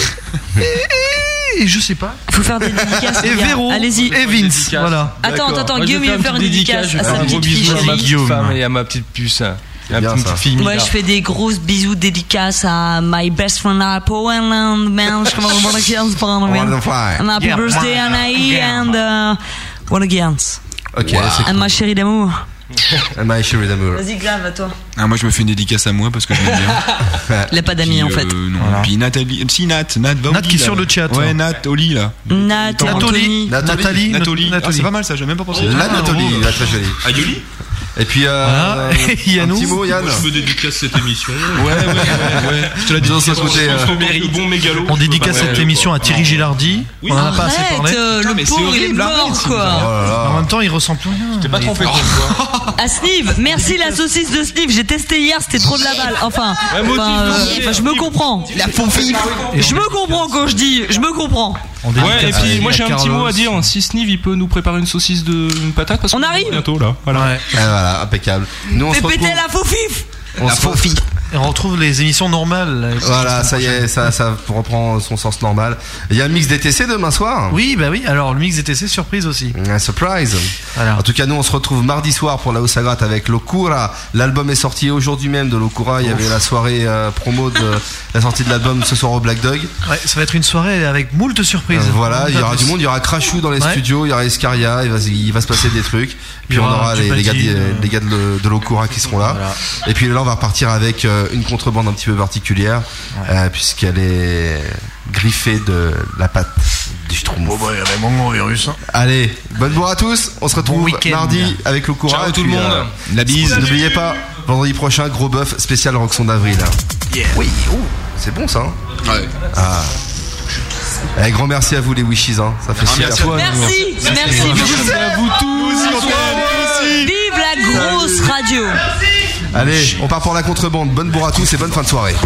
[SPEAKER 6] et- et je sais pas.
[SPEAKER 10] Faut faire des dédicaces,
[SPEAKER 6] Et
[SPEAKER 10] les gars.
[SPEAKER 6] Véro.
[SPEAKER 10] Allez-y.
[SPEAKER 6] Et Vince. Voilà.
[SPEAKER 10] Attends, attends, attends,
[SPEAKER 21] Moi, je
[SPEAKER 10] Guillaume, il veut
[SPEAKER 21] vais
[SPEAKER 10] faire une
[SPEAKER 21] petit
[SPEAKER 10] dédicace
[SPEAKER 21] je vais
[SPEAKER 10] à
[SPEAKER 21] faire
[SPEAKER 10] sa
[SPEAKER 21] un gros
[SPEAKER 10] petite fille
[SPEAKER 21] bisou à ma
[SPEAKER 10] chérie.
[SPEAKER 21] petite femme et à ma petite puce. hein. À ma petite fille.
[SPEAKER 10] Moi,
[SPEAKER 21] Mila.
[SPEAKER 10] je fais des grosses bisous dédicaces à my best friend Apple and um, man, je commence one against one
[SPEAKER 2] Wonderful.
[SPEAKER 10] And happy
[SPEAKER 2] Yeah.
[SPEAKER 10] birthday Anaï
[SPEAKER 2] Yeah.
[SPEAKER 10] and uh, one against.
[SPEAKER 2] Ok, c'est
[SPEAKER 10] And ma chérie d'amour.
[SPEAKER 2] cool. My Sherry Damour.
[SPEAKER 10] Vas-y, grave à toi.
[SPEAKER 12] Ah, moi je me fais une dédicace à moi parce que je m'aime bien.
[SPEAKER 10] Il a pas d'amis,
[SPEAKER 12] Puis,
[SPEAKER 10] en fait.
[SPEAKER 12] euh, non.
[SPEAKER 6] Voilà.
[SPEAKER 12] Puis Nathalie, si Nat, Nat va au
[SPEAKER 6] Nat
[SPEAKER 12] lit,
[SPEAKER 6] qui est
[SPEAKER 12] là.
[SPEAKER 6] sur le chat. hein.
[SPEAKER 12] Ouais, Nat, au lit là.
[SPEAKER 2] euh,
[SPEAKER 10] Nat, Anthony.
[SPEAKER 12] Nathalie. Nathalie. Ah, c'est pas mal ça, j'ai même pas pensé.
[SPEAKER 2] La
[SPEAKER 10] Ah, oh.
[SPEAKER 2] Nathalie, la très jolie.
[SPEAKER 11] Ayoli
[SPEAKER 2] Et puis, euh, un petit mot, Yann.
[SPEAKER 11] Moi, je me dédicace cette émission.
[SPEAKER 2] Ouais, ouais, ouais, ouais. Je te la dis de ce côté, euh,
[SPEAKER 11] mérite. Bon mégalo.
[SPEAKER 6] On dédicace cette émission à Thierry Gilardi.
[SPEAKER 11] Ah, Oui.
[SPEAKER 6] on en a pas assez
[SPEAKER 10] Arrête,
[SPEAKER 6] parlé.
[SPEAKER 10] euh, le pauvre, il est mort, quoi.
[SPEAKER 6] En même temps, il ressemble plus à rien.
[SPEAKER 21] T'es pas trompé pour
[SPEAKER 10] À Sniv, merci la saucisse de Sniv. J'ai testé hier, c'était trop de la balle. Enfin, enfin, euh, enfin, je me comprends. La Je me comprends quand je dis, je me comprends.
[SPEAKER 11] Ouais, et puis moi j'ai un petit
[SPEAKER 21] Carlos.
[SPEAKER 11] mot à dire. Si Sniv il peut nous préparer une saucisse de une patate parce qu'on arrive bientôt là. Voilà.
[SPEAKER 2] voilà, impeccable. Nous on
[SPEAKER 10] Fais
[SPEAKER 2] se retrouve.
[SPEAKER 10] péter la faux fif.
[SPEAKER 2] On se retrouve.
[SPEAKER 6] Et on retrouve les émissions normales.
[SPEAKER 2] Voilà, ça y est, ça, ça reprend son sens normal. Il y a le mix DTC demain soir.
[SPEAKER 6] Oui, bah oui. Alors le mix DTC surprise aussi.
[SPEAKER 2] Un surprise. En tout cas, nous on se retrouve mardi soir pour la hausse à gratte avec Locura. L'album est sorti aujourd'hui même de Locura. Il y avait la soirée euh, promo de la sortie de l'album ce soir au Black Dog.
[SPEAKER 6] Ouais, ça va être une soirée avec moult surprises.
[SPEAKER 2] Euh, Voilà, il y aura du monde, il y aura Crashou dans les
[SPEAKER 6] Ouais.
[SPEAKER 2] studios, il y aura Escaria, il va, il va se passer des trucs. Puis
[SPEAKER 6] y
[SPEAKER 2] on
[SPEAKER 6] aura
[SPEAKER 2] aura les, les gars, de-
[SPEAKER 6] Tupati, euh,
[SPEAKER 2] les gars de, le- de l'Okura qui seront là. Et puis là, on va repartir avec euh, une contrebande un petit peu particulière, euh, puisqu'elle est griffée de la patte du schtroumpf.
[SPEAKER 6] Bon, bah, il y avait mon gros virus. hein.
[SPEAKER 2] Allez, bonne bourre à tous. On se retrouve
[SPEAKER 6] week-end.
[SPEAKER 2] mardi avec l'Okura.
[SPEAKER 6] Ciao
[SPEAKER 2] Et
[SPEAKER 6] tout
[SPEAKER 2] puis, euh,
[SPEAKER 6] le monde.
[SPEAKER 12] La bise.
[SPEAKER 2] N'oubliez pas, vendredi prochain, gros bœuf spécial Roxon d'avril. hein. Oui, oh, c'est bon ça. hein. Ah. Eh, grand merci à vous les wishes, hein. ça fait
[SPEAKER 12] Ah,
[SPEAKER 2] plaisir.
[SPEAKER 12] merci à toi,
[SPEAKER 10] Merci, merci beaucoup. Vive la grosse radio.
[SPEAKER 2] Allez, on part pour la contrebande. Bonne bourre à tous et bonne fin de soirée.